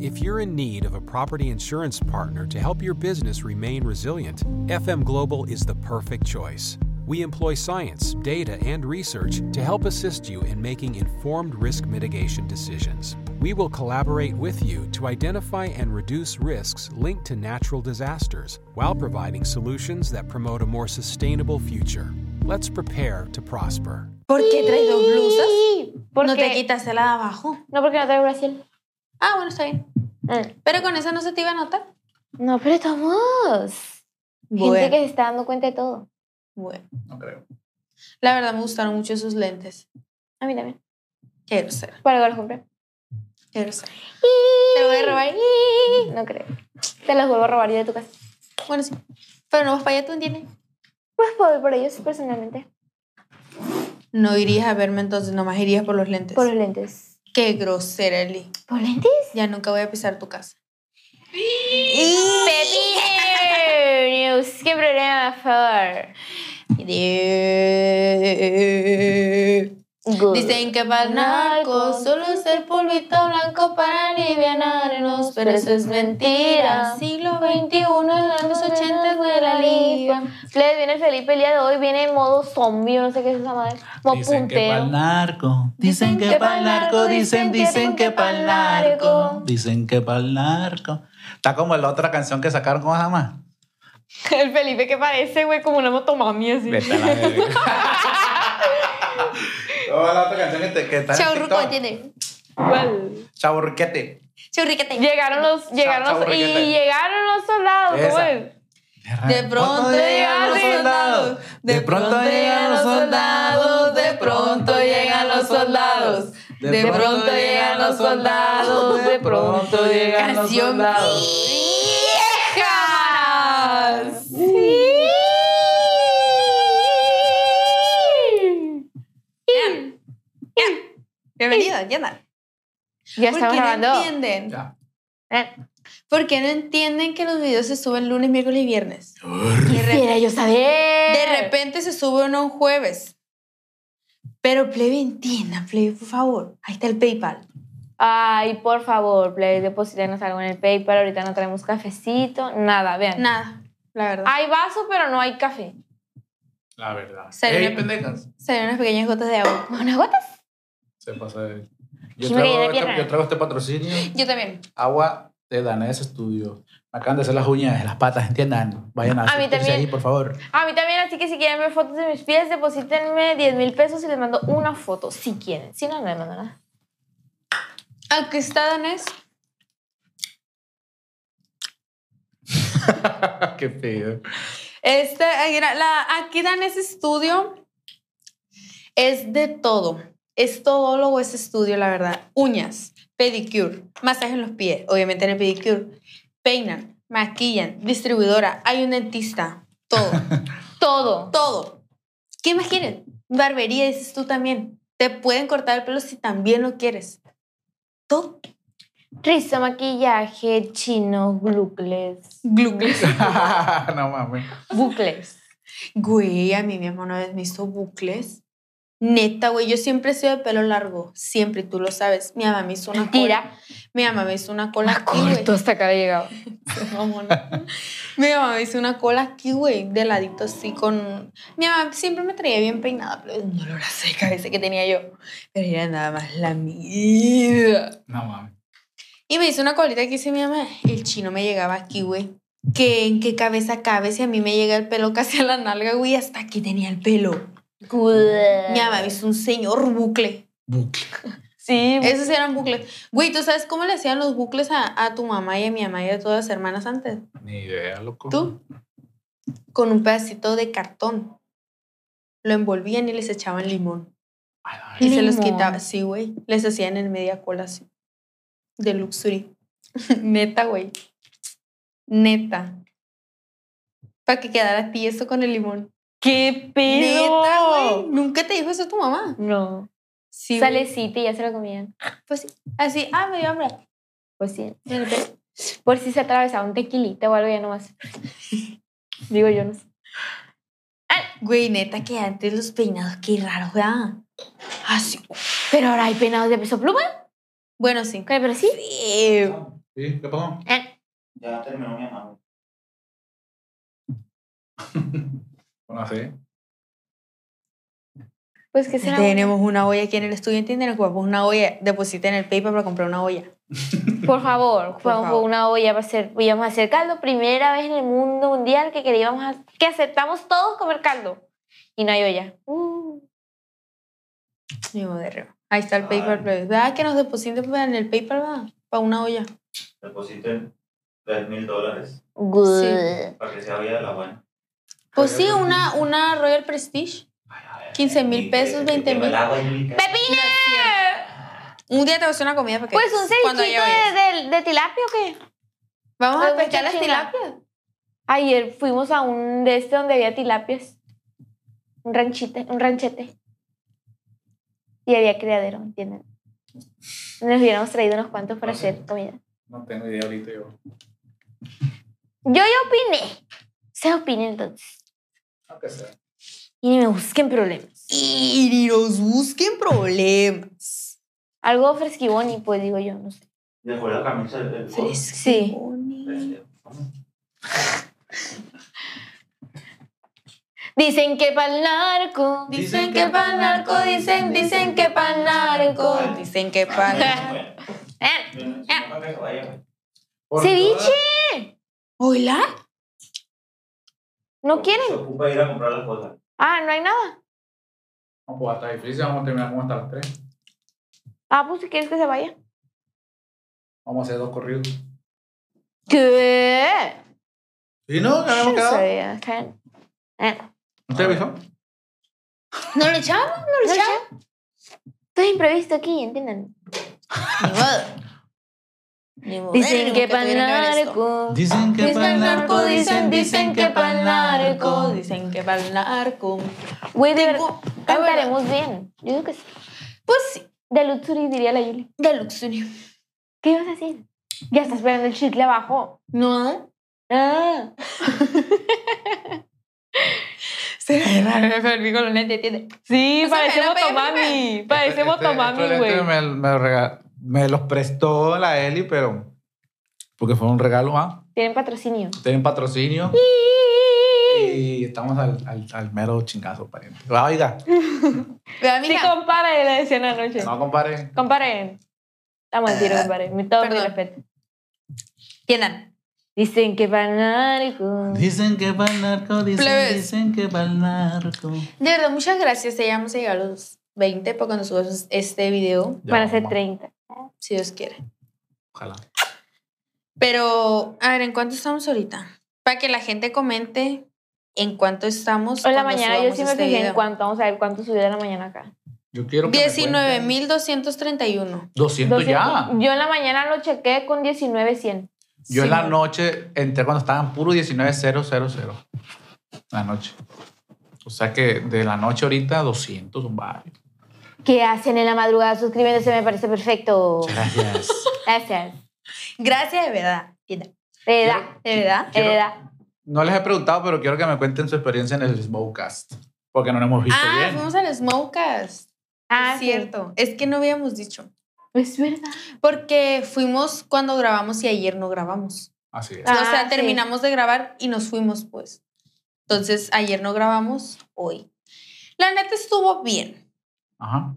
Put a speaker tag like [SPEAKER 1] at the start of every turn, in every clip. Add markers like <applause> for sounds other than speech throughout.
[SPEAKER 1] If you're in need of a property insurance partner to help your business remain resilient, FM Global is the perfect choice. We employ science, data, and research to help assist you in making informed risk mitigation decisions. We will collaborate with you to identify and reduce risks linked to natural disasters while providing solutions that promote a more sustainable future. Let's prepare to prosper.
[SPEAKER 2] ¿Por qué traes dos blusas?
[SPEAKER 3] Porque,
[SPEAKER 2] No te quitas la de abajo.
[SPEAKER 3] No, porque no traigo Brasil.
[SPEAKER 2] Ah, bueno, está bien.
[SPEAKER 3] Ah.
[SPEAKER 2] Pero con esa no se te iba a notar.
[SPEAKER 3] No, pero estamos. Gente que se está dando cuenta de todo.
[SPEAKER 2] bueno. La verdad me gustaron mucho sus lentes.
[SPEAKER 3] A mí también.
[SPEAKER 2] Quiero ser,
[SPEAKER 3] Por algo los compré.
[SPEAKER 2] quiero ser.
[SPEAKER 3] Te voy a robar. No creo. Te los vuelvo a robar yo de tu casa.
[SPEAKER 2] Bueno, sí. Pero no vas para allá, ¿tú entiendes?
[SPEAKER 3] Pues puedo ir por ellos personalmente.
[SPEAKER 2] No irías a verme entonces, nomás irías por los lentes.
[SPEAKER 3] Por los lentes.
[SPEAKER 2] Qué grosera, Eli.
[SPEAKER 3] ¿Por lentes?
[SPEAKER 2] Ya nunca voy a pisar tu casa.
[SPEAKER 3] Pepi News. ¿Qué problema, por favor? Good.
[SPEAKER 2] Dicen que para el narco solo es el polvito blanco para alivianarnos, pero eso es mentira. Siglo XXI, en los 80 fue la liga.
[SPEAKER 3] Les viene Felipe el día de hoy, viene en modo zombie, no sé qué es esa madre. Modo
[SPEAKER 4] Dicen que
[SPEAKER 3] punteo.
[SPEAKER 4] pa'l narco, dicen que pa'l narco, dicen, dicen que pa'l narco, dicen que pa'l narco. Está como la otra canción que sacaron, ¿cómo se llama?
[SPEAKER 3] <laughs> El Felipe que parece, güey, como una motomami así.
[SPEAKER 4] Vete a la verga. ¿Cómo es la otra canción que, te- que está en
[SPEAKER 2] Chaurruco,
[SPEAKER 4] TikTok?
[SPEAKER 2] ¿entiendes?
[SPEAKER 3] ¿Cuál?
[SPEAKER 4] Chaburruquete.
[SPEAKER 2] Chaurriquete.
[SPEAKER 3] Pues, Llegaron los, llegaron los, y
[SPEAKER 4] Chaburruquete.
[SPEAKER 3] llegaron los soldados, pues. ¿cómo
[SPEAKER 4] Esa.
[SPEAKER 3] es?
[SPEAKER 2] De pronto llegan los soldados, de pronto llegan los soldados, de pronto llegan los soldados, de pronto llegan los soldados, de pronto llegan los soldados. ¡Viejas! Bienvenida, Yana.
[SPEAKER 3] Ya
[SPEAKER 2] ¿Por
[SPEAKER 3] estamos
[SPEAKER 2] qué no
[SPEAKER 3] grabando.
[SPEAKER 2] entienden?
[SPEAKER 4] Ya.
[SPEAKER 3] Eh,
[SPEAKER 2] ¿Por qué no entienden que los videos se suben lunes, miércoles y viernes? De repente-
[SPEAKER 3] Quisiera yo saber.
[SPEAKER 2] de repente se sube uno un jueves. Pero plebe, entiendan, plebe, por favor. Ahí está el PayPal.
[SPEAKER 3] Ay, por favor, play, deposítenos algo en el PayPal. Ahorita no traemos cafecito, nada, vean.
[SPEAKER 2] Nada, la verdad.
[SPEAKER 3] Hay vaso, pero no hay café.
[SPEAKER 4] La verdad.
[SPEAKER 2] Sería-
[SPEAKER 4] Ey, pendejas.
[SPEAKER 2] Salieron unas pequeñas gotas de <laughs> agua.
[SPEAKER 3] ¿Unas gotas?
[SPEAKER 4] Se pasa de... Yo
[SPEAKER 3] Sí, me caí de
[SPEAKER 4] traigo,
[SPEAKER 3] pierna.
[SPEAKER 4] este, yo traigo este patrocinio.
[SPEAKER 2] Yo también.
[SPEAKER 4] Agua de Danés Estudio. Me acaban de hacer las uñas de las patas, entiendan. Vayan a,
[SPEAKER 3] A mí
[SPEAKER 4] hacerse
[SPEAKER 3] también.
[SPEAKER 4] ahí, por favor.
[SPEAKER 3] A mí también, así que si quieren ver fotos de mis pies, deposítenme 10 mil pesos y les mando una foto, si quieren. Si no, no les mando nada.
[SPEAKER 2] Aquí está Danés.
[SPEAKER 4] <laughs> Qué feo.
[SPEAKER 2] Este, aquí era la, aquí Danés Estudio es de todo. Es todólogo ese estudio, la verdad. Uñas, pedicure, masaje en los pies, obviamente en el pedicure. Peinan, maquillan, distribuidora, hay un dentista, todo.
[SPEAKER 3] Todo.
[SPEAKER 2] todo. ¿Qué más quieres? Barbería, dices tú también. Te pueden cortar el pelo si también lo quieres. Todo.
[SPEAKER 3] Rizo, maquillaje, chino, bucles.
[SPEAKER 2] Glucles.
[SPEAKER 4] <laughs> no mames.
[SPEAKER 3] Bucles.
[SPEAKER 2] Güey, a mí mismo una vez me hizo bucles. Neta, güey, yo siempre he sido de pelo largo. Siempre, y tú lo sabes. Mi mamá me hizo una cola.
[SPEAKER 3] Tira.
[SPEAKER 2] Mi mamá me hizo una cola
[SPEAKER 3] La
[SPEAKER 2] aquí, güey. <laughs>
[SPEAKER 3] Ah, corto hasta acá le llegaba.
[SPEAKER 2] Mamona. Mi mamá me hizo una cola aquí, güey, de ladito así con... Mi mamá siempre me traía bien peinada, pero no lo sé de cabeza que tenía yo. Pero era nada más la mía.
[SPEAKER 4] No mames.
[SPEAKER 2] Y me hizo una colita que hice mi mamá. El chino me llegaba aquí, güey. ¿Qué, ¿En qué cabeza cabe si a mí me llega el pelo casi a la nalga, güey? Hasta aquí tenía el pelo. Mi mamá me hizo un señor bucle.
[SPEAKER 4] Bucle.
[SPEAKER 3] Sí,
[SPEAKER 2] Esos eran bucles. Güey, ¿tú sabes cómo le hacían los bucles a, a tu mamá y a mi mamá y a todas las hermanas antes?
[SPEAKER 4] Ni idea, loco.
[SPEAKER 2] ¿Tú? Con un pedacito de cartón. Lo envolvían y les echaban limón.
[SPEAKER 4] Ay, no,
[SPEAKER 2] Y se los
[SPEAKER 3] Limón.
[SPEAKER 2] quitaba. Sí, güey. Les hacían en media cola así. De luxury. <laughs> Neta, güey. Neta. Para que quedara a ti eso con el limón.
[SPEAKER 3] ¡Qué
[SPEAKER 2] Neta, güey.
[SPEAKER 3] pedo!
[SPEAKER 2] Nunca te dijo eso tu mamá.
[SPEAKER 3] No.
[SPEAKER 2] Sí. güey.
[SPEAKER 3] Salecita y ya se lo comían.
[SPEAKER 2] Pues sí. Así, ah, me dio hambre.
[SPEAKER 3] Pues sí. Por si se atravesaba un tequilita o algo ya nomás. Digo yo no sé.
[SPEAKER 2] Güey, neta, que antes los peinados, qué raro, ¿verdad? Ah, Así.
[SPEAKER 3] Pero ahora hay peinados de peso pluma.
[SPEAKER 2] Bueno, sí.
[SPEAKER 3] Pero pero sí.
[SPEAKER 2] Feo.
[SPEAKER 4] ¿Sí? ¿Qué pasó? <laughs>
[SPEAKER 3] Eh,
[SPEAKER 5] Ya terminó mi amado.
[SPEAKER 4] Bueno, sí.
[SPEAKER 3] Pues que será.
[SPEAKER 2] Tenemos una olla aquí en el estudio, ¿entienden? Ocupamos una olla. Depositen el PayPal para comprar una olla.
[SPEAKER 3] Por favor,
[SPEAKER 2] Por
[SPEAKER 3] ocupamos
[SPEAKER 2] favor.
[SPEAKER 3] una olla para hacer, íbamos a hacer caldo. Primera vez en el mundo mundial que queríamos, a- que aceptamos todos comer caldo. Y no hay olla. Uh,
[SPEAKER 2] Mi madre. Ahí está el PayPal. plebes. ¿Verdad que nos depositen en el PayPal, verdad? Para una olla.
[SPEAKER 5] Depositen 3 mil dólares
[SPEAKER 3] good.
[SPEAKER 5] para que se vaya de la buena.
[SPEAKER 2] Pues sí, una, una Royal Prestige. 15 mil pesos, 20 mil.
[SPEAKER 3] ¡Pepino!
[SPEAKER 2] Un día te voy a hacer una comida para que
[SPEAKER 3] Pues un
[SPEAKER 2] cuando
[SPEAKER 3] cevichito
[SPEAKER 2] haya ollas.
[SPEAKER 3] de, de, de tilapia o qué?
[SPEAKER 2] Vamos a
[SPEAKER 3] algún
[SPEAKER 2] pescar las
[SPEAKER 3] chinchina.
[SPEAKER 2] tilapias.
[SPEAKER 3] Ayer fuimos a un de este donde había tilapias. Un ranchite, un ranchete. Y había criadero, ¿entienden? Nos hubiéramos traído unos cuantos para
[SPEAKER 4] Ah, sí.
[SPEAKER 3] hacer comida.
[SPEAKER 4] No tengo idea ahorita yo.
[SPEAKER 3] Yo ya opiné. Se opinen entonces.
[SPEAKER 4] Aunque sea.
[SPEAKER 3] Y ni me busquen problemas.
[SPEAKER 2] Y ni nos busquen problemas.
[SPEAKER 3] Algo fresquibón y pues digo yo, no sé.
[SPEAKER 5] Dejó la camisa del
[SPEAKER 3] Sí.
[SPEAKER 5] este,
[SPEAKER 3] Dicen que pa'l narco.
[SPEAKER 4] Dicen
[SPEAKER 2] que pan narco, dicen, dicen que pan narco. Dicen que pan.
[SPEAKER 3] Eh,
[SPEAKER 2] Ah.
[SPEAKER 4] Por
[SPEAKER 3] ¡Ceviche!
[SPEAKER 2] <laughs> ¿Hola?
[SPEAKER 3] ¿No quieren?
[SPEAKER 5] Se ocupa ir a comprar las cosas.
[SPEAKER 3] Ah, no hay nada.
[SPEAKER 4] No, pues hasta difícil, vamos a terminar como hasta las 3.
[SPEAKER 3] Ah, pues si quieres que se vaya.
[SPEAKER 4] Vamos a hacer dos corridos.
[SPEAKER 3] ¿Qué?
[SPEAKER 4] ¿Y no? ¿Ya habíamos
[SPEAKER 3] Yo no
[SPEAKER 4] quedado?
[SPEAKER 3] sabía, ¿saben? Eh,
[SPEAKER 4] ¿No te avisó?
[SPEAKER 2] ¿No lo echamos? ¿No
[SPEAKER 3] no
[SPEAKER 2] lo
[SPEAKER 3] sé.
[SPEAKER 2] echamos?
[SPEAKER 3] Todo imprevisto aquí, entiendan.
[SPEAKER 2] Ni modo. Ni modo.
[SPEAKER 3] Dicen
[SPEAKER 2] Nunca
[SPEAKER 3] que pa'l
[SPEAKER 2] tuvieron ver esto.
[SPEAKER 3] narco.
[SPEAKER 4] Dicen
[SPEAKER 2] Dicen
[SPEAKER 4] pa'l
[SPEAKER 2] que
[SPEAKER 4] narco,
[SPEAKER 2] narco, dicen, dicen que pa'l narco. Dicen que pa'l narco.
[SPEAKER 3] Güey, de verdad.
[SPEAKER 2] Tengo- la verdad,
[SPEAKER 3] Cantaremos bien. Yo digo que sí.
[SPEAKER 2] ah, Pues sí,
[SPEAKER 3] De Lutsuri diría la Yuli.
[SPEAKER 2] de luxurio.
[SPEAKER 3] ¿Qué ibas a decir? Ya está esperando el chicle abajo.
[SPEAKER 2] No.
[SPEAKER 3] <laughs> Ah.
[SPEAKER 2] Se ve raro el perfil con los lentes, ¿entiendes?
[SPEAKER 3] Sí,
[SPEAKER 2] O sea,
[SPEAKER 3] parece
[SPEAKER 2] me la pegué
[SPEAKER 3] motomami. Parece motomami, güey.
[SPEAKER 4] Este, me, me, rega- me los prestó la Eli, pero. Porque fue un regalo, ¿ah?
[SPEAKER 3] Tienen patrocinio.
[SPEAKER 4] Tienen patrocinio. Y estamos al, al, al mero chingazo, pariente. Oiga,
[SPEAKER 2] Vea,
[SPEAKER 3] Sí,
[SPEAKER 2] mija.
[SPEAKER 3] comparen, le decían anoche.
[SPEAKER 4] no Ah, compare.
[SPEAKER 3] Comparen. Estamos al tiro, comparen. Mi todo mi
[SPEAKER 2] Perdón.
[SPEAKER 3] respeto.
[SPEAKER 2] Entiendan.
[SPEAKER 3] Dicen que banarico.
[SPEAKER 4] Dicen que pa'l narco, dicen,
[SPEAKER 2] Plebes.
[SPEAKER 4] dicen que pa'l narco.
[SPEAKER 2] De verdad, muchas gracias. Ya vamos a llegar a los 20 para cuando subas este video,
[SPEAKER 4] Ya,
[SPEAKER 3] Van a ser
[SPEAKER 4] mamá.
[SPEAKER 3] 30.
[SPEAKER 2] si Dios quiere.
[SPEAKER 4] Ojalá.
[SPEAKER 2] Pero, a ver, ¿en cuánto estamos ahorita? Para que la gente comente en cuánto estamos.
[SPEAKER 3] Hoy en la
[SPEAKER 2] Pues cuando
[SPEAKER 3] mañana yo
[SPEAKER 2] subamos
[SPEAKER 3] sí me
[SPEAKER 2] este
[SPEAKER 3] fijé
[SPEAKER 2] video.
[SPEAKER 3] en cuánto. Vamos a ver cuánto subió de la mañana acá.
[SPEAKER 4] Yo quiero que. me cuenten.
[SPEAKER 2] 19.231.
[SPEAKER 4] 200 ya.
[SPEAKER 3] 200. Yo en la mañana lo chequé con 19,100.
[SPEAKER 4] Yo en la
[SPEAKER 2] Sí.
[SPEAKER 4] noche entré cuando estaban puro 19,000. La noche. O sea que de la noche ahorita 200 son varios.
[SPEAKER 3] ¿Qué hacen en la madrugada suscribiéndose? Me parece perfecto.
[SPEAKER 4] Gracias.
[SPEAKER 3] Gracias.
[SPEAKER 2] Gracias, de verdad. Entiendan.
[SPEAKER 3] De edad.
[SPEAKER 2] De verdad.
[SPEAKER 4] Quiero-
[SPEAKER 3] De edad.
[SPEAKER 4] No les he preguntado, pero quiero que me cuenten su experiencia en el Smokecast. Porque no lo hemos visto
[SPEAKER 2] Ah,
[SPEAKER 4] bien.
[SPEAKER 2] fuimos al Smokas.
[SPEAKER 3] Ah,
[SPEAKER 2] es
[SPEAKER 3] sí.
[SPEAKER 2] cierto. Es que no habíamos dicho.
[SPEAKER 3] Es verdad.
[SPEAKER 2] Porque fuimos cuando grabamos y ayer no grabamos.
[SPEAKER 4] Así es.
[SPEAKER 3] Ah,
[SPEAKER 2] o sea,
[SPEAKER 3] sí.
[SPEAKER 2] terminamos de grabar y nos fuimos, pues. Entonces, ayer no grabamos, hoy. La neta estuvo bien,
[SPEAKER 4] Ajá.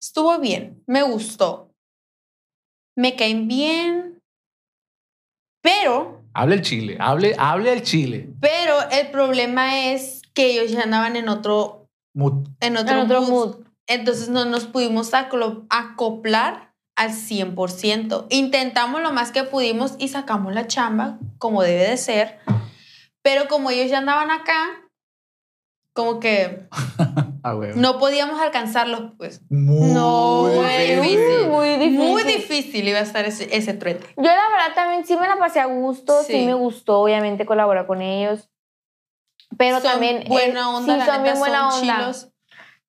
[SPEAKER 2] estuvo bien, me gustó. Me caen bien. Pero,
[SPEAKER 4] Hable el chile. Hable, hable el chile.
[SPEAKER 2] pero el problema es que ellos ya andaban en otro,
[SPEAKER 4] Mut-
[SPEAKER 2] en otro,
[SPEAKER 3] En otro
[SPEAKER 2] mood.
[SPEAKER 3] mood.
[SPEAKER 2] Entonces no nos pudimos aclo- acoplar al 100%. Intentamos lo más que pudimos y sacamos la chamba como debe de ser. Pero como ellos ya andaban acá, como que
[SPEAKER 4] Ah, güey.
[SPEAKER 2] No podíamos alcanzarlos, pues.
[SPEAKER 4] Muy
[SPEAKER 2] No, güey.
[SPEAKER 4] bien.
[SPEAKER 3] Muy, muy difícil.
[SPEAKER 2] Muy difícil iba a estar ese, ese truete.
[SPEAKER 3] Yo la verdad también sí me la pasé a gusto, sí,
[SPEAKER 2] Sí.
[SPEAKER 3] me gustó, obviamente colaborar con ellos. Pero
[SPEAKER 2] Son
[SPEAKER 3] también eh,
[SPEAKER 2] Buena onda,
[SPEAKER 3] sí,
[SPEAKER 2] la
[SPEAKER 3] son
[SPEAKER 2] neta,
[SPEAKER 3] bien buena
[SPEAKER 2] son
[SPEAKER 3] onda.
[SPEAKER 2] chilos.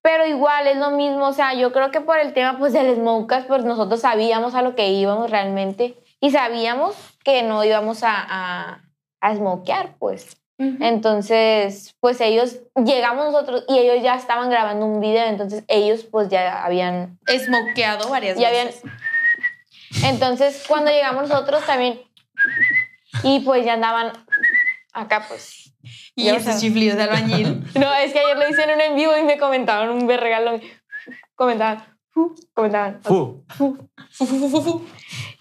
[SPEAKER 3] Pero igual es lo mismo, o sea, yo creo que por el tema pues del Smokecast, pues nosotros sabíamos a lo que íbamos realmente y sabíamos que no íbamos a, a, a smokear, pues. Entonces, pues ellos, llegamos nosotros y ellos ya estaban grabando un video, entonces ellos pues ya habían...
[SPEAKER 2] Smokeado varias
[SPEAKER 3] Ya
[SPEAKER 2] veces.
[SPEAKER 3] Entonces, cuando llegamos nosotros también, y pues ya andaban acá, pues...
[SPEAKER 2] Y
[SPEAKER 3] ya
[SPEAKER 2] esos
[SPEAKER 3] saben.
[SPEAKER 2] chiflidos
[SPEAKER 3] <laughs>
[SPEAKER 2] de albañil.
[SPEAKER 3] No, es que ayer lo hice en un en vivo y me comentaban un regalo. Comentaban, fu, comentaban.
[SPEAKER 4] Fu.
[SPEAKER 2] Fu, fu, fu, fu, fu.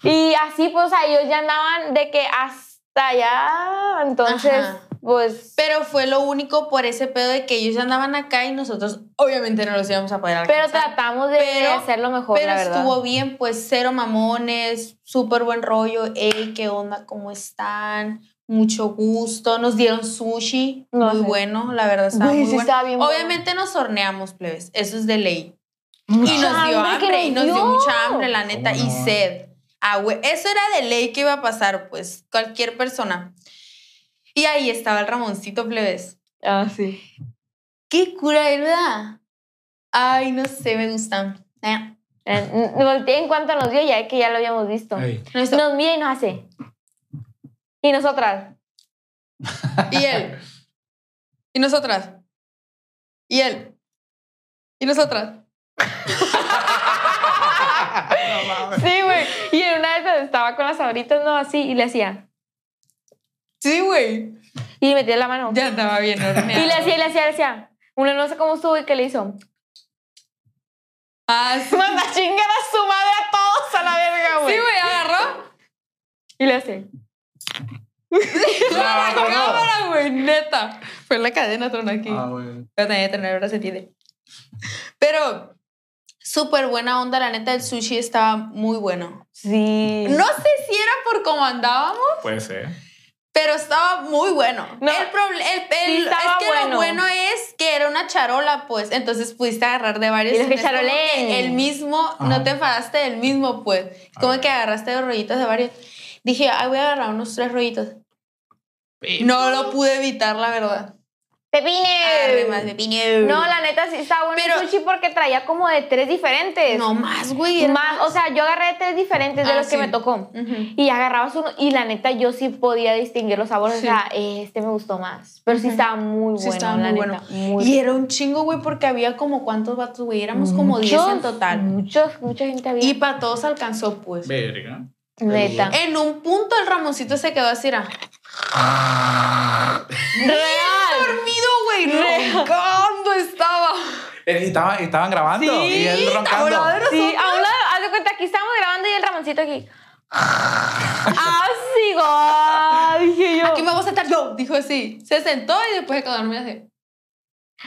[SPEAKER 3] Y así, pues, a ellos ya andaban de que hasta allá. Entonces,
[SPEAKER 2] Ajá.
[SPEAKER 3] pues.
[SPEAKER 2] Pero fue lo único por ese pedo de que ellos andaban acá y nosotros obviamente no los íbamos a poder alcanzar.
[SPEAKER 3] Pero tratamos de
[SPEAKER 2] Pero-
[SPEAKER 3] hacerlo mejor,
[SPEAKER 2] Pero
[SPEAKER 3] la verdad.
[SPEAKER 2] estuvo bien, pues cero mamones, súper buen rollo. Ey, ¿qué onda? ¿Cómo están? Mucho gusto. Nos dieron sushi,
[SPEAKER 3] No,
[SPEAKER 2] muy
[SPEAKER 3] sí.
[SPEAKER 2] bueno, la verdad estaba
[SPEAKER 3] Güey,
[SPEAKER 2] muy
[SPEAKER 3] sí
[SPEAKER 2] bueno.
[SPEAKER 3] estaba bien bueno.
[SPEAKER 2] Obviamente nos horneamos, plebes, eso es de ley.
[SPEAKER 4] Mucha
[SPEAKER 2] y nos dio
[SPEAKER 3] hambre que
[SPEAKER 2] hambre, y
[SPEAKER 3] nos
[SPEAKER 2] nos dio
[SPEAKER 3] dio.
[SPEAKER 2] mucha hambre, la neta,
[SPEAKER 4] ¿Cómo
[SPEAKER 2] y
[SPEAKER 4] no?
[SPEAKER 2] sed. Ah, güey, eso era de ley que iba a pasar, pues, cualquier persona. Y ahí estaba el Ramoncito, plebes.
[SPEAKER 3] Ah, sí.
[SPEAKER 2] ¡Qué cura, verdad! Ay, no sé, me gustan. Eh,
[SPEAKER 3] Eh, n- Volteé en cuanto nos dio, ya que ya lo habíamos
[SPEAKER 2] <laughs>
[SPEAKER 3] visto.
[SPEAKER 4] Ey.
[SPEAKER 2] no sé.
[SPEAKER 3] Nos mira y nos hace. Y nosotras.
[SPEAKER 2] Y él. Y nosotras. Y él. Y nosotras.
[SPEAKER 4] Ah,
[SPEAKER 3] Sí, güey. Y en una de esas estaba con las abritas, no así, y le hacía.
[SPEAKER 2] Sí, güey.
[SPEAKER 3] Y metía la mano.
[SPEAKER 2] Ya andaba bien horneado.
[SPEAKER 3] Y le hacía, y le hacía, le hacía. Uno no sé cómo estuvo y qué le
[SPEAKER 2] <laughs>
[SPEAKER 3] hizo.
[SPEAKER 2] Ah, sí,
[SPEAKER 3] Manda a chingar a su madre a todos a la verga,
[SPEAKER 2] Sí, güey, agarró.
[SPEAKER 3] Y le hace.
[SPEAKER 2] La
[SPEAKER 4] no, no.
[SPEAKER 2] cámara, güey, neta. Fue la cadena tron aquí.
[SPEAKER 4] Ah, güey.
[SPEAKER 2] Pero tenía que tener ahora se entiende. Pero súper buena onda, la neta, el sushi estaba muy bueno.
[SPEAKER 3] Sí.
[SPEAKER 2] No sé si era por cómo andábamos,
[SPEAKER 4] Puede ser.
[SPEAKER 2] pero estaba muy bueno.
[SPEAKER 3] No,
[SPEAKER 2] el proble- el, el-
[SPEAKER 3] estaba
[SPEAKER 2] es que
[SPEAKER 3] bueno.
[SPEAKER 2] lo bueno es que era una charola, pues. Entonces pudiste agarrar de varios.
[SPEAKER 3] Y los que
[SPEAKER 2] Es como
[SPEAKER 3] charoleen.
[SPEAKER 2] que El mismo,
[SPEAKER 4] Ajá.
[SPEAKER 2] no te enfadaste del mismo, pues. Es como
[SPEAKER 4] Ajá.
[SPEAKER 2] que agarraste de rollitos de varios. Dije, ay, voy a agarrar unos tres rollitos. No lo pude evitar, la verdad. Agarré más
[SPEAKER 3] ¡Pepines!
[SPEAKER 2] pepinillo.
[SPEAKER 3] No, la neta sí estaba bueno
[SPEAKER 2] Pero-
[SPEAKER 3] el sushi porque traía como de tres diferentes.
[SPEAKER 2] No más, güey. era
[SPEAKER 3] Más, o sea, yo agarré de tres diferentes de
[SPEAKER 2] Ah,
[SPEAKER 3] los que
[SPEAKER 2] sí.
[SPEAKER 3] me tocó.
[SPEAKER 2] Ujú.
[SPEAKER 3] Y agarrabas uno y la neta yo sí podía distinguir los sabores. O
[SPEAKER 2] Sí.
[SPEAKER 3] sea, este me gustó más. Pero sí
[SPEAKER 2] Ujú.
[SPEAKER 3] estaba muy bueno,
[SPEAKER 2] Sí, estaba
[SPEAKER 3] la
[SPEAKER 2] muy bueno.
[SPEAKER 3] neta. Muy
[SPEAKER 2] Y era un chingo, güey, porque había como cuántos vatos, güey. Éramos como 10 en
[SPEAKER 3] Muchos,
[SPEAKER 2] total.
[SPEAKER 3] Muchos, mucha gente había.
[SPEAKER 2] Y para todos alcanzó, pues.
[SPEAKER 4] Verga.
[SPEAKER 3] neta.
[SPEAKER 2] En un punto el Ramoncito se quedó así, era.
[SPEAKER 4] Ah.
[SPEAKER 3] Real.
[SPEAKER 2] Dormido, güey. Roncando estaba.
[SPEAKER 4] Él- Eh, estaba- estaban grabando y él
[SPEAKER 2] al lado de
[SPEAKER 4] roncando.
[SPEAKER 3] Sí,
[SPEAKER 2] nosotros.
[SPEAKER 3] a un lado, haz de cuenta, aquí estábamos grabando y el
[SPEAKER 2] <laughs>
[SPEAKER 3] Ramoncito aquí. Así, ah, dije yo.
[SPEAKER 2] Aquí me voy a sentar yo, dijo así. Se sentó y después se quedó dormido así.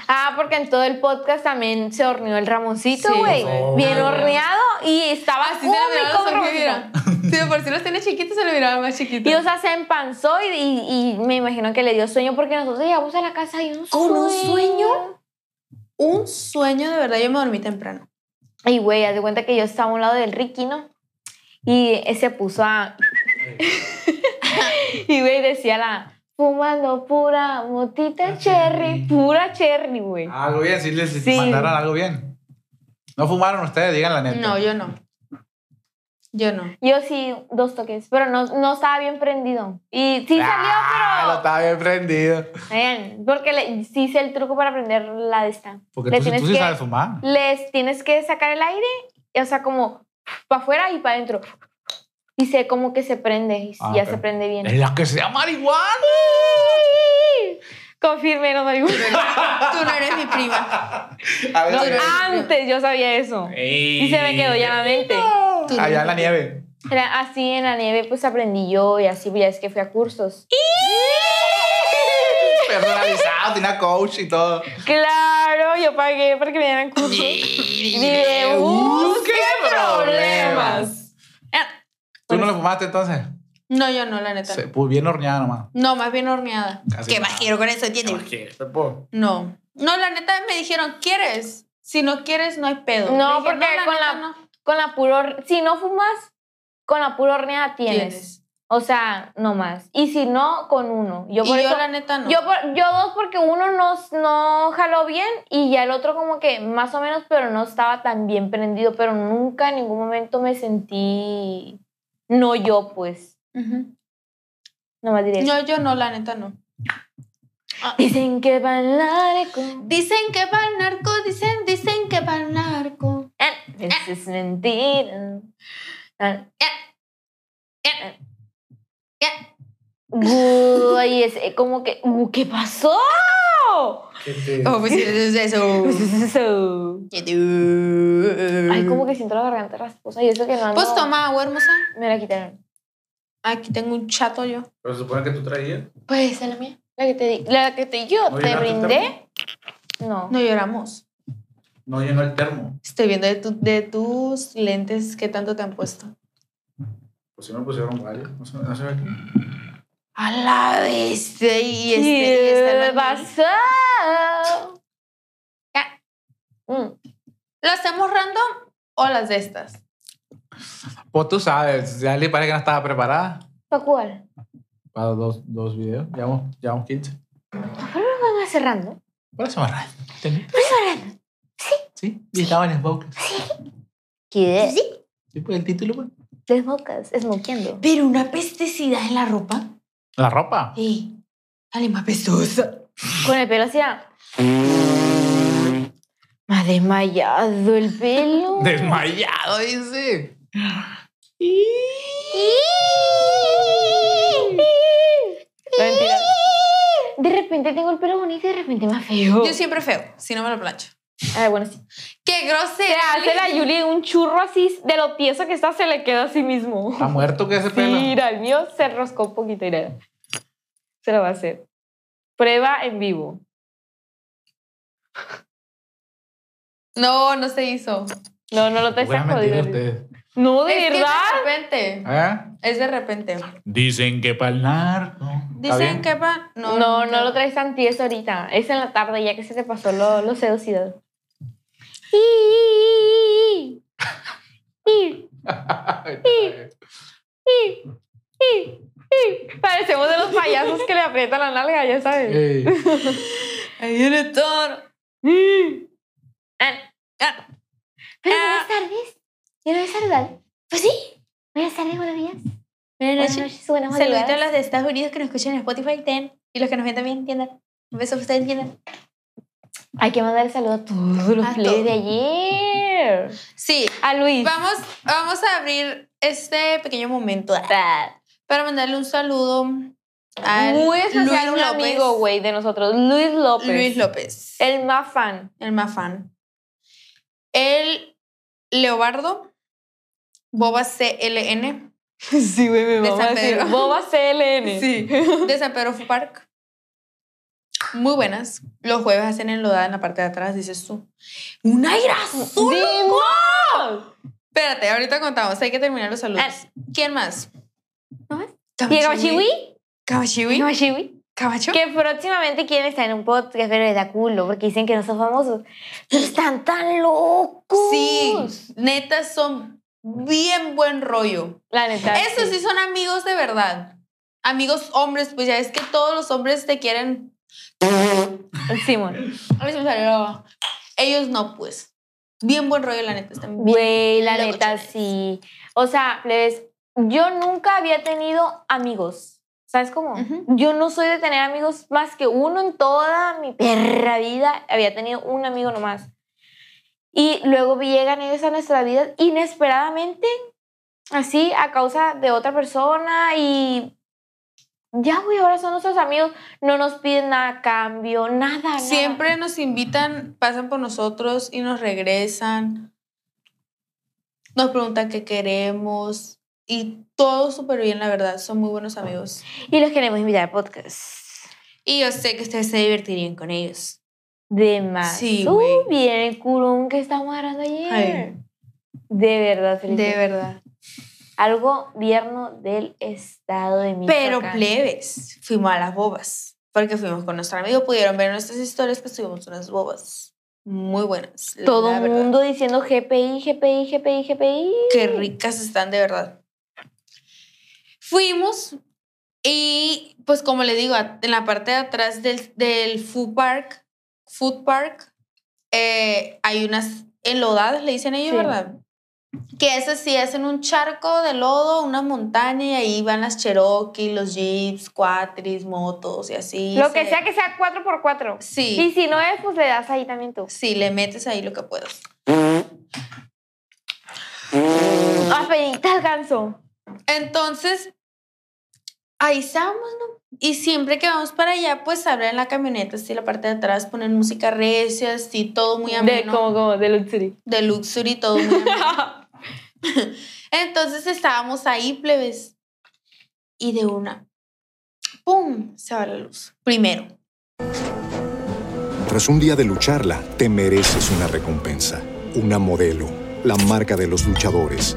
[SPEAKER 3] Ah, porque en todo el podcast también se horneó el Ramoncito,
[SPEAKER 2] Sí,
[SPEAKER 3] güey.
[SPEAKER 4] güey.
[SPEAKER 3] Bien
[SPEAKER 4] Ah.
[SPEAKER 3] horneado y estaba
[SPEAKER 2] Así Ah, se
[SPEAKER 3] cómico
[SPEAKER 2] le miraba
[SPEAKER 3] el
[SPEAKER 2] a Sofía,
[SPEAKER 3] Ramoncito.
[SPEAKER 2] mira. Sí, de por si los tiene chiquitos, se le miraba más chiquito.
[SPEAKER 3] Y o sea, se empanzó y, y- y me imagino que le dio sueño porque nosotros llegamos a la casa y un
[SPEAKER 2] ¿Con un
[SPEAKER 3] sueño.
[SPEAKER 2] un sueño, de verdad, yo me dormí temprano.
[SPEAKER 3] Y güey, haz de cuenta que yo estaba a un lado del Ricky, ¿no? Y eh, se puso a. <laughs> y güey, decía la. Fumando pura motita
[SPEAKER 4] Ah,
[SPEAKER 3] cherry,
[SPEAKER 4] cherry.
[SPEAKER 3] pura cherry, güey.
[SPEAKER 4] Algo bien, sí les
[SPEAKER 3] Sí.
[SPEAKER 4] mandaron algo bien. No fumaron ustedes, digan la neta.
[SPEAKER 2] No, yo no. Yo no.
[SPEAKER 3] Yo sí, dos toques, pero no, no estaba bien prendido. Y sí
[SPEAKER 4] Ah, Lo
[SPEAKER 3] salió,
[SPEAKER 4] estaba bien prendido.
[SPEAKER 3] pero. <laughs> Vean, porque le- sí hice el truco para prender la de esta.
[SPEAKER 4] Porque
[SPEAKER 3] Le
[SPEAKER 4] tú, sí-
[SPEAKER 3] tienes
[SPEAKER 4] tú sí
[SPEAKER 3] que-
[SPEAKER 4] sabes fumar.
[SPEAKER 3] Les tienes que sacar el aire, o sea, como para afuera y para adentro. Y sé como que se prende, y
[SPEAKER 4] Ah,
[SPEAKER 3] ya
[SPEAKER 4] ok.
[SPEAKER 3] se prende bien.
[SPEAKER 4] Es la que sea marihuana.
[SPEAKER 3] Confirme, no doy
[SPEAKER 2] Tú no eres mi prima.
[SPEAKER 4] A ver,
[SPEAKER 2] No,
[SPEAKER 4] a ver.
[SPEAKER 2] ah,
[SPEAKER 3] Antes yo sabía eso. Y se me quedó ya la mente.
[SPEAKER 2] Tú no
[SPEAKER 4] Allá en la
[SPEAKER 2] eres mi
[SPEAKER 4] nieve.
[SPEAKER 3] Era así en la nieve pues aprendí yo y así pues, ya es que fui a cursos.
[SPEAKER 4] Personalizado, tenía coach y todo.
[SPEAKER 3] Claro, yo pagué para que me dieran cursos. de
[SPEAKER 4] Uh,
[SPEAKER 3] busque problemas.
[SPEAKER 4] ¿Tú no lo fumaste entonces?
[SPEAKER 2] No, yo no, la neta.
[SPEAKER 4] Se- pues bien horneada nomás.
[SPEAKER 2] No, más bien horneada.
[SPEAKER 4] Casi
[SPEAKER 2] ¿Qué
[SPEAKER 4] nada.
[SPEAKER 2] más quiero con eso? ¿Entiendes? No. No, la neta me dijeron, ¿quieres? Si no quieres, no hay pedo.
[SPEAKER 3] No,
[SPEAKER 2] Le dije,
[SPEAKER 3] porque con
[SPEAKER 2] neta,
[SPEAKER 3] la- Con la puro, si no fumas, con la pura horneada tienes.
[SPEAKER 2] tienes.
[SPEAKER 3] O sea, no más. Y si no, con uno. Yo
[SPEAKER 2] Y
[SPEAKER 3] por
[SPEAKER 2] yo,
[SPEAKER 3] eso-
[SPEAKER 2] la neta, no.
[SPEAKER 3] Yo, por- yo dos porque uno no, no jaló bien y ya el otro como que más o menos, pero no estaba tan bien prendido, pero nunca en ningún momento me sentí no yo, pues.
[SPEAKER 2] Ujú.
[SPEAKER 3] Nomás diré. eso.
[SPEAKER 2] No, yo no, la neta, no. Ah.
[SPEAKER 3] Dicen que bailar con...
[SPEAKER 2] Dicen que va al narco, dicen, dicen que va al narco.
[SPEAKER 3] Ah, Eso es mentira. Ah,
[SPEAKER 2] Eh,
[SPEAKER 3] Uy, es eh, como que... uh,
[SPEAKER 2] <laughs>
[SPEAKER 3] ¿Qué pasó?
[SPEAKER 2] Oh, pues es eso.
[SPEAKER 3] Eso. Ay,
[SPEAKER 2] Ay,
[SPEAKER 3] como que siento la garganta rasposa y eso que no ando-
[SPEAKER 2] Pues toma agua, hermosa.
[SPEAKER 3] Me la quitaron.
[SPEAKER 2] Aquí tengo un chato yo.
[SPEAKER 6] Pero se supone que tú traías.
[SPEAKER 3] Pues esa es la mía. La que te di. La que te, yo
[SPEAKER 6] No
[SPEAKER 3] te
[SPEAKER 6] llenaste el
[SPEAKER 3] brindé. No.
[SPEAKER 2] No lloramos.
[SPEAKER 4] No llenó el termo.
[SPEAKER 2] Estoy viendo de, tu- de tus lentes qué tanto te han puesto.
[SPEAKER 6] Pues si me pusieron varios. No se, no se ve aquí.
[SPEAKER 2] A la bestia. Y este, y
[SPEAKER 3] ¿Qué
[SPEAKER 2] este no-
[SPEAKER 3] pasó?
[SPEAKER 2] Ya.
[SPEAKER 3] Mm.
[SPEAKER 2] ¿Lo hacemos random o las de estas?
[SPEAKER 4] Pues tú sabes, ya le parece que no estaba preparada.
[SPEAKER 3] ¿Pa' cuál?
[SPEAKER 4] Para dos, dos videos, llevamos, llevamos 15.
[SPEAKER 3] Vamos cerrando.
[SPEAKER 4] Para semana. Sí. Sí, y estaba en Smoke.
[SPEAKER 3] ¿Qué?
[SPEAKER 4] Sí, pues el título, pues.
[SPEAKER 3] Desmocas, esmoqueando.
[SPEAKER 2] Pero una pestecida en la ropa.
[SPEAKER 4] La ropa.
[SPEAKER 2] Sí. Dale más pestosa.
[SPEAKER 3] Con el pelo ah. hacia. Me ha desmayado el pelo.
[SPEAKER 4] Desmayado, dice.
[SPEAKER 3] No, mentira. De repente tengo el pelo bonito y de repente más feo.
[SPEAKER 2] Yo siempre feo, si no me lo plancho.
[SPEAKER 3] Ah, bueno, sí.
[SPEAKER 2] ¡Qué
[SPEAKER 3] Se
[SPEAKER 2] grosera!
[SPEAKER 3] hace la Yuli un churro así, de lo tieso que está, se le queda a sí mismo.
[SPEAKER 4] Está muerto que ese pelo.
[SPEAKER 3] Mira, el mío se roscó un poquito, mira. Se lo va a hacer. Prueba en vivo.
[SPEAKER 2] No, no se hizo.
[SPEAKER 3] No, no lo te
[SPEAKER 4] Voy a
[SPEAKER 3] estás
[SPEAKER 4] mentir a
[SPEAKER 3] jodido.
[SPEAKER 4] ustedes.
[SPEAKER 3] No, de
[SPEAKER 2] es que
[SPEAKER 3] verdad.
[SPEAKER 2] de repente.
[SPEAKER 4] ¿Eh?
[SPEAKER 2] Es de repente.
[SPEAKER 4] Dicen que para el narco. ¿Está
[SPEAKER 2] Dicen
[SPEAKER 4] bien?
[SPEAKER 2] que va.
[SPEAKER 3] No,
[SPEAKER 2] No,
[SPEAKER 3] no, lo traes tan tieso ahorita. Es en la tarde ya que se te pasó lo, lo seducido. Parecemos de los payasos que le aprietan la nalga, ya sabes.
[SPEAKER 4] Ey.
[SPEAKER 2] Ahí viene el toro.
[SPEAKER 3] Mm. Ah,
[SPEAKER 2] Ah,
[SPEAKER 3] pero
[SPEAKER 2] Ah.
[SPEAKER 3] buenas tardes. Yo no voy a saludar. Pues sí. Buenas tardes, buenos días. Buenas noches, buenas
[SPEAKER 2] Saludito a
[SPEAKER 3] madrugadas.
[SPEAKER 2] los de Estados Unidos que nos escuchan en Spotify ten. Y los que nos ven también entiendan. Un beso a ustedes, entiendan.
[SPEAKER 3] Hay que mandar el saludo a todos los
[SPEAKER 2] A
[SPEAKER 3] players
[SPEAKER 2] todos.
[SPEAKER 3] de ayer.
[SPEAKER 2] Sí.
[SPEAKER 3] A Luis.
[SPEAKER 2] Vamos, vamos a abrir este pequeño momento para mandarle un saludo a
[SPEAKER 3] Muy
[SPEAKER 2] Luis
[SPEAKER 3] especial un
[SPEAKER 2] López.
[SPEAKER 3] amigo, güey, de nosotros. Luis López.
[SPEAKER 2] Luis López. El,
[SPEAKER 3] El
[SPEAKER 2] <laughs>
[SPEAKER 3] más fan.
[SPEAKER 2] más fan. El Leobardo. Boba CLN.
[SPEAKER 3] Sí, güey, me
[SPEAKER 2] De San Pedro.
[SPEAKER 3] Boba CLN.
[SPEAKER 2] Sí. <laughs> De San Pedro Fu Park. Muy buenas. Los jueves hacen enlodada en la parte de atrás, dices tú. ¡Un aire azul!
[SPEAKER 3] ¡Dimos!
[SPEAKER 2] Espérate, ahorita contamos. Hay que terminar los saludos. ¿Quién más?
[SPEAKER 3] ¿No más? Diego
[SPEAKER 2] Kabachiwi.
[SPEAKER 3] Chiwi.
[SPEAKER 2] Kabachiwi.
[SPEAKER 3] Diego Chiwi.
[SPEAKER 2] Cabacho.
[SPEAKER 3] Que próximamente quieren estar en un podcast, pero les da culo, porque dicen que no son famosos. Pero están tan locos.
[SPEAKER 2] Sí, neta son bien buen rollo.
[SPEAKER 3] La neta.
[SPEAKER 2] Esos sí son amigos de verdad. Amigos hombres, pues ya es que todos los hombres te quieren.
[SPEAKER 3] Simón.
[SPEAKER 2] A mí se me salió la baba. Ellos no, pues. Bien buen rollo, la neta. Están bien.
[SPEAKER 3] Güey, la
[SPEAKER 2] Luego
[SPEAKER 3] neta,
[SPEAKER 2] chéveres.
[SPEAKER 3] sí. O sea, plebes, yo nunca había tenido amigos. ¿Sabes cómo?
[SPEAKER 2] Ujú.
[SPEAKER 3] Yo no soy de tener amigos más que uno en toda mi perra vida. Había tenido un amigo nomás. Y luego llegan ellos a nuestra vida inesperadamente, así, a causa de otra persona y... Ya, güey, ahora son nuestros amigos. No nos piden nada a cambio, nada, nada.
[SPEAKER 2] Siempre nos invitan, pasan por nosotros y nos regresan. Nos preguntan qué queremos. Y todo súper bien, la verdad. Son muy buenos amigos.
[SPEAKER 3] Y los queremos invitar al podcast.
[SPEAKER 2] Y yo sé que ustedes se divertirían con ellos.
[SPEAKER 3] De más.
[SPEAKER 2] Sí,
[SPEAKER 3] Uh,
[SPEAKER 2] güey.
[SPEAKER 3] bien el curón que estábamos agarrando ayer.
[SPEAKER 2] Ay.
[SPEAKER 3] De verdad, Felipe.
[SPEAKER 2] De verdad.
[SPEAKER 3] Algo gobierno del estado de
[SPEAKER 2] Pero
[SPEAKER 3] Michoacán.
[SPEAKER 2] plebes, fuimos a las bobas. Porque fuimos con nuestro amigo, pudieron ver nuestras historias que estuvimos unas bobas muy buenas. la
[SPEAKER 3] Todo el
[SPEAKER 2] verdad.
[SPEAKER 3] mundo diciendo GPI, GPI, GPI, GPI.
[SPEAKER 2] Qué ricas están, de verdad. Fuimos y, pues como le digo, a- en la parte de atrás del, del food park, food park eh, hay unas enlodadas, le dicen ellos,
[SPEAKER 3] Sí.
[SPEAKER 2] ¿verdad? Que esas sí hacen un charco de lodo, una montaña y ahí van las Cherokee, los jeeps, cuatris, motos y así.
[SPEAKER 3] Lo que
[SPEAKER 2] se-
[SPEAKER 3] sea que sea 4x4. Y
[SPEAKER 2] Sí,
[SPEAKER 3] si no es, pues le das ahí también tú.
[SPEAKER 2] sí, le metes ahí lo que puedas.
[SPEAKER 3] Apenitas alcanzó.
[SPEAKER 2] Entonces, ahí estábamos, ¿no? Y siempre que vamos para allá, pues abren la camioneta, así la parte de atrás, ponen música recia, así todo muy
[SPEAKER 3] De,
[SPEAKER 2] ameno.
[SPEAKER 3] como, como, de Luxury.
[SPEAKER 2] De luxury, todo muy ameno.
[SPEAKER 3] <laughs>
[SPEAKER 2] Entonces estábamos ahí, plebes. Y de una, ¡pum! Se va la luz. Primero.
[SPEAKER 7] Tras un día de lucharla, te mereces una recompensa, una modelo, la marca de los luchadores.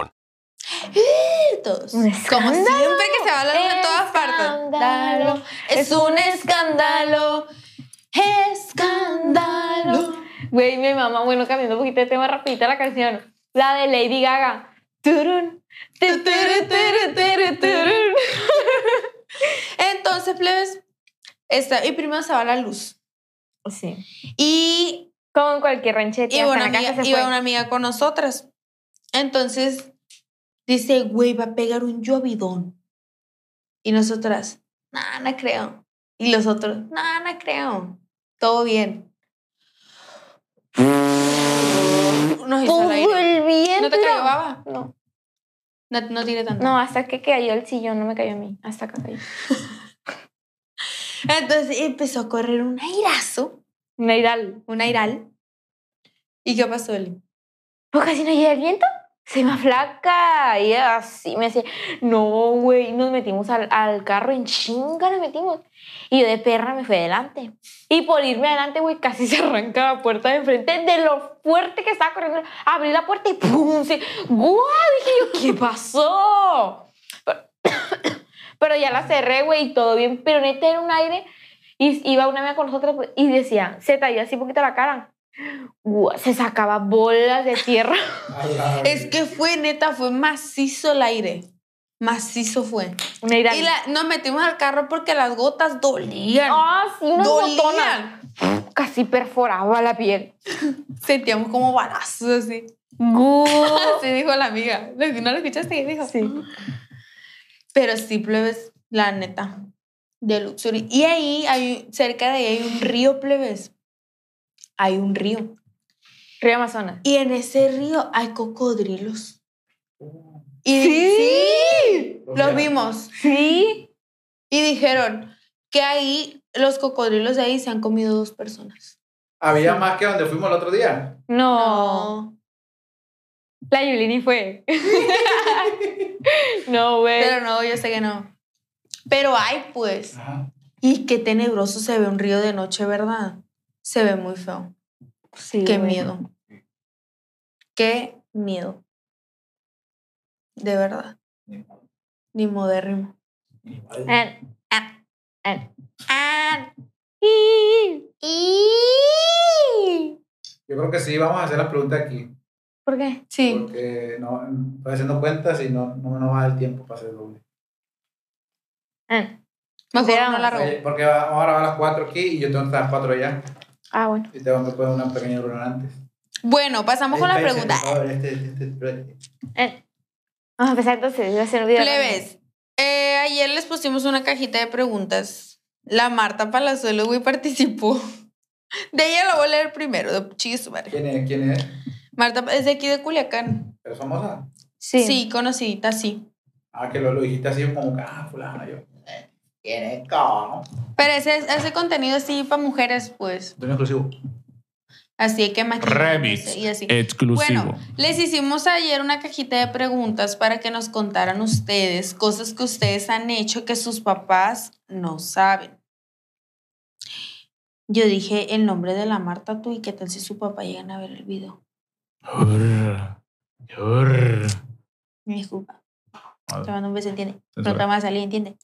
[SPEAKER 2] ¡Eh! Todos.
[SPEAKER 3] Un
[SPEAKER 2] Como
[SPEAKER 3] escándalo.
[SPEAKER 2] siempre que se va la luz en todas
[SPEAKER 3] Escándalo.
[SPEAKER 2] partes. Es un escándalo. Escándalo.
[SPEAKER 3] Güey, mi mamá, bueno, cambiando un poquito de tema rapidita la canción. La de Lady Gaga. Turun. tu, turu, turu, turu, turun.
[SPEAKER 2] Entonces, plebes, está, y primero se va la luz.
[SPEAKER 3] Sí.
[SPEAKER 2] Y
[SPEAKER 3] Como en cualquier ranchete.
[SPEAKER 2] iba
[SPEAKER 3] hasta
[SPEAKER 2] una,
[SPEAKER 3] la casa
[SPEAKER 2] amiga,
[SPEAKER 3] se
[SPEAKER 2] iba
[SPEAKER 3] fue.
[SPEAKER 2] una amiga con nosotras. Entonces, dice, güey, va a pegar un llovidón. Y nosotras, nada, no creo. Y los otros, nada, no creo. Todo bien. Nos hizo al
[SPEAKER 3] Pudo
[SPEAKER 2] aire.
[SPEAKER 3] el viento.
[SPEAKER 2] ¿No te cayó baba?
[SPEAKER 3] No,
[SPEAKER 2] No, no tiene tanto.
[SPEAKER 3] no, hasta que cayó el sillón, no me cayó a mí. Hasta acá cayó.
[SPEAKER 2] Entonces empezó a correr un airazo,
[SPEAKER 3] Neiral.
[SPEAKER 2] un airal. ¿Y qué pasó, Eli?
[SPEAKER 3] Pues casi no llega el viento. Se me flaca. Y así me decía, no, güey. Nos metimos al, al carro en chinga, nos metimos. Y yo de perra me fui adelante. Y por irme adelante, güey, casi se arranca la puerta de enfrente de lo fuerte que estaba corriendo. Abrí la puerta y ¡pum! Se, ¡Guau! Dije yo, ¿qué pasó? Pero, <coughs> pero ya la cerré, güey, y todo bien. Pero neta era un aire. Y iba una amiga con nosotros pues, y decía, se talló así un poquito la cara. Guau, se sacaba bolas de tierra.
[SPEAKER 2] Es que fue, neta, fue macizo el aire. Macizo fue.
[SPEAKER 3] Mira,
[SPEAKER 2] Y la- nos metimos al carro porque las gotas dolían.
[SPEAKER 3] ah, sí, una botona.
[SPEAKER 2] dolían.
[SPEAKER 3] Casi perforaba la piel.
[SPEAKER 2] Sentíamos como balazos
[SPEAKER 3] <laughs>
[SPEAKER 2] así.
[SPEAKER 3] Guau.
[SPEAKER 2] Así dijo la amiga. ¿No lo escuchaste? Dijo.
[SPEAKER 3] Oh.
[SPEAKER 2] "Mm".
[SPEAKER 3] Sí.
[SPEAKER 2] Pero sí, plebes, la neta. De Luxury. Y ahí, hay, cerca de ahí hay un río, plebes. Hay un río.
[SPEAKER 3] Río Amazonas.
[SPEAKER 2] Y en ese río hay cocodrilos. Y di-
[SPEAKER 3] Sí.
[SPEAKER 2] sí, los vimos.
[SPEAKER 3] Sí.
[SPEAKER 2] Y dijeron que ahí los cocodrilos de ahí se han comido dos personas.
[SPEAKER 6] Había más que donde fuimos el otro día.
[SPEAKER 3] No. La Yulini <laughs> fue. no, güey.
[SPEAKER 2] Pero no, yo sé que no. Pero hay, pues. Y qué tenebroso se ve un río de noche, ¿verdad? Se ve muy feo.
[SPEAKER 3] Sí,
[SPEAKER 2] qué
[SPEAKER 3] güey.
[SPEAKER 2] miedo. Qué miedo. De verdad. Ni modérrimo.
[SPEAKER 3] Ah, ah, ah.
[SPEAKER 2] Ah,
[SPEAKER 3] Y- y-
[SPEAKER 6] Yo creo que sí, vamos a hacer la pregunta aquí.
[SPEAKER 3] ¿Por qué?
[SPEAKER 2] sí.
[SPEAKER 6] Porque no, estoy haciendo cuentas y no, no, no va el tiempo para hacer doble.
[SPEAKER 3] Ah.
[SPEAKER 2] Mejor
[SPEAKER 3] Veamos.
[SPEAKER 2] no la robo.
[SPEAKER 6] Oye, Porque va- ahora van las cuatro aquí y yo tengo que estar a las cuatro allá.
[SPEAKER 3] Ah, bueno.
[SPEAKER 6] Y te van a poner una pequeña broma antes.
[SPEAKER 2] Bueno, pasamos con la
[SPEAKER 6] Este,
[SPEAKER 2] pregunta.
[SPEAKER 6] por favor, este, este, este.
[SPEAKER 3] Eh, Vamos a empezar entonces. Iba a hacer un video.
[SPEAKER 2] Plebes, eh, ayer les pusimos una cajita de preguntas. La Marta Palazuelo, güey, participó. <laughs> De ella la voy a leer primero, de chingue su madre.
[SPEAKER 6] ¿Quién es? ¿Quién es?
[SPEAKER 2] Marta es de aquí de Culiacán.
[SPEAKER 6] ¿Eres famosa?
[SPEAKER 3] Sí.
[SPEAKER 2] Sí, conocidita, sí.
[SPEAKER 6] Ah, que lo, lo dijiste así como que, ah, fulano, yo. ¿Quién es? ¿Cómo?
[SPEAKER 2] Pero ese, ese contenido así para mujeres, pues.
[SPEAKER 6] De un exclusivo.
[SPEAKER 2] Así hay que maquillar.
[SPEAKER 8] Remix
[SPEAKER 2] Y así.
[SPEAKER 8] exclusivo.
[SPEAKER 2] Bueno, les hicimos ayer una cajita de preguntas para que nos contaran ustedes cosas que ustedes han hecho que sus papás no saben. Yo dije el nombre de la Marta tú y qué tal si su papá llegan a ver el video.
[SPEAKER 4] Urr.
[SPEAKER 2] Me disculpa.
[SPEAKER 4] Vale.
[SPEAKER 2] Te mando un beso, entiende. No te
[SPEAKER 4] Censura.
[SPEAKER 2] va a salir, entiende.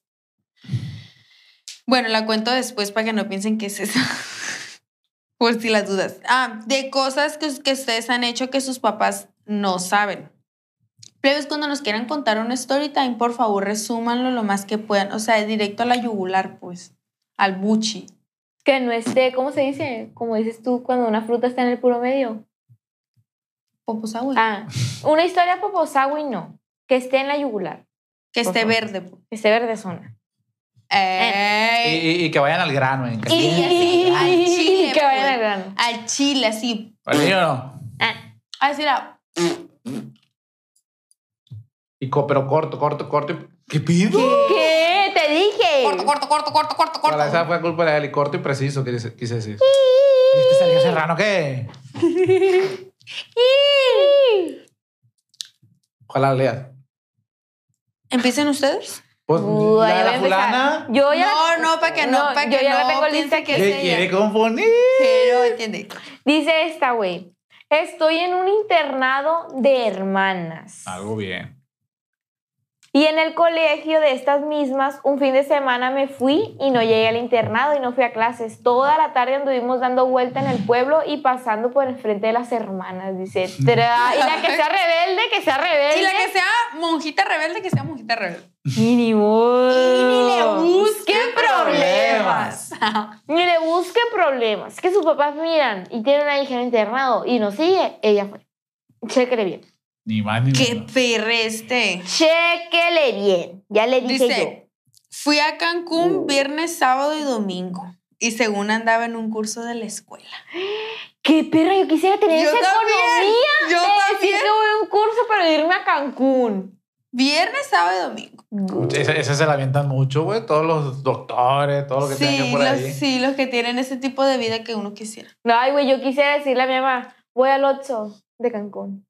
[SPEAKER 2] Bueno, la cuento después para que no piensen que es esa. <laughs> Por si las dudas. Ah, de cosas que, us- que ustedes han hecho que sus papás no saben. Plebes, cuando nos quieran contar una story time, por favor, resúmanlo lo más que puedan. O sea, directo a la yugular, pues. Al buchi.
[SPEAKER 3] Que no esté, ¿cómo se dice? Como dices tú, cuando una fruta está en el puro medio.
[SPEAKER 2] Poposagüe.
[SPEAKER 3] <laughs> Ah, una historia poposagui no. Que esté en la yugular.
[SPEAKER 2] que esté
[SPEAKER 3] por
[SPEAKER 2] verde. pues.
[SPEAKER 3] Que esté verde zona.
[SPEAKER 4] Y,
[SPEAKER 2] Ey.
[SPEAKER 4] y- y que vayan al grano. ¿eh?
[SPEAKER 2] Y- y-
[SPEAKER 3] <laughs>
[SPEAKER 2] al chile,
[SPEAKER 3] que vayan
[SPEAKER 2] pues.
[SPEAKER 3] al grano.
[SPEAKER 2] Al chile, así.
[SPEAKER 4] ¿Vale, sí o no?
[SPEAKER 3] Ah,
[SPEAKER 2] Así era.
[SPEAKER 4] Y co- pero corto, corto, corto. y- ¿Qué pido?
[SPEAKER 3] ¿Qué? Te dije.
[SPEAKER 2] Corto, corto, corto, corto, corto, corto.
[SPEAKER 4] Para esa fue culpa de él y corto y preciso que dice- quise decir. ¿Y este Sergio Serrano qué? Ojalá lo leas.
[SPEAKER 2] ¿Empiecen ustedes?
[SPEAKER 4] Pues,
[SPEAKER 3] Uh,
[SPEAKER 4] la
[SPEAKER 3] ahí voy
[SPEAKER 4] de
[SPEAKER 3] a
[SPEAKER 4] la
[SPEAKER 3] empezar.
[SPEAKER 4] fulana
[SPEAKER 3] Yo ya
[SPEAKER 2] No, no, pa' que no, pa'
[SPEAKER 3] yo
[SPEAKER 2] que
[SPEAKER 3] ya la
[SPEAKER 2] no,
[SPEAKER 3] tengo
[SPEAKER 2] piensa
[SPEAKER 3] lista
[SPEAKER 2] que
[SPEAKER 3] que
[SPEAKER 2] es
[SPEAKER 3] es
[SPEAKER 4] le
[SPEAKER 2] ella.
[SPEAKER 4] quiere confundir.
[SPEAKER 2] Pero, ¿entiendes?
[SPEAKER 3] Dice esta güey. Estoy en un internado de hermanas.
[SPEAKER 4] Algo bien.
[SPEAKER 3] Y en el colegio de estas mismas, un fin de semana me fui y no llegué al internado y no fui a clases. Toda la tarde anduvimos dando vuelta en el pueblo y pasando por el frente de las hermanas, dice.
[SPEAKER 2] <laughs>
[SPEAKER 3] Tra- Y la que sea rebelde, que sea rebelde.
[SPEAKER 2] Y la que sea monjita rebelde, que sea monjita rebelde.
[SPEAKER 3] Mínimo.
[SPEAKER 2] Ni le busquen Oh, problemas.
[SPEAKER 4] problemas.
[SPEAKER 3] Ni le busque problemas. Que sus papás miran y tienen una hija en internado y no sigue, ella fue. Chéquele bien.
[SPEAKER 4] Ni más ni
[SPEAKER 2] Qué
[SPEAKER 4] menos.
[SPEAKER 2] perre este.
[SPEAKER 3] Chéquele bien. Ya le dije yo. Oh.
[SPEAKER 2] Dice, fui a Cancún viernes, sábado y domingo. Y según andaba en un curso de la escuela.
[SPEAKER 3] Qué perra, yo quisiera tener
[SPEAKER 2] Yo
[SPEAKER 3] esa
[SPEAKER 2] también,
[SPEAKER 3] economía.
[SPEAKER 4] <laughs>
[SPEAKER 2] Yo
[SPEAKER 3] de decir
[SPEAKER 2] también.
[SPEAKER 3] que voy a un curso para irme a Cancún.
[SPEAKER 2] Viernes, sábado y domingo.
[SPEAKER 4] Ese, ese se la avientan mucho, güey. Todos los doctores, todo lo que tengan
[SPEAKER 2] Sí
[SPEAKER 4] por
[SPEAKER 2] los,
[SPEAKER 4] ahí.
[SPEAKER 2] sí, los que tienen ese tipo de vida que uno quisiera.
[SPEAKER 3] No, ay, güey, yo quisiera decirle a mi mamá, voy al Oxxo de Cancún.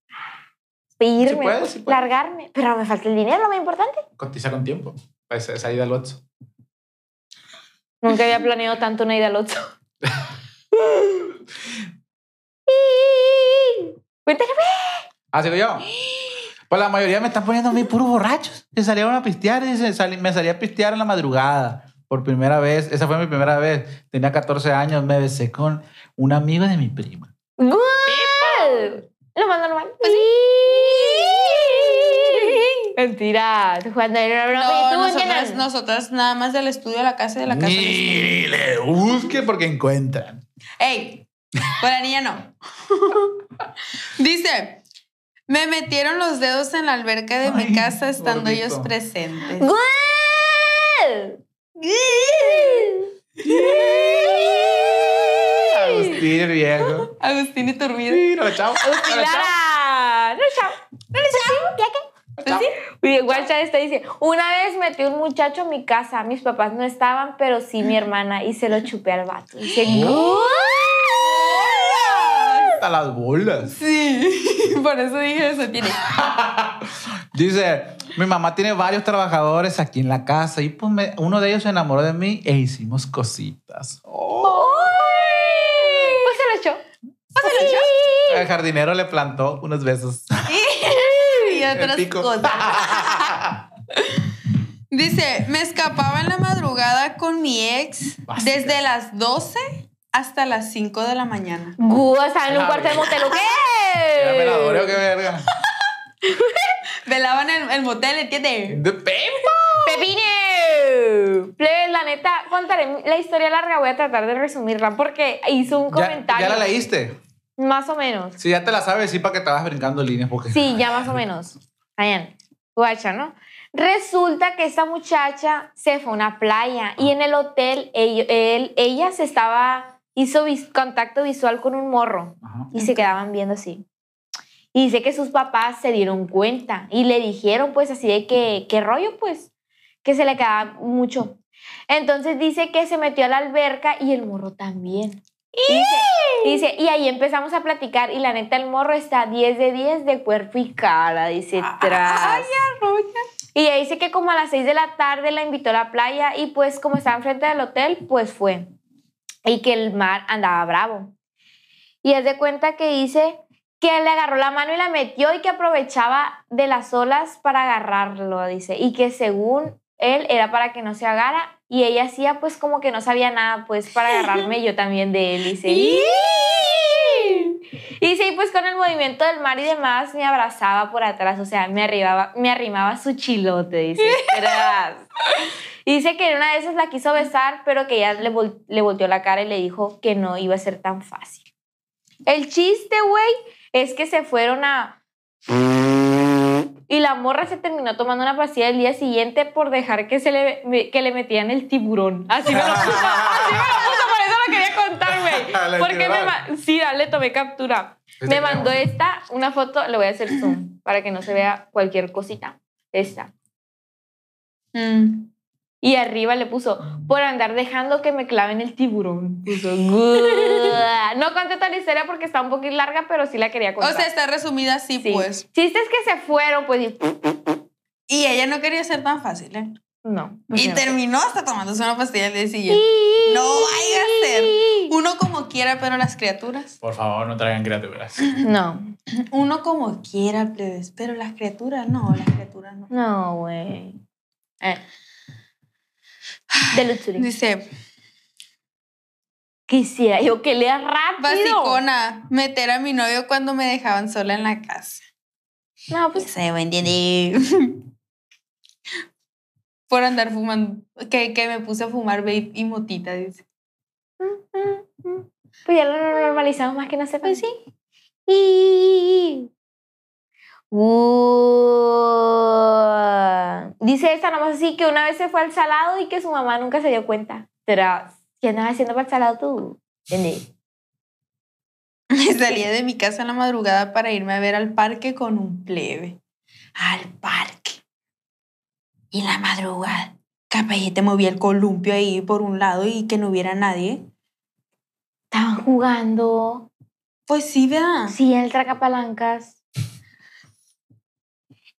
[SPEAKER 3] Pedirme,
[SPEAKER 4] Sí puedes, sí puedes.
[SPEAKER 3] largarme. Pero me falta el dinero, lo más importante.
[SPEAKER 4] Cotiza con tiempo. Pues esa ida al otro.
[SPEAKER 3] Nunca
[SPEAKER 4] <laughs>
[SPEAKER 3] había planeado tanto una ida al Oxxo. <laughs> Cuéntale,
[SPEAKER 4] Así que yo. Pues la mayoría me están poniendo a mí puros borrachos. Que salieron a pistear y se sali- me salí a pistear en la madrugada. Por primera vez. Esa fue mi primera vez. Tenía 14 años. Me besé con un amigo de mi prima.
[SPEAKER 3] ¡Gol! Lo mando normal.
[SPEAKER 4] Pues
[SPEAKER 3] <laughs> Mentira. Cuando era una broma. ¿Y
[SPEAKER 2] No,
[SPEAKER 3] tú,
[SPEAKER 2] nosotras,
[SPEAKER 3] Diana?
[SPEAKER 2] nosotras nada más del estudio a la casa y de la casa. al estudio.
[SPEAKER 4] Ni le busque porque encuentran.
[SPEAKER 2] ¡Ey! Con la niña no. Dice, me metieron los dedos en la alberca de mi
[SPEAKER 4] Ay,
[SPEAKER 2] casa estando
[SPEAKER 4] gordito.
[SPEAKER 2] ellos presentes.
[SPEAKER 3] ¡Gol!
[SPEAKER 4] <laughs>
[SPEAKER 3] <laughs>
[SPEAKER 4] Agustín, viejo.
[SPEAKER 2] Agustín Iturbide.
[SPEAKER 4] Mira, chao.
[SPEAKER 3] Agustín Lara. No, chao. No, chao. ¿Ya qué? Pues sí. Oye, guacha esta dice, una vez metí un muchacho a mi casa, mis papás no estaban, pero sí mi hermana, y se lo chupé al vato. Dice, ¡Gol!
[SPEAKER 4] Hasta las bolas.
[SPEAKER 2] Sí, <laughs> por eso dije eso. Tiene.
[SPEAKER 4] Dice, mi mamá tiene varios trabajadores aquí en la casa y pues me- uno de ellos se enamoró de mí e hicimos cositas.
[SPEAKER 3] Pues se lo echó.
[SPEAKER 4] El jardinero le plantó unos besos.
[SPEAKER 3] <laughs>
[SPEAKER 2] Y
[SPEAKER 4] El
[SPEAKER 2] otras
[SPEAKER 4] pico. <laughs>
[SPEAKER 2] cosas. Dice, me escapaba en la madrugada con mi ex
[SPEAKER 4] Básica.
[SPEAKER 2] desde las 12 hasta las 5 de la mañana.
[SPEAKER 3] Gua, estaba en un
[SPEAKER 4] Ah,
[SPEAKER 3] cuarto de
[SPEAKER 4] bien.
[SPEAKER 3] motel, ¿o qué?
[SPEAKER 4] Era velador, ¿o qué
[SPEAKER 3] Eh.
[SPEAKER 4] verga.
[SPEAKER 2] Velaban el, el motel, ¿entiendes?
[SPEAKER 4] De pepa.
[SPEAKER 3] ¡Pepino! ¡Wow! Plebes, la neta, contaré la historia larga, voy a tratar de resumirla porque hizo un
[SPEAKER 4] Ya,
[SPEAKER 3] comentario.
[SPEAKER 4] ya la leíste.
[SPEAKER 3] Más o menos.
[SPEAKER 4] Si ya te la sabes, sí, para que te vas brincando líneas. Porque...
[SPEAKER 3] Sí, ya más o menos. Vayan, guacha, ¿no? Resulta que esta muchacha se fue a una playa y en el hotel ello- él- ella se estaba, hizo vis- contacto visual con un morro
[SPEAKER 4] Ajá.
[SPEAKER 3] y se quedaban viendo así. Y dice que sus papás se dieron cuenta y le dijeron pues así de que, ¿qué rollo pues? Que se le quedaba mucho. Entonces dice que se metió a la alberca y el morro también. Dice, dice, y ahí empezamos a platicar y la neta el morro está 10 de 10 de cuerpo y cara, dice tras. Y ella dice que como a las 6 de la tarde la invitó a la playa y pues como estaba enfrente del hotel, pues fue. Y que el mar andaba bravo. Y es de cuenta que dice que le agarró la mano y la metió y que aprovechaba de las olas para agarrarlo, dice. Y que según él era para que no se agarra y ella hacía pues como que no sabía nada, pues para agarrarme yo también de él, dice. Y dice, y pues con el movimiento del mar y demás me abrazaba por atrás, o sea, me arribaba, me arrimaba su chilote, dice. Tras. Dice que en una de esas la quiso besar, pero que ella le, vol- le volteó la cara y le dijo que no iba a ser tan fácil. El chiste, güey, es que se fueron a... Y la morra se terminó tomando una pastilla el día siguiente por dejar que, se le, que le metían el tiburón. Así me lo puso, así me lo puso, por eso lo quería contar,
[SPEAKER 4] <laughs> La
[SPEAKER 3] güey. Porque me,
[SPEAKER 4] tiburón.
[SPEAKER 3] ma- sí, dale, tomé captura.
[SPEAKER 4] Este
[SPEAKER 3] me
[SPEAKER 4] tenemos.
[SPEAKER 3] mandó esta, una foto, le voy a hacer zoom para que no se vea cualquier cosita. Esta.
[SPEAKER 2] Mm.
[SPEAKER 3] Y arriba le puso, por andar dejando que me claven el tiburón.
[SPEAKER 2] <laughs>
[SPEAKER 3] Puso, "Guau". no conté toda la historia porque está un poquito larga, pero sí la quería
[SPEAKER 2] O
[SPEAKER 3] contar.
[SPEAKER 2] sea, está resumida así,
[SPEAKER 3] Pues Sí.
[SPEAKER 2] pues.
[SPEAKER 3] Chistes que se fueron, pues, y-
[SPEAKER 2] Y ella no quería ser tan fácil, ¿eh?
[SPEAKER 3] no. pues,
[SPEAKER 2] Y
[SPEAKER 3] no.
[SPEAKER 2] terminó hasta tomándose una pastilla el día siguiente. No vaya a ser. Uno como quiera, pero las criaturas.
[SPEAKER 4] Por favor, no traigan <laughs> criaturas.
[SPEAKER 3] No,
[SPEAKER 2] Uno como quiera, plebes, pero las criaturas no, las criaturas no.
[SPEAKER 3] no, güey. Eh. De Luxury.
[SPEAKER 2] Dice,
[SPEAKER 3] Quisiera yo que lea rápido.
[SPEAKER 2] basicona, meter a mi novio cuando me dejaban sola en la casa.
[SPEAKER 3] No, pues
[SPEAKER 2] Se me entiende. <laughs> Por andar fumando, que, que me puse a fumar vape y motita, dice.
[SPEAKER 3] Pues ya lo normalizamos más que no sepan. Pues sí. Y... Uah. Dice esta nomás así que una vez se fue al salado y que su mamá nunca se dio cuenta. Pero, ¿qué andas haciendo para el salado tú? ¿Entendí?
[SPEAKER 2] Me <laughs> salía de mi casa en la madrugada para irme a ver al parque con un plebe. Al parque. Y en la madrugada, capaz y te movía el columpio ahí por un lado y que no hubiera nadie.
[SPEAKER 3] Estaban jugando.
[SPEAKER 2] Pues sí, ¿verdad?
[SPEAKER 3] Sí, en el tracapalancas.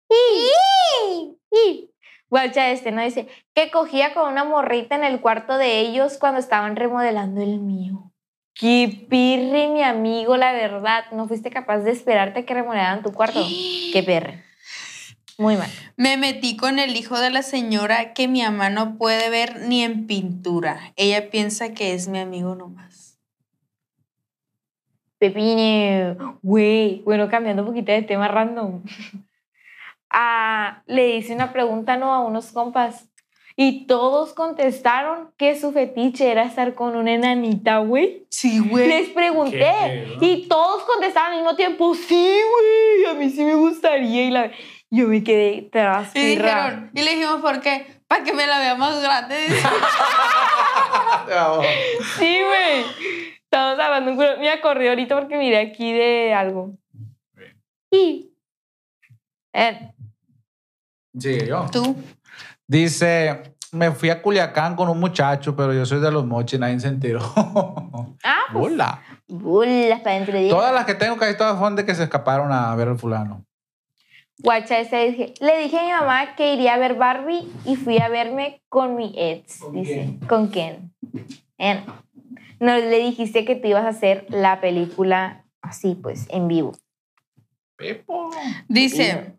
[SPEAKER 3] Y- y- Guacha este, ¿no? Dice que cogía con una morrita en el cuarto de ellos cuando estaban remodelando el mío. Qué pirri, mi amigo, la verdad. No fuiste capaz de esperarte que remodelaran tu cuarto. Qué perre. Muy mal.
[SPEAKER 2] Me metí con el hijo de la señora que mi mamá no puede ver ni en pintura. Ella piensa que es mi amigo nomás.
[SPEAKER 3] Pepine, güey, bueno, cambiando un poquito de tema random. <laughs> Ah, le hice una pregunta no a unos compas y todos contestaron que su fetiche era estar con una enanita, güey.
[SPEAKER 2] Sí, güey.
[SPEAKER 3] Les pregunté y todos contestaron al mismo tiempo, sí, güey, a mí sí me gustaría y la yo me quedé tras
[SPEAKER 2] Y
[SPEAKER 3] pirra.
[SPEAKER 2] dijeron, y le dijimos, ¿por qué? Para que me la vea más grande. dice.
[SPEAKER 4] Ah,
[SPEAKER 3] Sí, güey. Estamos hablando un culo. Me acordé ahorita porque miré aquí de algo. Y eh,
[SPEAKER 4] Sigue yo.
[SPEAKER 2] <laughs> Tú.
[SPEAKER 4] Dice, me fui a Culiacán con un muchacho, pero yo soy de los mochis, nadie se enteró.
[SPEAKER 3] Ah, pues.
[SPEAKER 4] Hola.
[SPEAKER 3] Bolas para dentro de
[SPEAKER 4] Todas las que tengo, casi todas son de que se escaparon a ver al fulano.
[SPEAKER 3] Guacha, ese dije. Le dije a mi mamá que iría a ver Barbie y fui a verme con mi ex.
[SPEAKER 6] ¿Con
[SPEAKER 3] dice.
[SPEAKER 6] quién?
[SPEAKER 3] ¿Con quién? En- No le dijiste que tú ibas a hacer la película así, pues, en vivo.
[SPEAKER 4] Pepo.
[SPEAKER 2] Dice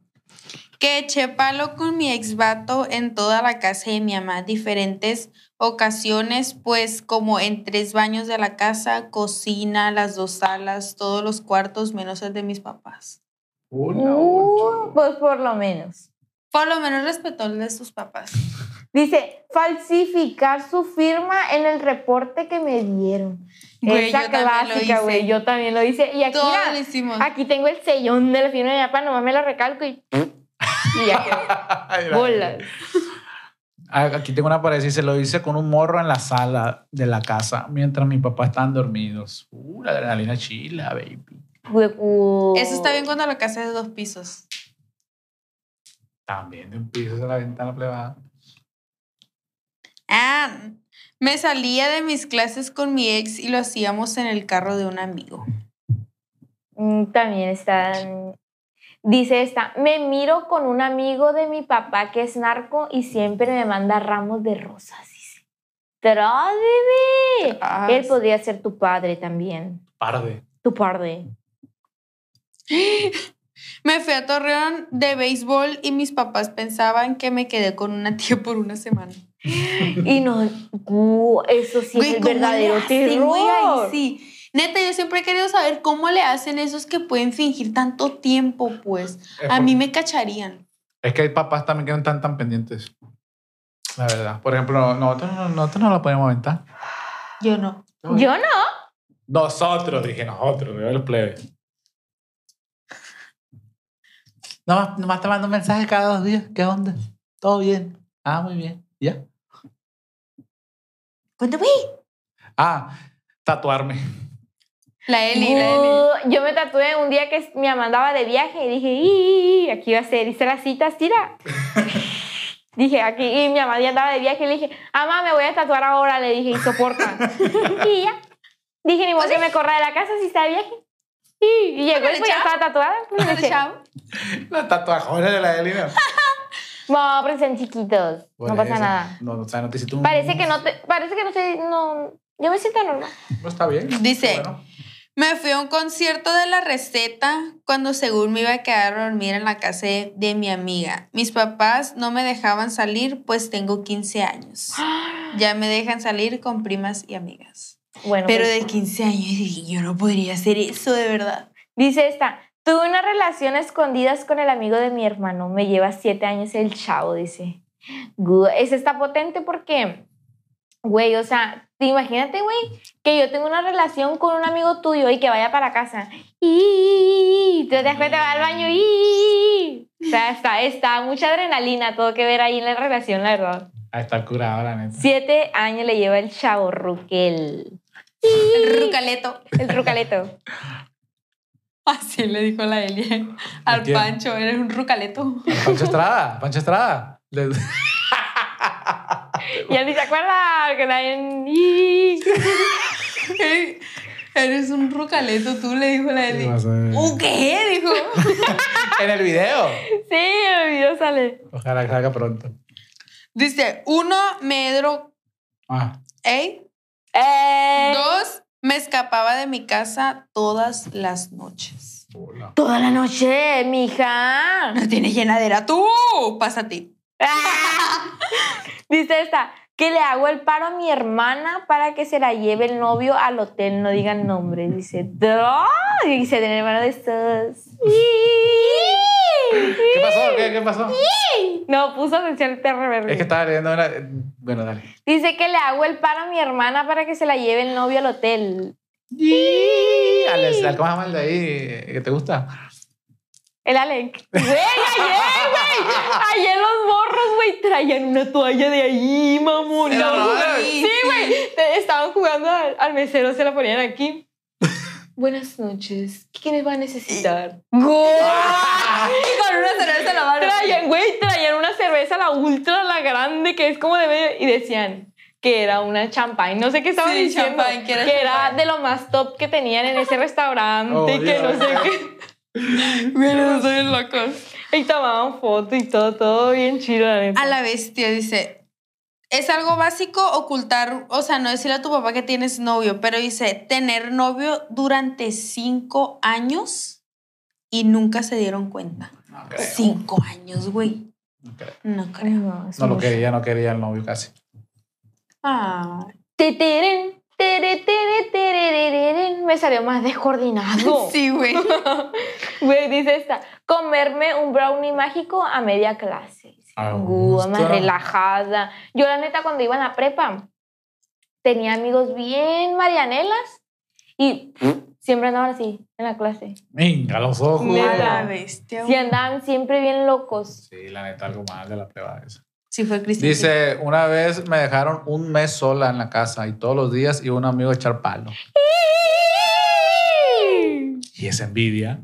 [SPEAKER 2] que eché palo con mi ex vato en toda la casa de mi mamá, diferentes ocasiones, pues como en tres baños de la casa, cocina, las dos salas, todos los cuartos, menos el de mis papás.
[SPEAKER 4] Hola,
[SPEAKER 3] Uh, pues por lo menos.
[SPEAKER 2] Por lo menos respetó el de sus papás.
[SPEAKER 3] Dice, falsificar su firma en el reporte que me dieron.
[SPEAKER 2] Güey,
[SPEAKER 3] Esa
[SPEAKER 2] yo también lo
[SPEAKER 3] clásica,
[SPEAKER 2] hice.
[SPEAKER 3] güey. Yo también lo hice. Y aquí,
[SPEAKER 2] Todos
[SPEAKER 3] mira,
[SPEAKER 2] lo hicimos.
[SPEAKER 3] aquí tengo el sellón de la firma de mi papá, nomás me lo
[SPEAKER 2] <laughs>
[SPEAKER 3] recalco y... y ya
[SPEAKER 4] <laughs> Ay,
[SPEAKER 3] quedó. Bolas.
[SPEAKER 4] Ah, Aquí tengo una parecida. Se lo hice con un morro en la sala de la casa mientras mi papá estaban dormidos. Uh, la adrenalina chila, baby.
[SPEAKER 3] Hueco.
[SPEAKER 2] Eso está bien cuando la casa es de dos pisos.
[SPEAKER 4] También de un piso de la ventana plebada.
[SPEAKER 2] Ah, me salía de mis clases con mi ex y lo hacíamos en el carro de un amigo.
[SPEAKER 3] Mm, También está... mm, Dice esta, me miro con un amigo de mi papá que es narco y siempre me manda ramos de rosas. Dice, "Tras, bebé!
[SPEAKER 2] Tras.
[SPEAKER 3] Él podría ser tu padre también.
[SPEAKER 4] Parde.
[SPEAKER 3] Tu padre.
[SPEAKER 2] Me fui a Torreón de béisbol y mis papás pensaban que me quedé con una tía por una semana.
[SPEAKER 3] Y no, gu- eso sí es el
[SPEAKER 2] ¿cómo le
[SPEAKER 3] verdadero
[SPEAKER 2] hacen,
[SPEAKER 3] terror.
[SPEAKER 2] güey? Ay, sí. Neta, yo siempre he querido saber cómo le hacen esos que pueden fingir tanto tiempo, pues.
[SPEAKER 4] Es
[SPEAKER 2] A
[SPEAKER 4] por-
[SPEAKER 2] mí me cacharían.
[SPEAKER 4] Es que hay papás también que no están tan pendientes. La verdad. Por ejemplo, nosotros, no- nosotros no la podemos aventar.
[SPEAKER 2] Yo no.
[SPEAKER 3] Yo no.
[SPEAKER 4] Nosotros, dije nosotros, veo los plebes. Nomás, nomás te mando un mensaje cada dos días. ¿Qué onda? ¿Todo bien? Ah, muy bien. ¿Ya?
[SPEAKER 3] Cuéntame.
[SPEAKER 4] Ah, tatuarme.
[SPEAKER 2] La Eli, la Eli.
[SPEAKER 3] Gu- yo me tatué un día que mi mamá andaba de viaje y dije, "Ih, aquí va a ser, hice las citas, tira.
[SPEAKER 2] <laughs>
[SPEAKER 3] dije, aquí, y mi mamá ya andaba de viaje y le dije, mamá, me voy a tatuar ahora, le dije, y
[SPEAKER 2] <laughs>
[SPEAKER 3] soporta. y ya. Dije, ni modo
[SPEAKER 2] Pues
[SPEAKER 3] que me corra de la casa si está de viaje. Y, y llegó y
[SPEAKER 2] Órale,
[SPEAKER 3] pues ya
[SPEAKER 2] chao.
[SPEAKER 3] estaba tatuada. Pues, le dije,
[SPEAKER 2] Chao.
[SPEAKER 4] La tatuajona de la Elina.
[SPEAKER 3] no, pero están chiquitos, <laughs> no pasa nada.
[SPEAKER 4] No, o sea, no te hiciste un...
[SPEAKER 3] Parece que no te, parece que no sé, no, yo me siento normal.
[SPEAKER 4] <laughs> No está bien.
[SPEAKER 2] Dice.
[SPEAKER 4] Bueno,
[SPEAKER 2] Me fui a un concierto de la receta cuando según me iba a quedar a dormir en la casa de, de mi amiga. Mis papás no me dejaban salir, pues tengo 15 años. Ya me dejan salir con primas y amigas.
[SPEAKER 3] Bueno,
[SPEAKER 2] Pero
[SPEAKER 3] pues,
[SPEAKER 2] de 15 años dije, yo no podría hacer eso de verdad.
[SPEAKER 3] dice esta, tuve una relación a escondidas con el amigo de mi hermano, me lleva siete años el chavo, dice. Gu- Esa está potente porque, güey, o sea, te imagínate, güey, que yo tengo una relación con un amigo tuyo y que vaya para casa. Y tú te das cuenta, va al baño y... O sea, está, está mucha adrenalina, todo que ver ahí en la relación, la verdad.
[SPEAKER 4] Ah, está curada, la neta.
[SPEAKER 3] Siete años le lleva el chavo Ruquel,
[SPEAKER 2] El rucaleto.
[SPEAKER 3] el rucaleto.
[SPEAKER 2] Así le dijo la Elia al
[SPEAKER 4] ¿A quién?
[SPEAKER 2] Pancho, eres un rucaleto. <laughs>
[SPEAKER 4] Pancho Estrada, Pancho Estrada. Le-
[SPEAKER 3] Ya ni se acuerda que la en-
[SPEAKER 2] Ey, eres un rucaleto, tú le dijo la Eli.
[SPEAKER 4] en
[SPEAKER 2] ¿Uh, qué? Dijo.
[SPEAKER 4] el video.
[SPEAKER 3] Sí, en el video sale.
[SPEAKER 4] Ojalá que salga pronto.
[SPEAKER 2] Dice, uno, me dro...
[SPEAKER 4] Ah,
[SPEAKER 2] ¿Ey?
[SPEAKER 3] Eh,
[SPEAKER 2] Dos, me escapaba de mi casa todas las noches.
[SPEAKER 4] hola.
[SPEAKER 3] Toda la noche,
[SPEAKER 4] <laughs>
[SPEAKER 3] mija.
[SPEAKER 2] No tienes llenadera tú. Pásate.
[SPEAKER 3] Ah. Dice esta, que le hago el paro a mi hermana para que se la lleve el novio al hotel, no digan nombre. Dice, "Dro-". y dice, tiene hermano de estos.
[SPEAKER 4] ¿Qué pasó? ¿Qué, qué pasó?
[SPEAKER 3] No, puso atención al perro verde.
[SPEAKER 4] Es que estaba leyendo una... Bueno, dale.
[SPEAKER 3] Dice que le hago el paro a mi hermana para que se la lleve el novio al hotel.
[SPEAKER 4] Al, al, ¿Cómo se llama el de ahí que te gusta?
[SPEAKER 3] El Alec. Güey, ayer, güey. Ayer los morros, güey, traían una toalla de ahí, mamón.
[SPEAKER 4] Se la
[SPEAKER 3] Estaban
[SPEAKER 4] robaron.
[SPEAKER 3] jugando- Sí, güey. te- Estaban jugando al, al mesero, se la ponían aquí. <laughs> Buenas noches. ¿Qué me va a necesitar?
[SPEAKER 2] Con una cerveza en la mano.
[SPEAKER 3] Traían, güey, traían una cerveza, la ultra, la grande, que es como de medio. Y decían que era una champagne. No sé qué estaban
[SPEAKER 2] Sí,
[SPEAKER 3] diciendo.
[SPEAKER 2] champagne, que era champagne.
[SPEAKER 3] de lo más top que tenían en ese restaurante.
[SPEAKER 4] Oh,
[SPEAKER 3] que
[SPEAKER 4] Dios.
[SPEAKER 3] no sé qué.
[SPEAKER 2] Mira, soy locos.
[SPEAKER 3] Y tomaban foto y todo, todo bien chido, la neta.
[SPEAKER 2] A la bestia, dice. Es algo básico ocultar, o sea, no decirle a tu papá que tienes novio, pero dice, tener novio durante cinco años y nunca se dieron cuenta.
[SPEAKER 4] No creo.
[SPEAKER 2] Cinco años, güey.
[SPEAKER 4] No, creo.
[SPEAKER 2] No creo.
[SPEAKER 3] No,
[SPEAKER 4] No lo quería, no quería el novio casi.
[SPEAKER 2] Ah.
[SPEAKER 3] Titirín. Tere, tere, tere, tererén. Me salió más descoordinado.
[SPEAKER 2] Sí, güey.
[SPEAKER 3] <laughs> Güey, dice esta. Comerme un brownie mágico a media clase.
[SPEAKER 4] A
[SPEAKER 3] Guau,
[SPEAKER 4] gusto.
[SPEAKER 3] más relajada. Yo, la neta, cuando iba en la prepa, tenía amigos bien marianelas y siempre andaban así en la clase.
[SPEAKER 4] Venga, los ojos.
[SPEAKER 2] A la
[SPEAKER 4] güey.
[SPEAKER 2] bestia.
[SPEAKER 3] Sí,
[SPEAKER 2] güey.
[SPEAKER 3] andaban siempre bien locos.
[SPEAKER 4] Sí, la neta, algo mal de la prueba esa.
[SPEAKER 2] Sí, fue Cristina.
[SPEAKER 4] Dice, una vez me dejaron un mes sola en la casa y todos los días iba un amigo a
[SPEAKER 3] <laughs>
[SPEAKER 4] echar palo. Y es envidia.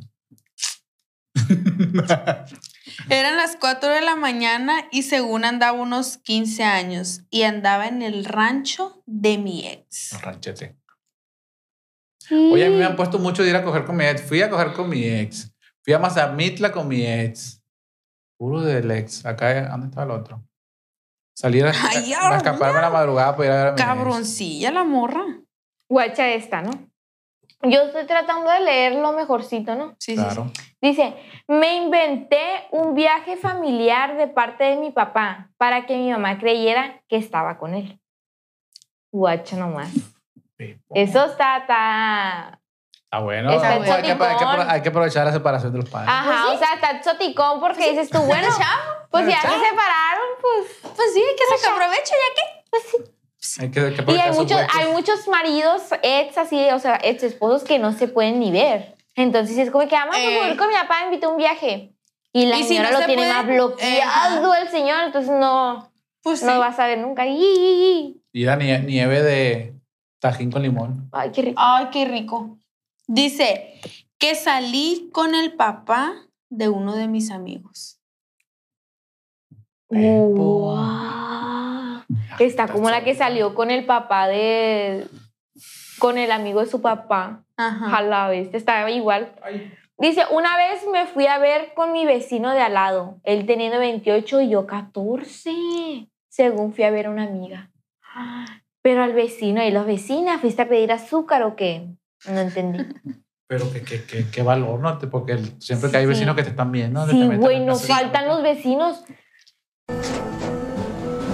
[SPEAKER 2] Eran las 4 de la mañana y según andaba unos 15 años y andaba en el rancho de mi ex.
[SPEAKER 4] Un ranchete. Oye, a mí me han puesto mucho de ir a coger con mi ex. Fui a coger con mi ex. Fui a Mazamitla con mi ex. Puro del ex. Acá, ¿dónde estaba el otro? Salir a,
[SPEAKER 2] Ay,
[SPEAKER 4] a- a escaparme a la madrugada para ir a ver a mi ex.
[SPEAKER 2] Cabroncilla la morra.
[SPEAKER 3] Guacha esta, ¿no? Yo estoy tratando de leer lo mejorcito, ¿no?
[SPEAKER 2] Sí, sí,
[SPEAKER 4] Claro.
[SPEAKER 3] Dice, me inventé un viaje familiar de parte de mi papá para que mi mamá creyera que estaba con él. Guacha nomás.
[SPEAKER 4] Sí, po.
[SPEAKER 3] Eso está,
[SPEAKER 2] Ah,
[SPEAKER 3] está...
[SPEAKER 4] Está bueno.
[SPEAKER 3] Está
[SPEAKER 4] Hay que- hay, que, hay que-
[SPEAKER 3] chingón.
[SPEAKER 4] hay que aprovechar la separación de los padres.
[SPEAKER 2] pues
[SPEAKER 3] Ajá, o sea, está choticón porque dices tú,
[SPEAKER 2] <laughs>
[SPEAKER 3] <laughs> bueno, pues ya se separaron, pues,
[SPEAKER 2] sí. Pues sí, que se aproveche ya.
[SPEAKER 3] pues sí.
[SPEAKER 4] Hay que, hay que
[SPEAKER 3] Y hay
[SPEAKER 4] aprovechar sus
[SPEAKER 3] muchos,
[SPEAKER 4] huecos.
[SPEAKER 3] hay muchos maridos ex así, o sea, ex esposos que no se pueden ni ver. Entonces es como que, mamá, pues
[SPEAKER 2] Eh.
[SPEAKER 3] voy a ir con mi papá, me invitó a un viaje. Y la
[SPEAKER 2] Y si
[SPEAKER 3] señora
[SPEAKER 2] no
[SPEAKER 3] lo
[SPEAKER 2] se
[SPEAKER 3] tiene
[SPEAKER 2] puede, eh,
[SPEAKER 3] más bloqueado el señor, entonces no,
[SPEAKER 2] Pues sí.
[SPEAKER 3] no vas a ver nunca. Y- y- y-
[SPEAKER 4] Y era nie- nieve de tajín con limón.
[SPEAKER 3] Ay, qué rico.
[SPEAKER 2] Ay, qué rico. Dice que salí con el papá de uno de mis amigos.
[SPEAKER 3] Guau.
[SPEAKER 2] Ah,
[SPEAKER 3] Está como la que salió con el papá de... con el amigo de su papá.
[SPEAKER 2] Ajá.
[SPEAKER 3] A la vez, está igual. Dice, una vez me fui a ver con mi vecino de al lado, él teniendo 28 y yo 14, según fui a ver a una amiga. Pero al vecino y las vecinas, ¿fuiste a pedir azúcar o qué? No entendí.
[SPEAKER 4] Pero que, que, que, que valor, ¿no? Te- Porque el- siempre que hay
[SPEAKER 3] Sí.
[SPEAKER 4] vecinos que te están viendo.
[SPEAKER 3] sí,
[SPEAKER 4] güey,
[SPEAKER 3] güey, nos faltan los vecinos.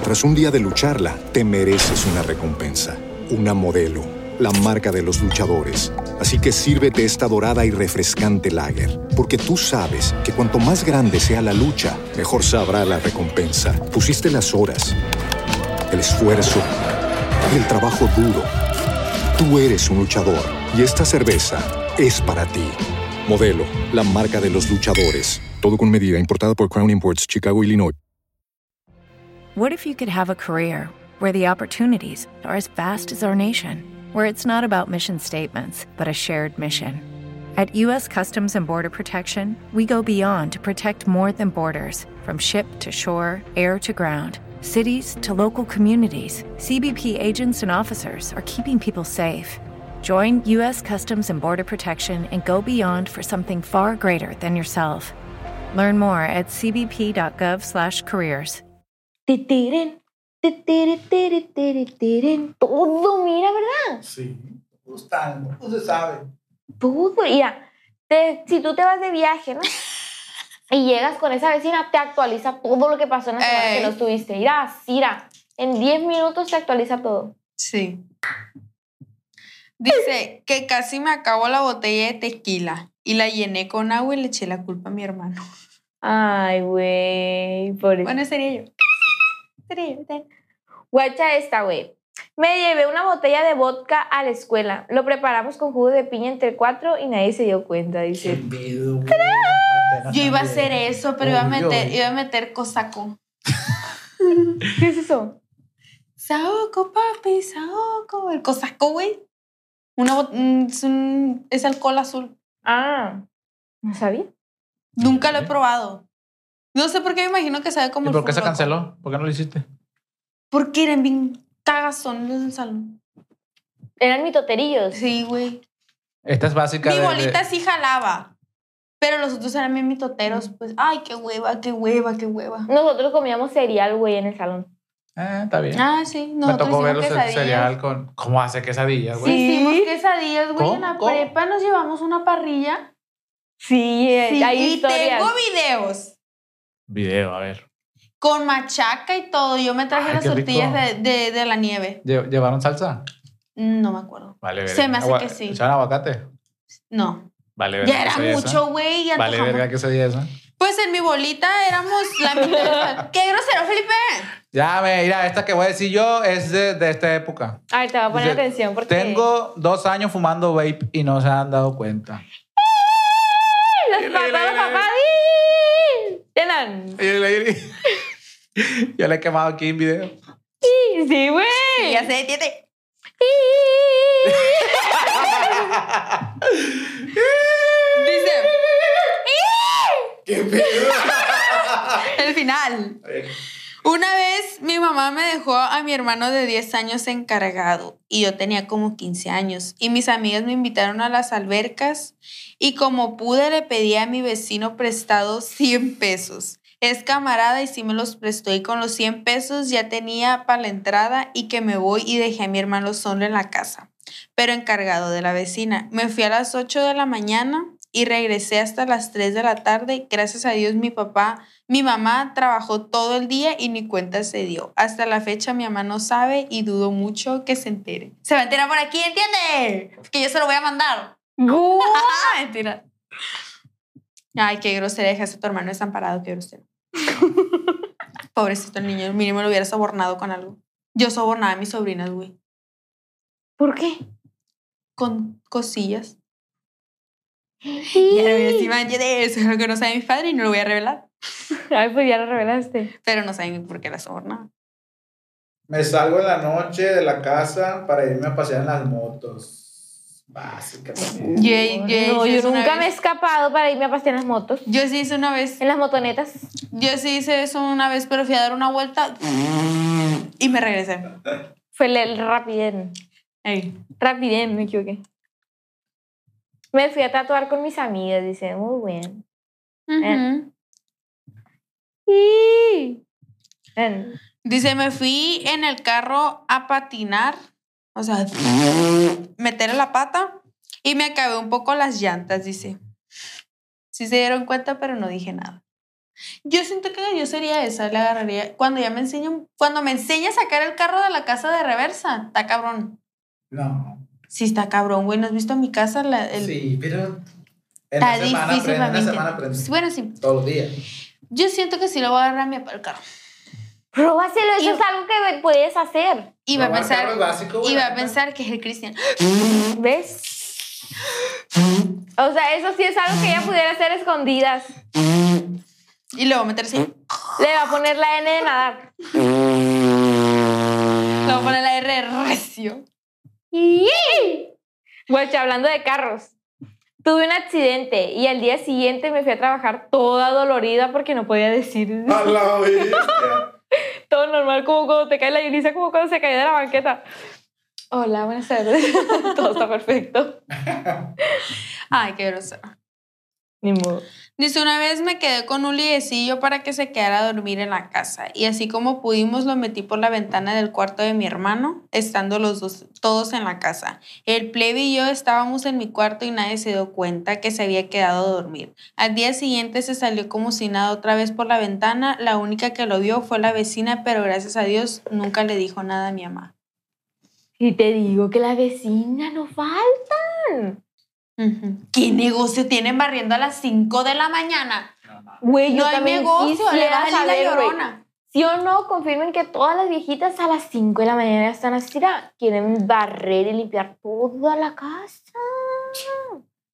[SPEAKER 7] Tras un día de lucharla, te mereces una recompensa, una modelo, la marca de los luchadores. Así que sírvete esta dorada y refrescante lager, porque tú sabes que cuanto más grande sea la lucha, mejor sabrá la recompensa. Pusiste las horas, el esfuerzo, el trabajo duro. Tú eres un luchador y esta cerveza es para ti. Modelo, la marca de los luchadores. Todo con medida, importada por Crown Imports, Chicago, Illinois.
[SPEAKER 8] What if you could have a career where the opportunities are as vast as our nation, where it's not about mission statements, but a shared mission? At U.S. Customs and Border Protection, we go beyond to protect more than borders from ship to shore, air to ground. Cities to local communities, CBP agents and officers are keeping people safe. Join U.S. Customs and Border Protection and go beyond for something far greater than yourself. Learn more at cbp.gov/careers.
[SPEAKER 3] Titiren, titiren, titiren, titiren. Todo, mira, ¿verdad?
[SPEAKER 6] Sí. Gustan, no se sabe.
[SPEAKER 3] Tú, mira, te- si tú te vas de
[SPEAKER 2] <laughs>
[SPEAKER 3] viaje, ¿no? Y llegas con esa vecina, te actualiza todo lo que pasó en la semana
[SPEAKER 2] Ey.
[SPEAKER 3] que no estuviste. Mira, Cira, en 10 minutos te actualiza todo.
[SPEAKER 2] Sí. Dice que casi me acabó la botella de tequila y la llené con agua y le eché la culpa a mi hermano.
[SPEAKER 3] Ay, güey, por eso.
[SPEAKER 2] Bueno, sería yo.
[SPEAKER 3] Sería yo, ten. Guacha esta, güey. Me llevé una botella de vodka a la escuela. Lo preparamos con jugo de piña entre cuatro y nadie se dio cuenta,
[SPEAKER 4] Qué
[SPEAKER 3] dice.
[SPEAKER 4] miedo, güey.
[SPEAKER 2] Yo iba a hacer eso, pero iba a
[SPEAKER 4] Ah, Obvio.
[SPEAKER 2] meter, iba a meter cosaco.
[SPEAKER 3] <laughs> ¿Qué es eso?
[SPEAKER 2] Saoco, papi, saoco. El cosaco, güey. Una bot- mm, es, un- es alcohol azul.
[SPEAKER 3] Ah, no sabía.
[SPEAKER 2] Nunca lo he probado. No sé por qué me imagino que sabe como
[SPEAKER 4] ¿Y
[SPEAKER 2] el
[SPEAKER 4] por qué se
[SPEAKER 2] fulroco.
[SPEAKER 4] canceló? ¿Por qué no lo hiciste?
[SPEAKER 2] Porque eran bien cagazón en el salón.
[SPEAKER 3] Eran mitoterillos.
[SPEAKER 2] Sí, güey.
[SPEAKER 4] Esta es básica.
[SPEAKER 2] Mi
[SPEAKER 4] de- de-
[SPEAKER 2] bolita sí jalaba. Pero los otros eran bien mitoteros. Pues, ay, qué hueva, qué hueva, qué hueva.
[SPEAKER 3] Nosotros comíamos cereal, güey, en el salón.
[SPEAKER 4] Eh, está bien.
[SPEAKER 2] Ah, sí.
[SPEAKER 4] Me
[SPEAKER 2] Nosotros
[SPEAKER 4] tocó ver
[SPEAKER 2] hicimos
[SPEAKER 4] los
[SPEAKER 2] quesadillas.
[SPEAKER 4] cereal con. ¿Cómo hace quesadillas,
[SPEAKER 2] Sí,
[SPEAKER 4] güey?
[SPEAKER 2] hicimos quesadillas, güey. En la
[SPEAKER 4] ¿Cómo?
[SPEAKER 2] prepa nos llevamos una parrilla.
[SPEAKER 3] Sí, eh,
[SPEAKER 2] Sí,
[SPEAKER 3] hay
[SPEAKER 2] y
[SPEAKER 3] historias.
[SPEAKER 2] tengo videos.
[SPEAKER 4] Video, a ver.
[SPEAKER 2] Con machaca y todo. Yo me traje
[SPEAKER 4] Ay,
[SPEAKER 2] las
[SPEAKER 4] qué rico.
[SPEAKER 2] tortillas de, de- de la nieve.
[SPEAKER 4] Lle- ¿Llevaron salsa?
[SPEAKER 2] No me acuerdo.
[SPEAKER 9] Vale, verga.
[SPEAKER 2] Se me hace
[SPEAKER 9] Agua-
[SPEAKER 2] que sí.
[SPEAKER 9] ¿Echaban aguacate?
[SPEAKER 2] No.
[SPEAKER 9] Vale, verga.
[SPEAKER 2] Ya
[SPEAKER 9] que
[SPEAKER 2] era
[SPEAKER 9] soy esa.
[SPEAKER 2] mucho, güey. y
[SPEAKER 9] Vale,
[SPEAKER 2] antojamos.
[SPEAKER 9] verga, que soy esa.
[SPEAKER 2] Pues en mi bolita éramos la
[SPEAKER 9] <laughs>
[SPEAKER 2] mitad. ¡Qué grosero, Felipe!
[SPEAKER 4] Ya, me, mira, esta que voy a decir yo es de, de esta época.
[SPEAKER 2] Ah,
[SPEAKER 3] A ver, te voy a poner
[SPEAKER 4] Dice,
[SPEAKER 3] atención porque.
[SPEAKER 4] Tengo dos años fumando vape y no se han dado cuenta.
[SPEAKER 3] Los papás, los papás. ¡ih! Tenan.
[SPEAKER 4] <laughs> Yo le he quemado aquí en video.
[SPEAKER 3] ¡ih! Sí, güey.
[SPEAKER 2] Ya se detiene.
[SPEAKER 3] ¡Ih!
[SPEAKER 2] Dice. ¡Qué pedo! <laughs> El final. Una vez mi mamá me dejó a mi hermano de 10 años encargado y yo tenía como 15 años y mis amigas me invitaron a las albercas y como pude le pedí a mi vecino prestado 100 pesos. Es camarada y sí me los prestó y con los 100 pesos ya tenía para la entrada y que me voy y dejé a mi hermano solo en la casa pero encargado de la vecina. Me fui a las 8 de la mañana y regresé hasta las 3 de la tarde. Gracias a Dios mi papá, mi mamá trabajó todo el día y ni cuenta se dio. Hasta la fecha mi mamá no sabe y dudo mucho que se entere. Se va a enterar por aquí, ¿entiende? Que yo se lo voy a mandar. Ah, mentira. Ay, qué grosera, dejaste a tu hermano desamparado, qué grosero. Pobrecito el niño, mínimo lo hubiera sobornado con algo. Yo sobornaba a mis sobrinas, güey
[SPEAKER 3] ¿Por qué?
[SPEAKER 2] con cosillas. Y ahora voy a decir,
[SPEAKER 3] ¡Ih!
[SPEAKER 2] "Man, yo de eso <laughs> es lo que no sabe mi padre y no lo voy a revelar.
[SPEAKER 3] Ay, pues ya lo revelaste.
[SPEAKER 2] Pero no saben por qué la sobornaba.
[SPEAKER 6] Me salgo en la noche de la casa para irme a pasear en las motos. Básica también.
[SPEAKER 2] Yo, yo-
[SPEAKER 3] no,
[SPEAKER 2] yo
[SPEAKER 3] yo
[SPEAKER 2] hice una
[SPEAKER 3] nunca me he
[SPEAKER 2] vez-
[SPEAKER 3] escapado para irme a pasear en las motos.
[SPEAKER 2] Yo sí hice una vez.
[SPEAKER 3] En las motonetas.
[SPEAKER 2] Yo sí hice eso una vez, pero fui a dar una vuelta y me regresé.
[SPEAKER 3] Fue el, el rapidén.
[SPEAKER 2] Ey.
[SPEAKER 3] Rapidén, me equivoqué. Me fui a tatuar con mis amigas, dice, muy bien.
[SPEAKER 2] Ujú.
[SPEAKER 3] ¡Ih! Ven.
[SPEAKER 2] Dice, me fui en el carro a patinar. O sea, meter la pata y me acabé un poco las llantas, dice. Sí se dieron cuenta, pero no dije nada. Yo siento que yo sería esa, le agarraría. Cuando ya me enseñan, cuando me enseña a sacar el carro de la casa de reversa, está cabrón.
[SPEAKER 6] No.
[SPEAKER 2] Sí, está cabrón, güey. ¿No has visto mi casa? La- el-
[SPEAKER 6] Sí, pero. En
[SPEAKER 2] está
[SPEAKER 6] la semana
[SPEAKER 2] difícil
[SPEAKER 6] aprende,
[SPEAKER 2] para
[SPEAKER 6] en
[SPEAKER 2] mí
[SPEAKER 6] la
[SPEAKER 2] que-
[SPEAKER 6] semana aprende.
[SPEAKER 2] Bueno, sí.
[SPEAKER 6] Todos los días.
[SPEAKER 2] Yo siento que sí lo voy a agarrar a mi papá el carro.
[SPEAKER 3] Próbaselo, eso
[SPEAKER 2] Y-
[SPEAKER 3] es algo que puedes hacer.
[SPEAKER 2] Y va a
[SPEAKER 6] Robar
[SPEAKER 2] pensar,
[SPEAKER 6] carro es básico, güey,
[SPEAKER 2] y va
[SPEAKER 6] la
[SPEAKER 2] a
[SPEAKER 6] neta.
[SPEAKER 2] pensar que es el Cristian.
[SPEAKER 3] ¿Ves? O sea, eso sí es algo que ella pudiera hacer escondidas.
[SPEAKER 2] Y luego meterse. Le
[SPEAKER 3] Le va a poner la N de nadar.
[SPEAKER 2] voy a poner la R de recio.
[SPEAKER 3] ¡Yee! Guacha, hablando de carros. Tuve un accidente y al día siguiente me fui a trabajar toda dolorida porque no podía decir
[SPEAKER 6] A la bestia.
[SPEAKER 3] todo normal, como cuando te cae la iriza, como cuando se cae de la banqueta.
[SPEAKER 2] Ah,
[SPEAKER 3] Hola, buenas tardes. <laughs> todo está perfecto.
[SPEAKER 2] Ay, qué grosero.
[SPEAKER 3] Ni modo.
[SPEAKER 2] Dice, una vez me quedé con un liecillo para que se quedara a dormir en la casa y así como pudimos lo metí por la ventana del cuarto de mi hermano, estando los dos todos en la casa. El plebe y yo estábamos en mi cuarto y nadie se dio cuenta que se había quedado a dormir. Al día siguiente se salió como si nada otra vez por la ventana, la única que lo vio fue la vecina, pero gracias a Dios nunca le dijo nada a mi mamá.
[SPEAKER 3] Y te digo que las vecinas no faltan.
[SPEAKER 2] Ujú. ¿Qué negocio tienen barriendo a las 5 de la mañana?
[SPEAKER 3] Güey, yo
[SPEAKER 2] No hay
[SPEAKER 3] también
[SPEAKER 2] negocio, le va
[SPEAKER 3] quisiera
[SPEAKER 2] a salir la
[SPEAKER 3] saber, güey.
[SPEAKER 2] llorona.
[SPEAKER 3] Sí o no, confirmen que todas las viejitas a las 5 de la mañana ya están así, mira, quieren barrer y limpiar toda la casa.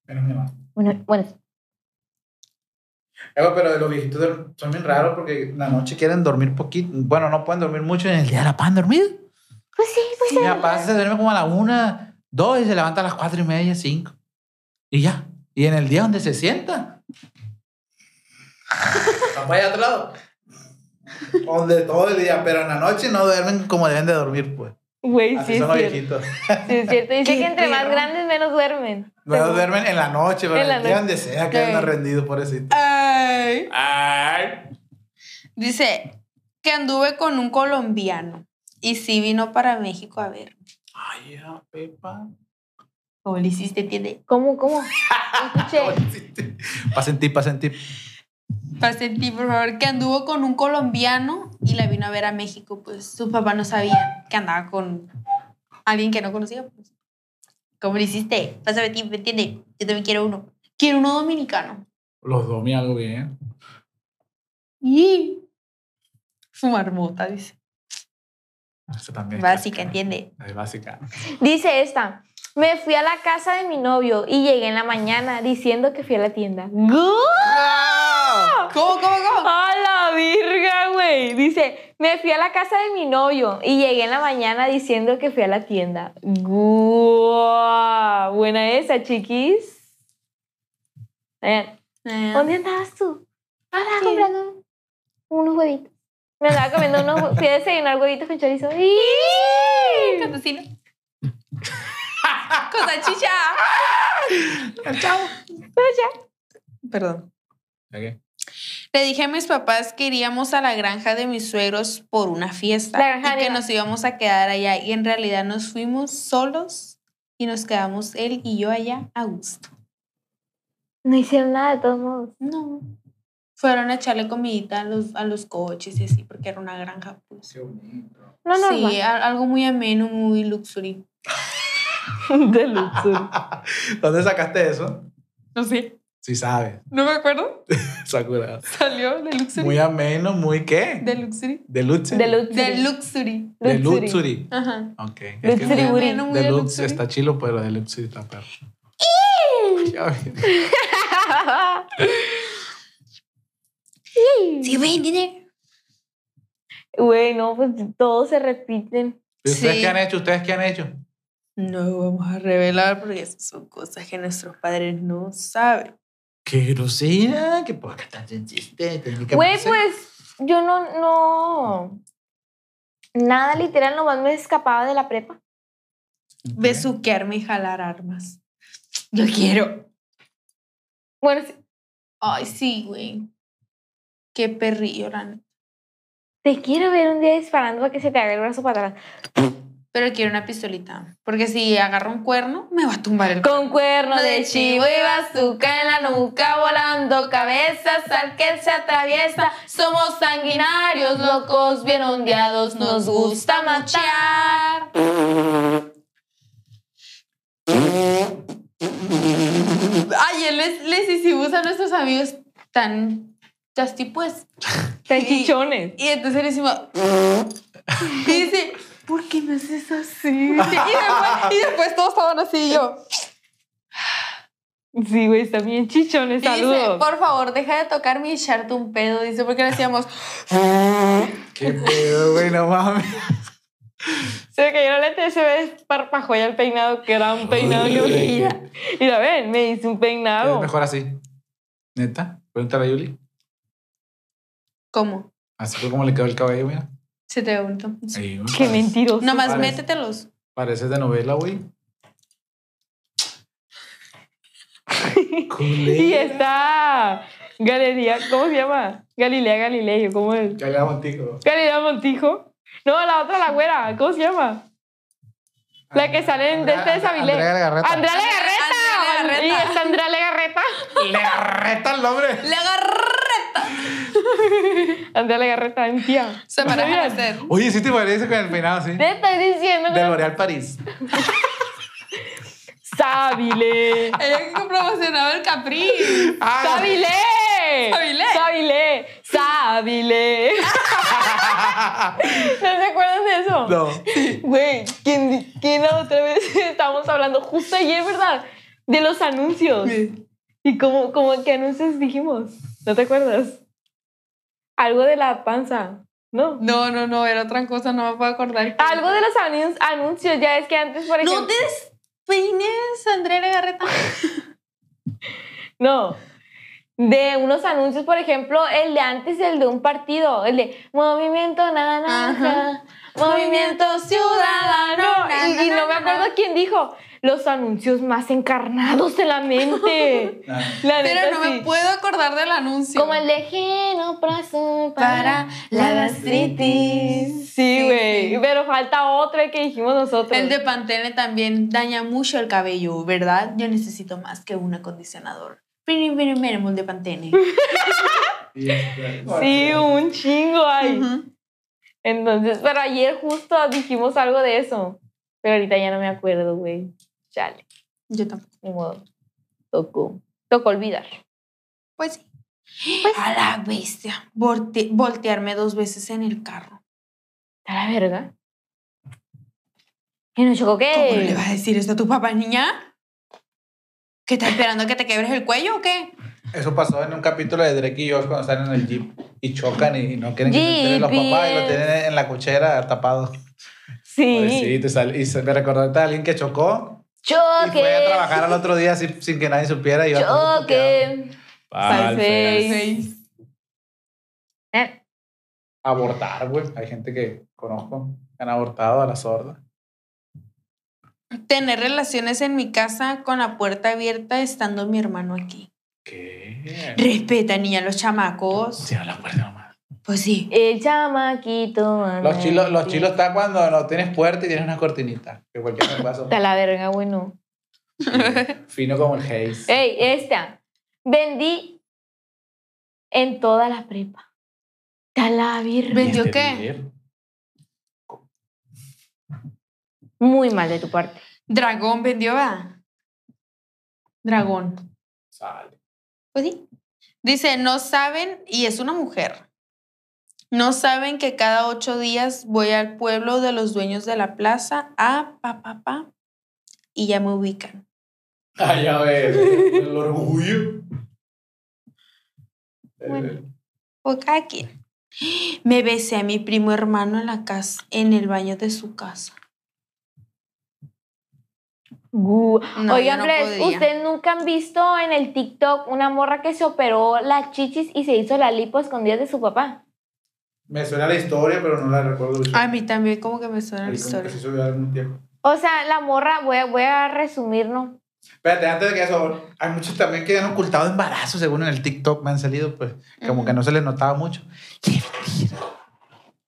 [SPEAKER 6] Menos mi mamá.
[SPEAKER 3] Bueno, bueno,
[SPEAKER 6] Eh, güey, Pero los viejitos del- son bien raros porque en la noche quieren dormir poquito. Bueno, no pueden dormir mucho y en el día la pueden dormir.
[SPEAKER 3] pues sí, pues sí.
[SPEAKER 4] Mi papá se duerme como a la una, dos y se levanta a las cuatro y media, cinco. Y ya. Y en el día donde se sienta.
[SPEAKER 6] Papá, allá a otro lado. Donde todo el día, pero en la noche no duermen como deben de dormir, pues.
[SPEAKER 3] Güey,
[SPEAKER 6] Así
[SPEAKER 3] sí,
[SPEAKER 6] son
[SPEAKER 3] es
[SPEAKER 6] los
[SPEAKER 3] cierto.
[SPEAKER 6] viejitos.
[SPEAKER 3] Sí, es cierto. Dice
[SPEAKER 2] Qué
[SPEAKER 3] que entre más
[SPEAKER 2] perro.
[SPEAKER 3] grandes menos duermen.
[SPEAKER 6] No duermen en la noche, pero
[SPEAKER 3] En
[SPEAKER 6] en
[SPEAKER 3] la
[SPEAKER 6] el día
[SPEAKER 3] noche.
[SPEAKER 6] donde sea quedan
[SPEAKER 2] Sí.
[SPEAKER 6] rendidos, pobrecito.
[SPEAKER 2] Ay. Dice que anduve con un colombiano y sí vino para México a ver.
[SPEAKER 6] Ay, ya, Pepa.
[SPEAKER 2] ¿Cómo le hiciste, tiene?
[SPEAKER 3] ¿Cómo, cómo?
[SPEAKER 6] <laughs>
[SPEAKER 3] Escuché.
[SPEAKER 4] <laughs> Pasen tip, pasen tip.
[SPEAKER 2] Pasen ti, por favor. Que anduvo con un colombiano y la vino a ver a México. Pues sus papás no sabían que andaba con alguien que no conocía. Pues. ¿Cómo lo hiciste? Pásame ti, ¿me entiendes? Yo también quiero uno. Quiero uno dominicano.
[SPEAKER 4] Los dos me algo bien.
[SPEAKER 2] Y su marmota, dice.
[SPEAKER 4] Esta también es
[SPEAKER 2] Básica,
[SPEAKER 4] clásica, ¿no?
[SPEAKER 2] ¿entiende?
[SPEAKER 4] Es básica.
[SPEAKER 3] Dice esta. Me fui a la casa de mi novio y llegué en la mañana diciendo que fui a la tienda.
[SPEAKER 2] ¿Cómo, cómo, cómo?
[SPEAKER 3] ¡A la virga, güey! Dice, me fui a la casa de mi novio y llegué en la mañana diciendo que fui a la tienda. ¡Guau! Buena esa, chiquis. Vean, ¿Dónde andabas tú? Andaba comprando un- unos huevitos. Me andaba comiendo unos hue- Fui a desayunar huevitos con chorizo. ¡Y! <laughs>
[SPEAKER 2] Campesino. Cosa chicha.
[SPEAKER 3] Pues
[SPEAKER 2] Perdón.
[SPEAKER 4] ¿Qué?
[SPEAKER 2] Le dije a mis papás que iríamos a la granja de mis suegros por una fiesta
[SPEAKER 3] La granja
[SPEAKER 2] y
[SPEAKER 3] de
[SPEAKER 2] que
[SPEAKER 3] la-
[SPEAKER 2] nos íbamos a quedar allá. Y en realidad nos fuimos solos y nos quedamos él y yo allá a gusto.
[SPEAKER 3] No hicieron nada de todos modos.
[SPEAKER 2] No. Fueron a echarle comidita a los, a los coches y así, porque era una granja. Pues.
[SPEAKER 6] Qué bonito.
[SPEAKER 3] No, no,
[SPEAKER 2] sí, a- algo muy ameno, muy luxury.
[SPEAKER 3] <laughs> De luxur.
[SPEAKER 4] ¿Dónde sacaste eso?
[SPEAKER 2] <laughs> No sé,
[SPEAKER 4] Sí <laughs> sabes.
[SPEAKER 2] no me acuerdo.
[SPEAKER 4] Sakura.
[SPEAKER 2] Salió de luxury.
[SPEAKER 4] Muy ameno, muy qué?
[SPEAKER 2] de luxury.
[SPEAKER 4] De Lutz.
[SPEAKER 3] De luxur.
[SPEAKER 2] De luxury.
[SPEAKER 4] De
[SPEAKER 3] Luxury.
[SPEAKER 4] Luxury.
[SPEAKER 2] Ajá.
[SPEAKER 4] Ok.
[SPEAKER 3] Luxury
[SPEAKER 4] Es que muy-
[SPEAKER 3] Booty.
[SPEAKER 2] Ameno, muy
[SPEAKER 4] de
[SPEAKER 2] de
[SPEAKER 4] Lutz
[SPEAKER 2] luxury.
[SPEAKER 4] está chilo, pero de Luxury está perro. Ya vi.
[SPEAKER 2] Sí, güey, tiene.
[SPEAKER 3] <laughs> Güey, no, pues todos se repiten.
[SPEAKER 4] ¿Y ¿Ustedes
[SPEAKER 2] Sí.
[SPEAKER 4] qué han hecho? ¿Ustedes qué han hecho?
[SPEAKER 2] No vamos a revelar porque esas son cosas que nuestros padres no saben.
[SPEAKER 4] ¡Qué grosera! ¡Qué poca tan chiste! Tenía que
[SPEAKER 3] Güey,
[SPEAKER 4] hacer.
[SPEAKER 3] pues yo no, no. Nada literal, nomás me escapaba de la prepa.
[SPEAKER 4] Ok.
[SPEAKER 2] Besuquearme y jalar armas. Yo quiero.
[SPEAKER 3] Bueno, sí,
[SPEAKER 2] Ay, sí, güey. Qué perrillo, la neta.
[SPEAKER 3] te quiero ver un día disparando para que se te haga el brazo para atrás.
[SPEAKER 2] Pero quiero una pistolita. Porque si agarro un cuerno, me va a tumbar el
[SPEAKER 3] Con cuerno
[SPEAKER 2] Lo
[SPEAKER 3] de
[SPEAKER 2] de
[SPEAKER 3] chivo y bazooka en la nuca, volando cabezas al que se atraviesa. Somos sanguinarios, locos, bien ondeados, nos gusta machear.
[SPEAKER 2] Ayer les, les hicimos a nuestros amigos tan chasti pues.
[SPEAKER 3] Tan chichones.
[SPEAKER 2] Y entonces le hicimos. Y dice, ¿por qué me haces así? Y después, y después todos estaban así y yo.
[SPEAKER 3] Sí, güey, están bien chichones,
[SPEAKER 2] Y dice,
[SPEAKER 3] saludos.
[SPEAKER 2] por favor, deja de tocarme y echarte un pedo. Dice, porque le hacíamos.
[SPEAKER 4] ¡Qué pedo, güey! ¡No mames!
[SPEAKER 3] Se me cayó la letra y se me desparpajó ya el peinado, que era un peinado que brilla. Mira, ven, me hice un
[SPEAKER 4] Es
[SPEAKER 3] peinado.
[SPEAKER 4] mejor así. ¿Neta? Pregúntale a Yuli.
[SPEAKER 2] ¿Cómo?
[SPEAKER 4] Así fue como le quedó el cabello, mira.
[SPEAKER 2] Se te preguntó.
[SPEAKER 4] Ahí, güey,
[SPEAKER 3] Qué
[SPEAKER 4] parece-
[SPEAKER 3] mentiroso.
[SPEAKER 2] Nomás
[SPEAKER 4] parece-
[SPEAKER 2] métetelos.
[SPEAKER 4] Pareces de novela, güey. Culé.
[SPEAKER 3] <laughs> Y está Galería, ¿cómo se llama? Galilea Galileo, ¿cómo es?
[SPEAKER 4] Ya le hago contigo.
[SPEAKER 3] Galilea Montijo. No, la otra, la güera, ¿cómo se llama? La que sale en de este de Sabilé.
[SPEAKER 4] Andrea Legarreta.
[SPEAKER 3] Andrea Legarreta.
[SPEAKER 2] Andrea
[SPEAKER 3] Y
[SPEAKER 2] Legarreta.
[SPEAKER 3] está Andrea Legarreta.
[SPEAKER 4] Legarreta el nombre.
[SPEAKER 2] Le agarré.
[SPEAKER 3] Andrea Legarreta, en tía.
[SPEAKER 2] Se me dejan hacer.
[SPEAKER 4] Oye, sí te parece con el peinado así.
[SPEAKER 3] Te
[SPEAKER 4] De
[SPEAKER 3] estoy diciendo que
[SPEAKER 4] L'Oreal París.
[SPEAKER 3] Sabilé.
[SPEAKER 2] Ella que promocionaba el Capri.
[SPEAKER 4] Ah,
[SPEAKER 3] ¡Sabilé!
[SPEAKER 2] Sabilé.
[SPEAKER 3] ¡Sabilé! ¡Sabilé! ¿No se acuerdan de eso?
[SPEAKER 4] <laughs> no.
[SPEAKER 3] Güey, ¿quién, ¿quién la otra vez <laughs> estábamos hablando justo ayer, verdad? De los anuncios. ¿Y cómo, cómo qué anuncios dijimos? ¿No te acuerdas? Algo de la panza, ¿no?
[SPEAKER 2] No, no, no, era otra cosa, no me puedo acordar.
[SPEAKER 3] Algo de los anun- anuncios, ya es que antes, por ejemplo...
[SPEAKER 2] No te despeines, Andrea Legarreta.
[SPEAKER 3] No. De unos anuncios, por ejemplo, el de antes, el de un partido, el de Movimiento Naranja,
[SPEAKER 2] Ajá.
[SPEAKER 3] Movimiento Ciudadano.
[SPEAKER 2] Na,
[SPEAKER 3] Y, y
[SPEAKER 2] na,
[SPEAKER 3] no
[SPEAKER 2] na,
[SPEAKER 3] me
[SPEAKER 2] na,
[SPEAKER 3] acuerdo
[SPEAKER 2] na.
[SPEAKER 3] quién dijo los anuncios más encarnados en la
[SPEAKER 2] <laughs>
[SPEAKER 3] mente. La neta,
[SPEAKER 2] Pero no me
[SPEAKER 3] sí.
[SPEAKER 2] puedo acordar del anuncio.
[SPEAKER 3] Como el de Genoprazo
[SPEAKER 2] Para la gastritis.
[SPEAKER 3] Sí,
[SPEAKER 2] Sí,
[SPEAKER 3] güey.
[SPEAKER 2] sí.
[SPEAKER 3] Pero falta otro que dijimos nosotros.
[SPEAKER 2] El de Pantene también daña mucho el cabello, ¿verdad? Yo necesito más que un acondicionador. Primero, primero, el de Pantene.
[SPEAKER 3] Sí, un chingo ahí.
[SPEAKER 2] Ujú.
[SPEAKER 3] Entonces, pero ayer justo dijimos algo de eso. Pero ahorita ya no me acuerdo, güey. Chale,
[SPEAKER 2] Yo tampoco.
[SPEAKER 3] ni modo. Tocó. Tocó olvidar.
[SPEAKER 2] Pues sí. A la bestia. Volte- voltearme dos veces en el carro.
[SPEAKER 3] A la verga. Que nos chocó
[SPEAKER 2] ¿Cómo le
[SPEAKER 3] que.
[SPEAKER 2] vas a decir esto a tu papá, niña? ¿Que está esperando a que te quebres el cuello o qué?
[SPEAKER 4] Eso pasó en un capítulo de Drake y Josh cuando están en el jeep y chocan y, y no quieren que se enteren los papás y lo tienen en la cuchera tapado. Pues sí,
[SPEAKER 3] Sí.
[SPEAKER 4] te sal- y se me recordó ahorita a alguien que chocó y fue a
[SPEAKER 3] Choque.
[SPEAKER 4] trabajar al otro día sin, sin que nadie supiera. Y iba todo puteado.
[SPEAKER 3] Choque.
[SPEAKER 4] Pal,
[SPEAKER 3] Salfeis.
[SPEAKER 4] fe.
[SPEAKER 3] Eh,
[SPEAKER 4] Abortar, güey. Hay gente que conozco que han abortado a la sorda.
[SPEAKER 2] Tener relaciones en mi casa con la puerta abierta estando mi hermano aquí.
[SPEAKER 4] ¿Qué?
[SPEAKER 2] Respeta, niña, los chamacos.
[SPEAKER 4] Sí, a la puerta nomás.
[SPEAKER 2] Pues sí.
[SPEAKER 3] El chamaquito. anda
[SPEAKER 4] Los chilos, los
[SPEAKER 3] en
[SPEAKER 4] chilos
[SPEAKER 3] ti.
[SPEAKER 4] está cuando no tienes puerta y tienes una cortinita. Que
[SPEAKER 3] <laughs>
[SPEAKER 4] cualquier paso.
[SPEAKER 3] Está la verga, güey, no.
[SPEAKER 4] Fino como el Haze.
[SPEAKER 3] Ey, esta. Vendí en toda la prepa. Está la verga.
[SPEAKER 2] ¿Vendió qué?
[SPEAKER 3] Muy mal de tu parte.
[SPEAKER 2] Dragón vendió, ¿verdad? Dragón.
[SPEAKER 4] Sale.
[SPEAKER 2] Pues sí. Dice, no saben, y es una mujer, no saben que cada ocho días voy al pueblo de los dueños de la plaza a pa, pa, pa, y ya me ubican.
[SPEAKER 4] Ay, ya ves. El orgullo. Eh,
[SPEAKER 2] Bueno. O Pues cada quien. Me besé a mi primo hermano en la casa, en el baño de su casa.
[SPEAKER 3] Gu-
[SPEAKER 2] No,
[SPEAKER 3] Oigan,
[SPEAKER 2] yo no
[SPEAKER 3] Andrés,
[SPEAKER 2] podría.
[SPEAKER 3] ¿ustedes nunca han visto en el TikTok una morra que se operó las chichis y se hizo la lipo escondida de su papá?
[SPEAKER 6] Me suena la historia, pero no la recuerdo.
[SPEAKER 2] A mí también como que me suena la
[SPEAKER 6] Ahí como que
[SPEAKER 2] historia.
[SPEAKER 6] sí subió algún tiempo.
[SPEAKER 3] O sea, la morra, voy a, voy a resumir, ¿no?
[SPEAKER 4] Espérate, antes de que eso, hay muchos también que han ocultado embarazo, según en el TikTok me han salido, pues, como que no se les notaba mucho.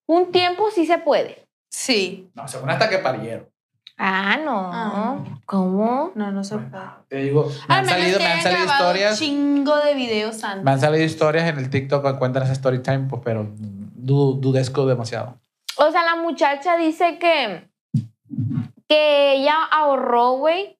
[SPEAKER 3] Un tiempo sí se puede.
[SPEAKER 2] Sí.
[SPEAKER 4] No, según hasta que parieron.
[SPEAKER 3] Ah, no.
[SPEAKER 2] Ah.
[SPEAKER 3] ¿Cómo?
[SPEAKER 2] No, no se puede.
[SPEAKER 4] Te digo, me han
[SPEAKER 2] Al menos
[SPEAKER 4] salido,
[SPEAKER 2] que
[SPEAKER 4] me han
[SPEAKER 2] hayan
[SPEAKER 4] salido
[SPEAKER 2] grabado un
[SPEAKER 4] historias.
[SPEAKER 2] chingo de videos antes.
[SPEAKER 4] Me han salido historias en el TikTok que cuentan ese story time, pues, pero du- dudezco demasiado.
[SPEAKER 3] O sea, la muchacha dice que, que ella ahorró, güey.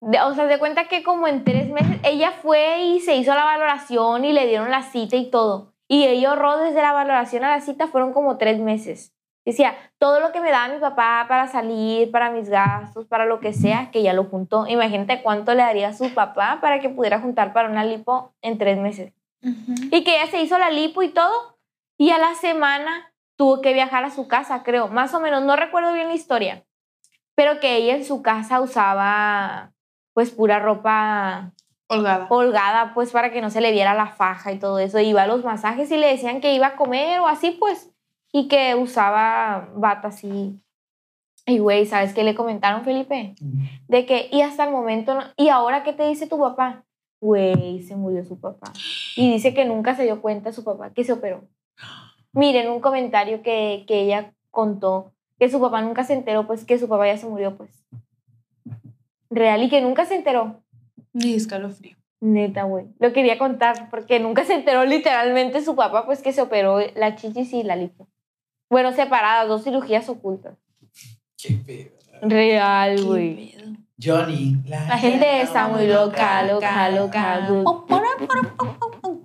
[SPEAKER 3] De- O sea, de cuenta que como en tres meses ella fue y se hizo la valoración y le dieron la cita y todo. Y ella ahorró desde la valoración a la cita fueron como tres meses. Decía, todo lo que me daba mi papá para salir, para mis gastos, para lo que sea, que ya lo juntó. Imagínate cuánto le daría a su papá para que pudiera juntar para una lipo en tres meses.
[SPEAKER 2] Ujú.
[SPEAKER 3] Y que ella se hizo la lipo y todo. Y a la semana tuvo que viajar a su casa, creo. Más o menos, no recuerdo bien la historia. Pero que ella en su casa usaba pues pura ropa
[SPEAKER 2] Holgada.
[SPEAKER 3] holgada, pues para que no se le viera la faja y todo eso. Iba a los masajes y le decían que iba a comer o así, pues. Y que usaba bata así. Y güey, ¿sabes qué le comentaron, Felipe? De que, y hasta el momento, no- ¿y ahora qué te dice tu papá? Güey, se murió su papá. Y dice que nunca se dio cuenta su papá que se operó. Miren un comentario que, que ella contó, que su papá nunca se enteró, pues que su papá ya se murió, pues. Real, y que nunca se enteró.
[SPEAKER 2] Ni escalofrío.
[SPEAKER 3] Neta, güey. Lo quería contar porque nunca se enteró literalmente su papá, pues que se operó la chichis y la lipo. Bueno, separadas, dos cirugías ocultas.
[SPEAKER 4] Qué pedo.
[SPEAKER 3] Real,
[SPEAKER 2] Qué
[SPEAKER 3] güey.
[SPEAKER 2] pedo.
[SPEAKER 4] Johnny,
[SPEAKER 2] La
[SPEAKER 3] gente está muy loca, loca, loca.
[SPEAKER 2] Oh, por ahí, por ahí, por ahí, por ahí.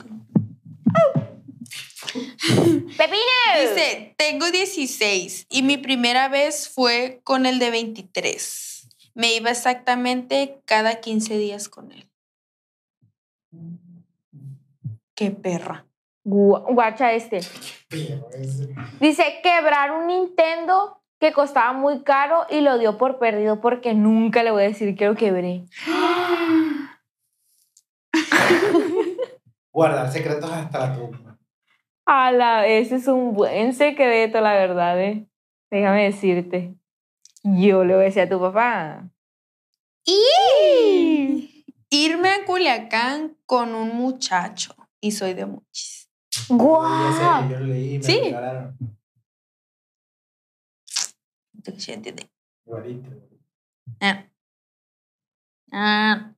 [SPEAKER 3] ¡Pepino!
[SPEAKER 2] Dice, tengo 16 y mi primera vez fue con el de 23. Me iba exactamente cada 15 días con él. Qué perra.
[SPEAKER 3] Gua- Guacha este. Dice, quebrar un Nintendo que costaba muy caro y lo dio por perdido porque nunca le voy a decir que lo quebré.
[SPEAKER 4] Guardar secretos hasta la tumba.
[SPEAKER 3] Ala, ese es un buen secreto, la verdad, eh. Déjame decirte. Yo le voy a decir a tu papá.
[SPEAKER 2] Y irme a Culiacán con un muchacho. Y soy de muchis.
[SPEAKER 3] ¡Guau!
[SPEAKER 4] Yo lo leí y me
[SPEAKER 2] Sí.
[SPEAKER 4] lo regalaron.
[SPEAKER 2] ¿Tú qué entiendes?
[SPEAKER 4] Igualito, güey.
[SPEAKER 2] Ah. Ah.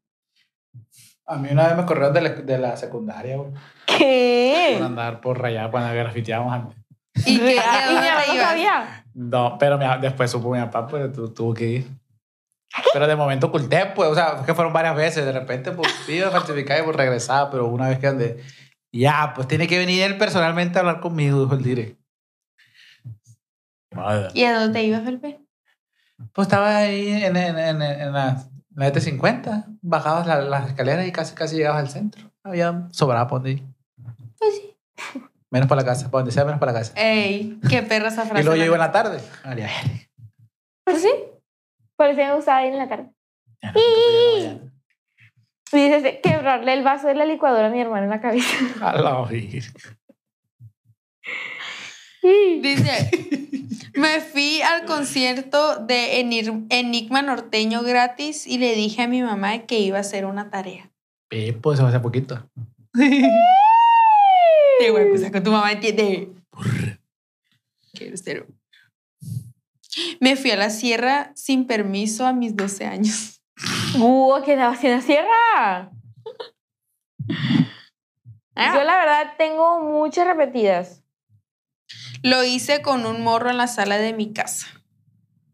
[SPEAKER 4] A mí una vez me corrieron de la, de la secundaria, güey,
[SPEAKER 3] ¿Qué?
[SPEAKER 4] por andar por rayar cuando grafiteábamos antes.
[SPEAKER 2] ¿Y qué?
[SPEAKER 3] Real, <laughs>
[SPEAKER 2] ¿Y a dónde
[SPEAKER 3] niña,
[SPEAKER 2] te
[SPEAKER 3] no
[SPEAKER 2] ibas?
[SPEAKER 3] sabía.
[SPEAKER 4] No, pero mi- después supo mi papá, pues tu- tuvo que ir. Pero de momento oculté, pues, o sea, es que fueron varias veces. De repente, pues, sí, falsificaba y pues regresaba, pero una vez que andé, ya, pues tiene que venir él personalmente a hablar conmigo, dijo el dire. Madre.
[SPEAKER 2] ¿Y a dónde te ibas, Felipe?
[SPEAKER 4] Pues estaba ahí en, en, en, en la, en la ET50, bajabas la- las escaleras y casi, casi llegabas al centro. Había sobrado para donde ir.
[SPEAKER 2] Pues sí.
[SPEAKER 4] Menos para la casa, para donde sea, menos para la casa.
[SPEAKER 2] Ey, qué perra esa frase.
[SPEAKER 4] Y luego yo
[SPEAKER 2] la
[SPEAKER 4] iba en
[SPEAKER 2] neta.
[SPEAKER 4] la tarde. Ah, Vale, a ver.
[SPEAKER 3] Pero Pues sí, por eso me gustaba ir en la tarde.
[SPEAKER 4] Ya
[SPEAKER 2] pues
[SPEAKER 4] no, ya no, ya no.
[SPEAKER 3] Y dices, de quebrarle el vaso de la licuadora a mi hermano en la cabeza. <laughs>
[SPEAKER 4] A la virgen.
[SPEAKER 2] Dice, me fui al concierto de Enir- Enigma Norteño gratis y le dije a mi mamá que iba a hacer una tarea.
[SPEAKER 4] Eh, pues hace poquito.
[SPEAKER 2] Te voy a empezar pues, con tu mamá, entiende. Qué grosero. Me fui a la sierra sin permiso a mis 12 años.
[SPEAKER 3] ¡Buh! ¿Qué estaba haciendo
[SPEAKER 2] Ah.
[SPEAKER 3] sierra? Yo la verdad tengo muchas repetidas.
[SPEAKER 2] Lo hice con un morro en la sala de mi casa.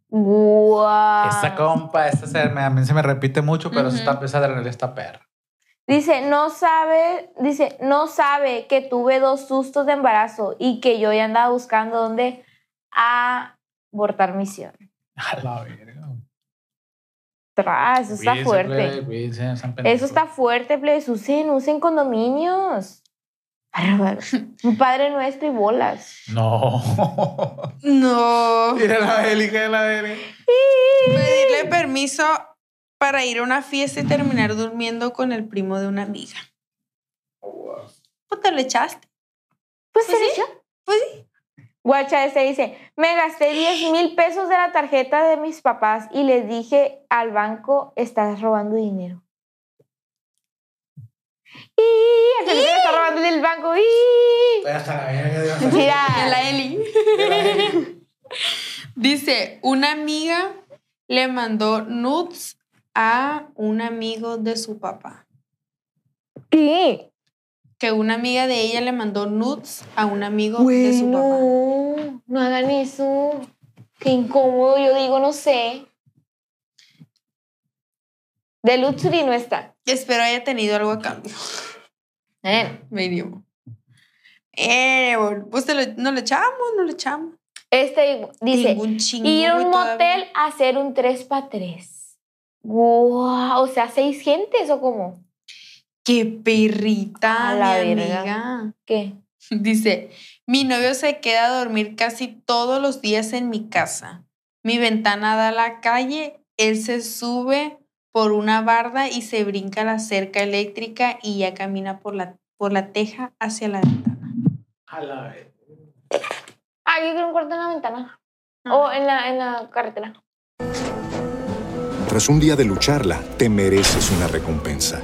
[SPEAKER 3] ¡Guau!
[SPEAKER 4] Esta compa, esta se me, a mí se me repite mucho, pero
[SPEAKER 2] Ujú.
[SPEAKER 4] esa está, esa adrenalina está perra.
[SPEAKER 3] Dice, no sabe, dice, no sabe que tuve dos sustos de embarazo y que yo ya andaba buscando dónde abortar misión.
[SPEAKER 4] A la verga.
[SPEAKER 3] Tra, eso está
[SPEAKER 4] Cuídense,
[SPEAKER 3] fuerte.
[SPEAKER 4] plebe, cuídense, no sean
[SPEAKER 3] Eso
[SPEAKER 4] pendejos.
[SPEAKER 3] está fuerte, plebes. Usen, usen condominios.
[SPEAKER 4] <laughs>
[SPEAKER 3] Bárbaro. Un padre nuestro y bolas.
[SPEAKER 4] No. <laughs>
[SPEAKER 2] No.
[SPEAKER 4] Mira la Eli, que la Eli. Pues
[SPEAKER 2] Pedirle permiso para ir a una fiesta y terminar durmiendo con el primo de una amiga. Pues te lo echaste.
[SPEAKER 3] Pues,
[SPEAKER 2] Pues
[SPEAKER 3] se
[SPEAKER 2] sí,
[SPEAKER 3] echó.
[SPEAKER 2] pues
[SPEAKER 3] Guacha, este dice, me gasté 10 mil pesos de la tarjeta de mis papás y les dije al banco, estás robando dinero. Y el Felipe le está robando del banco. ¡Y!
[SPEAKER 6] Hasta la verga, Dios.
[SPEAKER 2] A
[SPEAKER 3] Mira,
[SPEAKER 2] la Eli. Dice, una amiga le mandó nudes a un amigo de su papá.
[SPEAKER 3] ¿qué?
[SPEAKER 2] Que una amiga de ella le mandó nudes a un amigo de
[SPEAKER 3] Güey,
[SPEAKER 2] su papá.
[SPEAKER 3] no, no hagan eso. Qué incómodo, yo digo, no sé. De Luxury no está.
[SPEAKER 2] Espero haya tenido algo a cambio.
[SPEAKER 3] Eh,
[SPEAKER 2] Mínimo. Eh, bol- pues te lo- no le echamos, no le echamos.
[SPEAKER 3] Este dice,
[SPEAKER 2] Ningún chingo,
[SPEAKER 3] ir a
[SPEAKER 2] güey,
[SPEAKER 3] un
[SPEAKER 2] todavía.
[SPEAKER 3] motel a hacer un 3x3. Wow, o sea, seis gentes o cómo?
[SPEAKER 2] ¡Qué perrita,
[SPEAKER 3] A la
[SPEAKER 2] mi
[SPEAKER 3] verga.
[SPEAKER 2] amiga! <laughs>
[SPEAKER 3] ¿Qué?
[SPEAKER 2] Dice, mi novio se queda a dormir casi todos los días en mi casa. Mi ventana da a la calle, él se sube por una barda y se brinca la cerca eléctrica y ya camina por la, por la teja hacia la ventana.
[SPEAKER 4] A la verga.
[SPEAKER 3] Ah, yo quiero un cuarto en la ventana. O en la, en la carretera.
[SPEAKER 7] Tras un día de lucharla, te mereces una recompensa,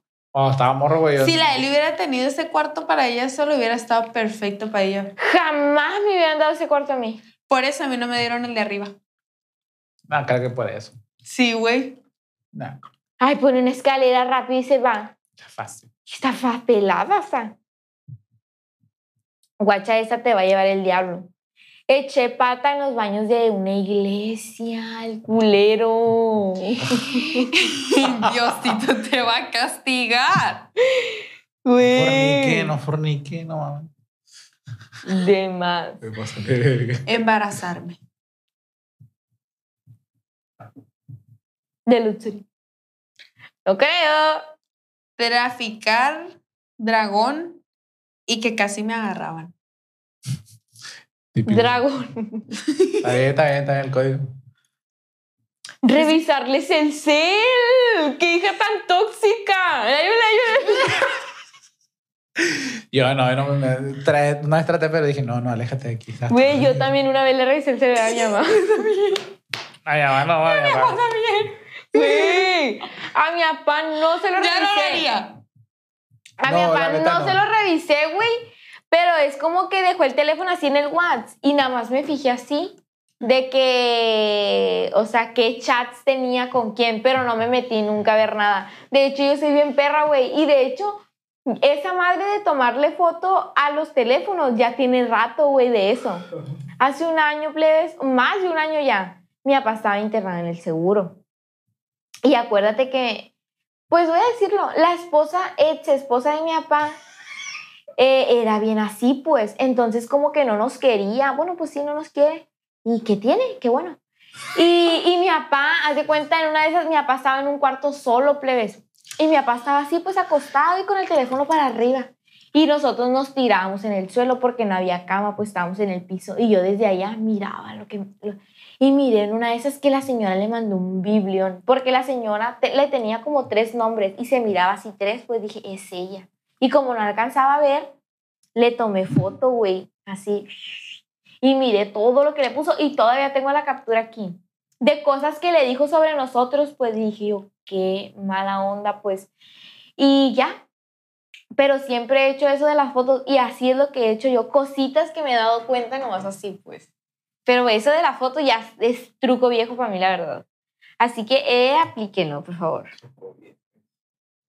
[SPEAKER 4] Cuando estaba morro, güey. yo-
[SPEAKER 2] Si la él hubiera tenido ese cuarto para ella, solo hubiera estado perfecto para ella.
[SPEAKER 3] Jamás me hubieran dado ese cuarto a mí.
[SPEAKER 2] Por eso a mí no me dieron el de arriba.
[SPEAKER 4] No, creo que por eso.
[SPEAKER 2] Sí, güey. <laughs>
[SPEAKER 3] <laughs>
[SPEAKER 4] No,
[SPEAKER 3] Ay, pone una escalera rápido y se va.
[SPEAKER 4] está fácil.
[SPEAKER 3] Está fa- pelada, está. Guacha, esa te va a llevar el diablo. Eché pata en los baños de una iglesia, el culero.
[SPEAKER 2] Diosito te va a castigar.
[SPEAKER 4] Fornique, no fornique, no mames.
[SPEAKER 3] De más.
[SPEAKER 4] Me pasa de verga.
[SPEAKER 2] Embarazarme.
[SPEAKER 3] De Luxury. No creo.
[SPEAKER 2] Traficar dragón y que casi me agarraban. <laughs>
[SPEAKER 3] Dragón.
[SPEAKER 4] Está bien, está bien, está bien el código.
[SPEAKER 3] Revisarles el cel. ¡Qué hija tan tóxica! Ayúdame, ayúdame.
[SPEAKER 4] Yo no, yo no me- me trae, una vez traté, pero dije, no, no, aléjate de aquí.
[SPEAKER 2] <laughs>
[SPEAKER 3] Güey, yo también una vez le revisé el cel a mi mamá.
[SPEAKER 4] Allá va, no, allá va.
[SPEAKER 2] bien.
[SPEAKER 3] Güey, a mi papá no se lo
[SPEAKER 2] Ya no lo
[SPEAKER 3] revisé.
[SPEAKER 2] haría.
[SPEAKER 3] A mi
[SPEAKER 4] No,
[SPEAKER 3] papá
[SPEAKER 4] la neta,
[SPEAKER 3] no,
[SPEAKER 4] no.
[SPEAKER 3] se lo revisé, güey. Pero es como que dejó el teléfono así en el WhatsApp y nada más me fijé así de que, o sea, qué chats tenía con quién, pero no me metí nunca a ver nada. De hecho, yo soy bien perra, güey. Y de hecho, esa madre de tomarle foto a los teléfonos ya tiene rato, güey, de eso. Hace un año, plebes, más de un año ya, mi papá estaba internada en el seguro. Y acuérdate que, pues voy a decirlo, la esposa, ex esposa de mi papá, eh, era bien así, pues. Entonces, como que no nos quería. Bueno, pues sí, no nos quiere. ¿Y qué tiene? Qué bueno. Y, y mi papá, haz de cuenta, en una de esas, mi papá estaba en un cuarto solo, plebes. Y mi papá estaba así, pues acostado y con el teléfono para arriba. Y nosotros nos tirábamos en el suelo porque no había cama, pues estábamos en el piso. Y yo desde allá miraba lo que... lo- y miré en una de esas que la señora le mandó un biblión, porque la señora te- le tenía como tres nombres y se miraba así tres, pues dije, es ella. Y como no alcanzaba a ver, le tomé foto, güey, así. Y miré todo lo que le puso y todavía tengo la captura aquí. De cosas que le dijo sobre nosotros, pues dije yo, qué mala onda, pues. Y ya. Pero siempre he hecho eso de las fotos y así es lo que he hecho yo. Cositas que me he dado cuenta nomás así, pues. Pero eso de la foto ya es truco viejo para mí, la verdad. Así que eh, aplíquenlo, por favor.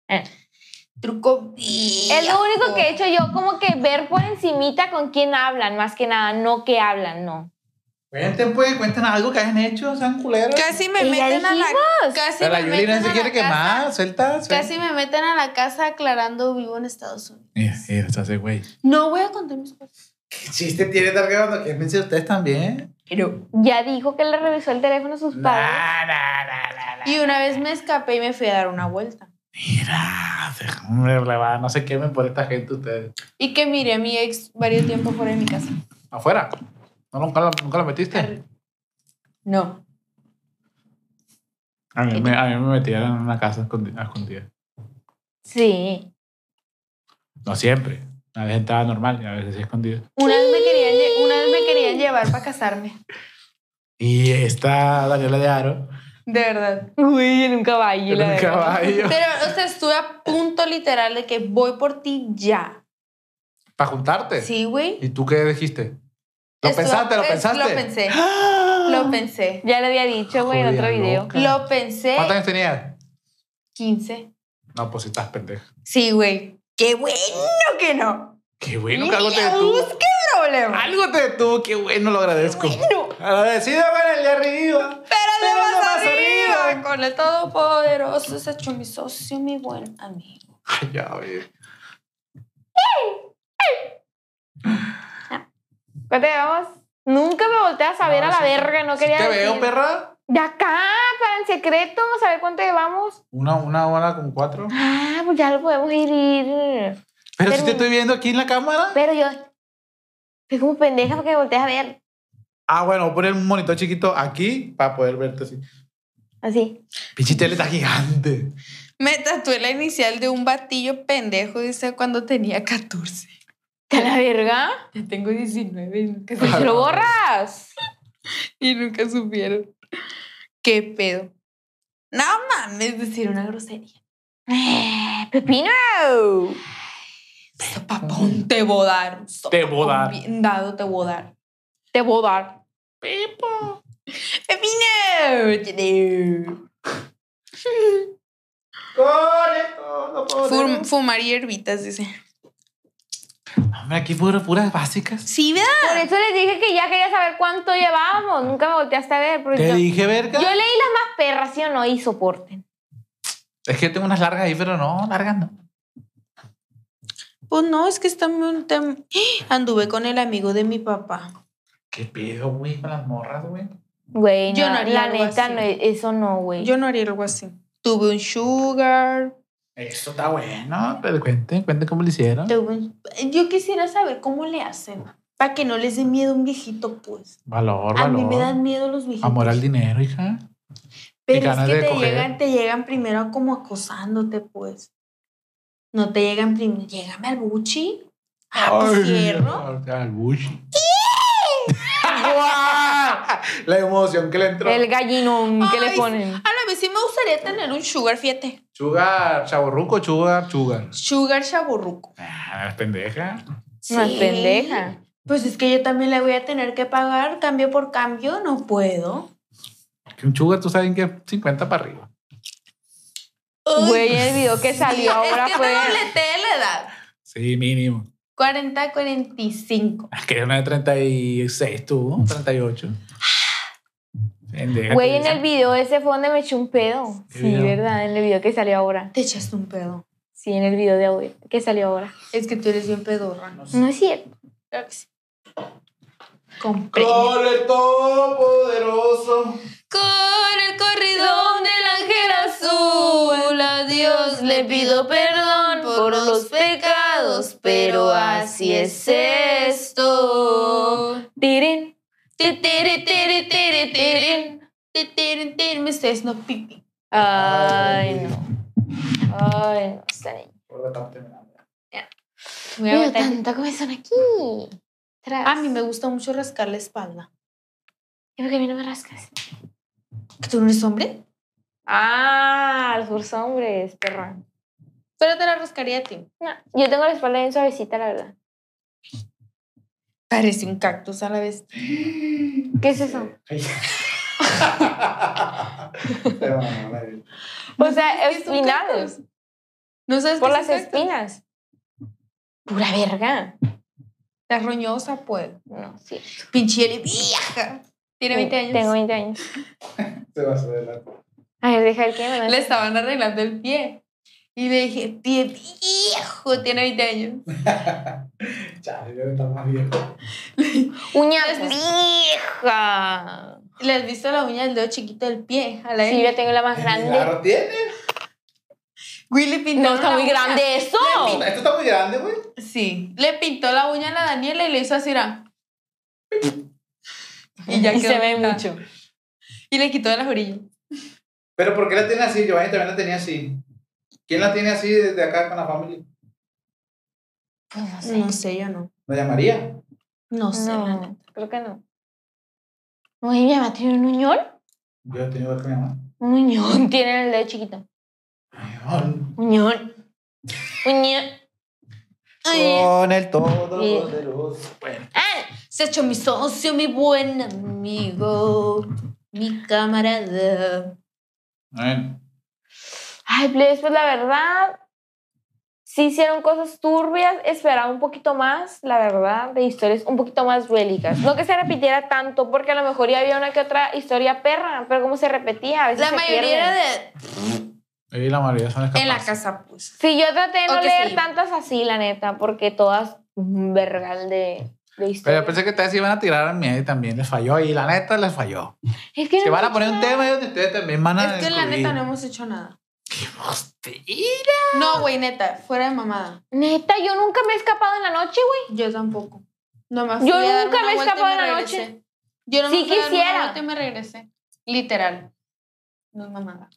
[SPEAKER 3] Eh.
[SPEAKER 2] Truco viejo.
[SPEAKER 3] Es lo único que he hecho yo, como que ver por encimita con quién hablan, más que nada, no que hablan, no.
[SPEAKER 4] Cuenten, pues, cuenten algo que hayan hecho, sean culeros.
[SPEAKER 2] Casi me
[SPEAKER 3] Ya
[SPEAKER 2] meten a la
[SPEAKER 3] dijimos.
[SPEAKER 2] Casi
[SPEAKER 4] Pero la
[SPEAKER 2] me
[SPEAKER 4] Yuli no
[SPEAKER 2] meten
[SPEAKER 4] se
[SPEAKER 2] a
[SPEAKER 4] quiere
[SPEAKER 2] la casa.
[SPEAKER 4] quemar, suelta. suelta.
[SPEAKER 2] Casi me meten a la casa aclarando vivo en Estados Unidos.
[SPEAKER 4] Mira, mira, está ese güey.
[SPEAKER 2] No voy a contar mis cosas.
[SPEAKER 4] ¿Qué chiste tiene estar grabando? ¿Qué piensan ustedes también?
[SPEAKER 3] Ya dijo que le revisó el teléfono a sus padres.
[SPEAKER 4] Nah, nah, nah, nah, nah.
[SPEAKER 2] Y una vez me escapé y me fui a dar una vuelta.
[SPEAKER 4] Mira, déjame relevar, no se quemen por esta gente ustedes.
[SPEAKER 2] Y que miré a mi ex varios tiempos fuera de mi casa.
[SPEAKER 4] Afuera. No, nunca la, nunca la metiste.
[SPEAKER 2] No.
[SPEAKER 4] A mí, me, a mí me metieron en una casa escondi- a escondida.
[SPEAKER 3] Sí.
[SPEAKER 4] No siempre. A veces estaba normal y a veces sí escondida.
[SPEAKER 2] Una vez me querían, lle- una vez me querían llevar para casarme.
[SPEAKER 4] Y está Daniela de Aro
[SPEAKER 2] De verdad.
[SPEAKER 3] Uy, en un caballo.
[SPEAKER 4] en
[SPEAKER 3] la
[SPEAKER 4] un
[SPEAKER 3] verdad.
[SPEAKER 2] <laughs>
[SPEAKER 4] caballo
[SPEAKER 2] Pero, o sea, estuve a punto literal de que voy por ti ya.
[SPEAKER 4] para juntarte.
[SPEAKER 2] Sí, güey.
[SPEAKER 4] ¿Y tú qué dijiste? ¿Lo
[SPEAKER 2] Estuve-
[SPEAKER 4] pensaste? ¿Lo
[SPEAKER 2] es-
[SPEAKER 4] pensaste?
[SPEAKER 2] Lo
[SPEAKER 4] <gasps>
[SPEAKER 2] pensé. Lo pensé.
[SPEAKER 3] Ya lo había dicho, güey, en
[SPEAKER 4] Joder,
[SPEAKER 3] otro video.
[SPEAKER 4] loca.
[SPEAKER 2] Lo pensé.
[SPEAKER 4] ¿Cuántos años tenías?
[SPEAKER 2] 15.
[SPEAKER 4] No, pues sí estás pendeja.
[SPEAKER 2] Sí, güey. Qué bueno que no.
[SPEAKER 4] Qué bueno que algo te
[SPEAKER 2] Dios,
[SPEAKER 4] detuvo.
[SPEAKER 2] qué problema.
[SPEAKER 4] Algo te detuvo, qué bueno, lo agradezco. Agradecido con el de arriba.
[SPEAKER 2] Pero de más,
[SPEAKER 4] más
[SPEAKER 2] arriba.
[SPEAKER 4] arriba.
[SPEAKER 2] Con el Todopoderoso se hecho mi socio, mi buen amigo.
[SPEAKER 4] Ay, ya, güey.
[SPEAKER 3] ¿Cuánto llevamos? Nunca me volteas a ver a la verga, no
[SPEAKER 4] ¿Sí
[SPEAKER 3] quería
[SPEAKER 4] te
[SPEAKER 3] decir.
[SPEAKER 4] veo, perra?
[SPEAKER 3] De acá, para en secreto, saber cuánto llevamos.
[SPEAKER 4] Una, una hora con cuatro.
[SPEAKER 3] Ah, pues ya lo podemos ir. ir.
[SPEAKER 4] Pero si
[SPEAKER 3] Termina.
[SPEAKER 4] te estoy viendo aquí en la cámara.
[SPEAKER 3] Pero yo. Es como pendeja porque me volteas a ver.
[SPEAKER 4] Ah, bueno, voy a poner un monitor chiquito aquí para poder verte así.
[SPEAKER 3] Así.
[SPEAKER 4] Pinche tele está gigante.
[SPEAKER 2] Me tatué la inicial de un batillo pendejo, dice, cuando tenía 14.
[SPEAKER 3] ¿Te la verga?
[SPEAKER 2] Ya tengo 19 y nunca,
[SPEAKER 3] Pues
[SPEAKER 2] se-
[SPEAKER 3] lo borras.
[SPEAKER 2] y nunca supieron. ¿Qué pedo? No mames, decir una grosería.
[SPEAKER 3] Eh, Pepino.
[SPEAKER 2] Sopapón, te voy a dar.
[SPEAKER 4] Te voy a dar.
[SPEAKER 2] Bien dado, te voy a dar.
[SPEAKER 3] Te voy a dar.
[SPEAKER 2] Pepino.
[SPEAKER 4] Correcto, no puedo
[SPEAKER 2] Fum-
[SPEAKER 4] leer.
[SPEAKER 2] fumar hierbitas, dice.
[SPEAKER 4] Hombre, aquí puro, puras básicas.
[SPEAKER 2] Sí,
[SPEAKER 3] Por
[SPEAKER 2] ¿verdad?
[SPEAKER 3] eso les dije que ya quería saber cuánto llevábamos. Nunca me volteaste a ver. porque
[SPEAKER 4] Te
[SPEAKER 3] yo,
[SPEAKER 4] dije, verga.
[SPEAKER 3] yo leí las más perras, ¿sí o no? Y soporten.
[SPEAKER 4] Es que yo tengo unas largas ahí, pero no, largas no.
[SPEAKER 2] Pues no, es que está muy... tem- ¡Ah! Anduve con el amigo de mi papá.
[SPEAKER 4] ¿Qué pedo, güey, con las morras, güey?
[SPEAKER 3] Güey,
[SPEAKER 2] Yo
[SPEAKER 3] no,
[SPEAKER 2] no haría
[SPEAKER 3] la
[SPEAKER 2] algo
[SPEAKER 3] neta,
[SPEAKER 2] así.
[SPEAKER 3] no, eso no, güey.
[SPEAKER 2] Yo no haría algo así. Tuve un sugar.
[SPEAKER 4] Esto está bueno, pero cuenten, cuenten cómo lo hicieron.
[SPEAKER 2] tuve un- Yo quisiera saber cómo le hacen. Para que no les dé miedo un viejito, pues.
[SPEAKER 4] Valor,
[SPEAKER 2] A
[SPEAKER 4] valor.
[SPEAKER 2] mí me dan miedo los viejitos.
[SPEAKER 4] Amor al dinero, hija. y
[SPEAKER 2] Pero es
[SPEAKER 4] ganas
[SPEAKER 2] que
[SPEAKER 4] de
[SPEAKER 2] te
[SPEAKER 4] coger.
[SPEAKER 2] llegan, te llegan primero como acosándote, pues. No te llegan primero. Llégame al buchi. Ah, pues
[SPEAKER 4] Ay,
[SPEAKER 2] cierro.
[SPEAKER 4] Al Gucci.
[SPEAKER 6] ¡Guau! <laughs> La emoción que le entró.
[SPEAKER 3] El gallinón que
[SPEAKER 2] Ay,
[SPEAKER 3] le ponen.
[SPEAKER 2] A la vez sí me gustaría tener un sugar, fíjate.
[SPEAKER 4] Chugar, chaborruco, chugar, chugar.
[SPEAKER 2] Sugar chaburruco.
[SPEAKER 4] Ah, es pendeja.
[SPEAKER 3] No es pendeja.
[SPEAKER 2] Pues es que yo también le voy a tener que pagar cambio por cambio, no puedo.
[SPEAKER 4] Que un chugar, tú sabes que es 50 para arriba.
[SPEAKER 2] Ay,
[SPEAKER 3] Güey, el video que salió ahora
[SPEAKER 2] es que pues.
[SPEAKER 3] fue.
[SPEAKER 2] me dobleteé la edad.
[SPEAKER 4] Sí, mínimo.
[SPEAKER 2] 40, 45.
[SPEAKER 4] Ah, Quería una de 36 tú, 38. Pendeja.
[SPEAKER 3] Güey,
[SPEAKER 4] tú
[SPEAKER 3] en el
[SPEAKER 4] dices.
[SPEAKER 3] video ese fue donde me eché un pedo.
[SPEAKER 4] ¿Qué
[SPEAKER 3] Sí,
[SPEAKER 4] video?
[SPEAKER 3] verdad, en el video que salió ahora.
[SPEAKER 2] Te echaste un pedo.
[SPEAKER 3] Sí, en el video de audio que salió ahora.
[SPEAKER 2] Es que tú eres bien pedorra, no sé.
[SPEAKER 3] No es cierto.
[SPEAKER 2] Claro que sí. Con peña.
[SPEAKER 6] Corre todopoderoso.
[SPEAKER 2] Con el corridón del ángel azul, a Dios le pido perdón por los pecados, pero así es esto.
[SPEAKER 3] Tiren.
[SPEAKER 2] Ti, tiri, tiri, tiri, tirin. Ti, tirin, tirin. Me estoy haciendo pipi.
[SPEAKER 3] Ay, no. Ay, no, esta niña.
[SPEAKER 6] Por la tarde me
[SPEAKER 3] <laughs>
[SPEAKER 6] da.
[SPEAKER 2] Voy a
[SPEAKER 3] Pero
[SPEAKER 2] botar-
[SPEAKER 3] tanta comezón aquí. Tras.
[SPEAKER 2] A mí me gusta mucho rascar la espalda.
[SPEAKER 3] ¿Y por qué a mí no me rascas?
[SPEAKER 2] ¿Que tú no eres hombre?
[SPEAKER 3] Ah, los cursos hombres, perra.
[SPEAKER 2] Pero te la rascaría a ti.
[SPEAKER 3] No, yo tengo la espalda bien suavecita, la verdad.
[SPEAKER 2] Parece un cactus a la vez.
[SPEAKER 3] ¿Qué es eso?
[SPEAKER 6] Ay. Te va a dar el-
[SPEAKER 3] O sea,
[SPEAKER 2] ¿Qué Pues es un
[SPEAKER 3] espinales.
[SPEAKER 2] cactus? ¿No sabes
[SPEAKER 3] Por
[SPEAKER 2] qué es
[SPEAKER 3] las
[SPEAKER 2] un cactus?
[SPEAKER 3] espinas. Pura verga.
[SPEAKER 2] La roñosa, pues.
[SPEAKER 3] No, sí.
[SPEAKER 2] Pinche vieja. Tiene 20 años.
[SPEAKER 3] Tengo 20 años.
[SPEAKER 6] Te vas a adelantar.
[SPEAKER 3] A ver, deja el que me
[SPEAKER 2] Le
[SPEAKER 3] mandas.
[SPEAKER 2] estaban arreglando el pie. Y le dije, pie viejo, tiene 20 años.
[SPEAKER 6] Chale, debe estar más viejo.
[SPEAKER 3] Uña
[SPEAKER 2] Les-
[SPEAKER 3] vieja. ¿Eh?
[SPEAKER 2] ¿Le has visto la uña del dedo chiquito del pie? A la
[SPEAKER 3] Ah. Sí,
[SPEAKER 2] Emily?
[SPEAKER 3] yo tengo la más grande.
[SPEAKER 6] ¿Garra tiene?
[SPEAKER 2] Güey, le pintó
[SPEAKER 3] No, está
[SPEAKER 2] una
[SPEAKER 3] muy
[SPEAKER 2] uña.
[SPEAKER 3] grande eso.
[SPEAKER 6] Esto está muy grande, güey.
[SPEAKER 2] Sí. Le pintó la uña a la Daniela y le hizo así, era. Y ya
[SPEAKER 3] <laughs> Y
[SPEAKER 2] quedó
[SPEAKER 3] se ve
[SPEAKER 2] pintada.
[SPEAKER 3] mucho.
[SPEAKER 2] Y le quitó de las orillas.
[SPEAKER 6] Pero ¿por qué la tiene así? Giovanni también la tenía así. ¿Quién la tiene así desde acá con la familia?
[SPEAKER 3] Pues no sé.
[SPEAKER 2] No sé, yo no.
[SPEAKER 6] Me llamaría.
[SPEAKER 2] No sé. la neta.
[SPEAKER 3] No, creo que no. Oye, mi mamá tiene un uñón.
[SPEAKER 6] Yo he tenido que llamar.
[SPEAKER 3] Un uñón <laughs> tiene el dedo chiquito. Uñón. Uñón.
[SPEAKER 4] Oh.
[SPEAKER 6] Con el
[SPEAKER 3] ¡Ah!
[SPEAKER 2] Se echó mi socio, mi buen amigo, mi camarada.
[SPEAKER 4] Bueno,
[SPEAKER 3] Ay, plebes, pues la verdad, sí hicieron cosas turbias, esperaba un poquito más, la verdad, de historias un poquito más bélicas. No que se repitiera tanto, porque a lo mejor ya había una que otra historia perra, pero como se repetía, a veces
[SPEAKER 2] La
[SPEAKER 3] se
[SPEAKER 2] mayoría
[SPEAKER 3] pierden.
[SPEAKER 2] era de
[SPEAKER 4] ahí la mayoría son escapadas.
[SPEAKER 2] en la casa, pues.
[SPEAKER 3] Sí, yo traté de no
[SPEAKER 2] Ok,
[SPEAKER 3] leer
[SPEAKER 2] sí.
[SPEAKER 3] tantas así, la neta, porque todas un vergal de, de
[SPEAKER 4] Pero
[SPEAKER 3] historias.
[SPEAKER 4] yo pensé que ustedes iban a tirar al miedo y también les falló. Y la neta les falló.
[SPEAKER 3] es que
[SPEAKER 4] Si
[SPEAKER 3] no
[SPEAKER 4] van a
[SPEAKER 3] sé
[SPEAKER 4] poner un
[SPEAKER 3] nada.
[SPEAKER 4] tema, ellos de ustedes también van a.
[SPEAKER 2] Es que la
[SPEAKER 4] descubrir.
[SPEAKER 2] neta no hemos hecho nada.
[SPEAKER 4] Hostia.
[SPEAKER 2] No, güey, neta, fuera de mamada.
[SPEAKER 3] Neta, yo nunca me he escapado en la noche, güey.
[SPEAKER 2] Yo tampoco. No me
[SPEAKER 3] Yo nunca me he escapado en la noche.
[SPEAKER 2] Yo no me
[SPEAKER 3] Sí
[SPEAKER 2] fui a dar una
[SPEAKER 3] quisiera.
[SPEAKER 2] vuelta y me regresé. Literal. No es mamada.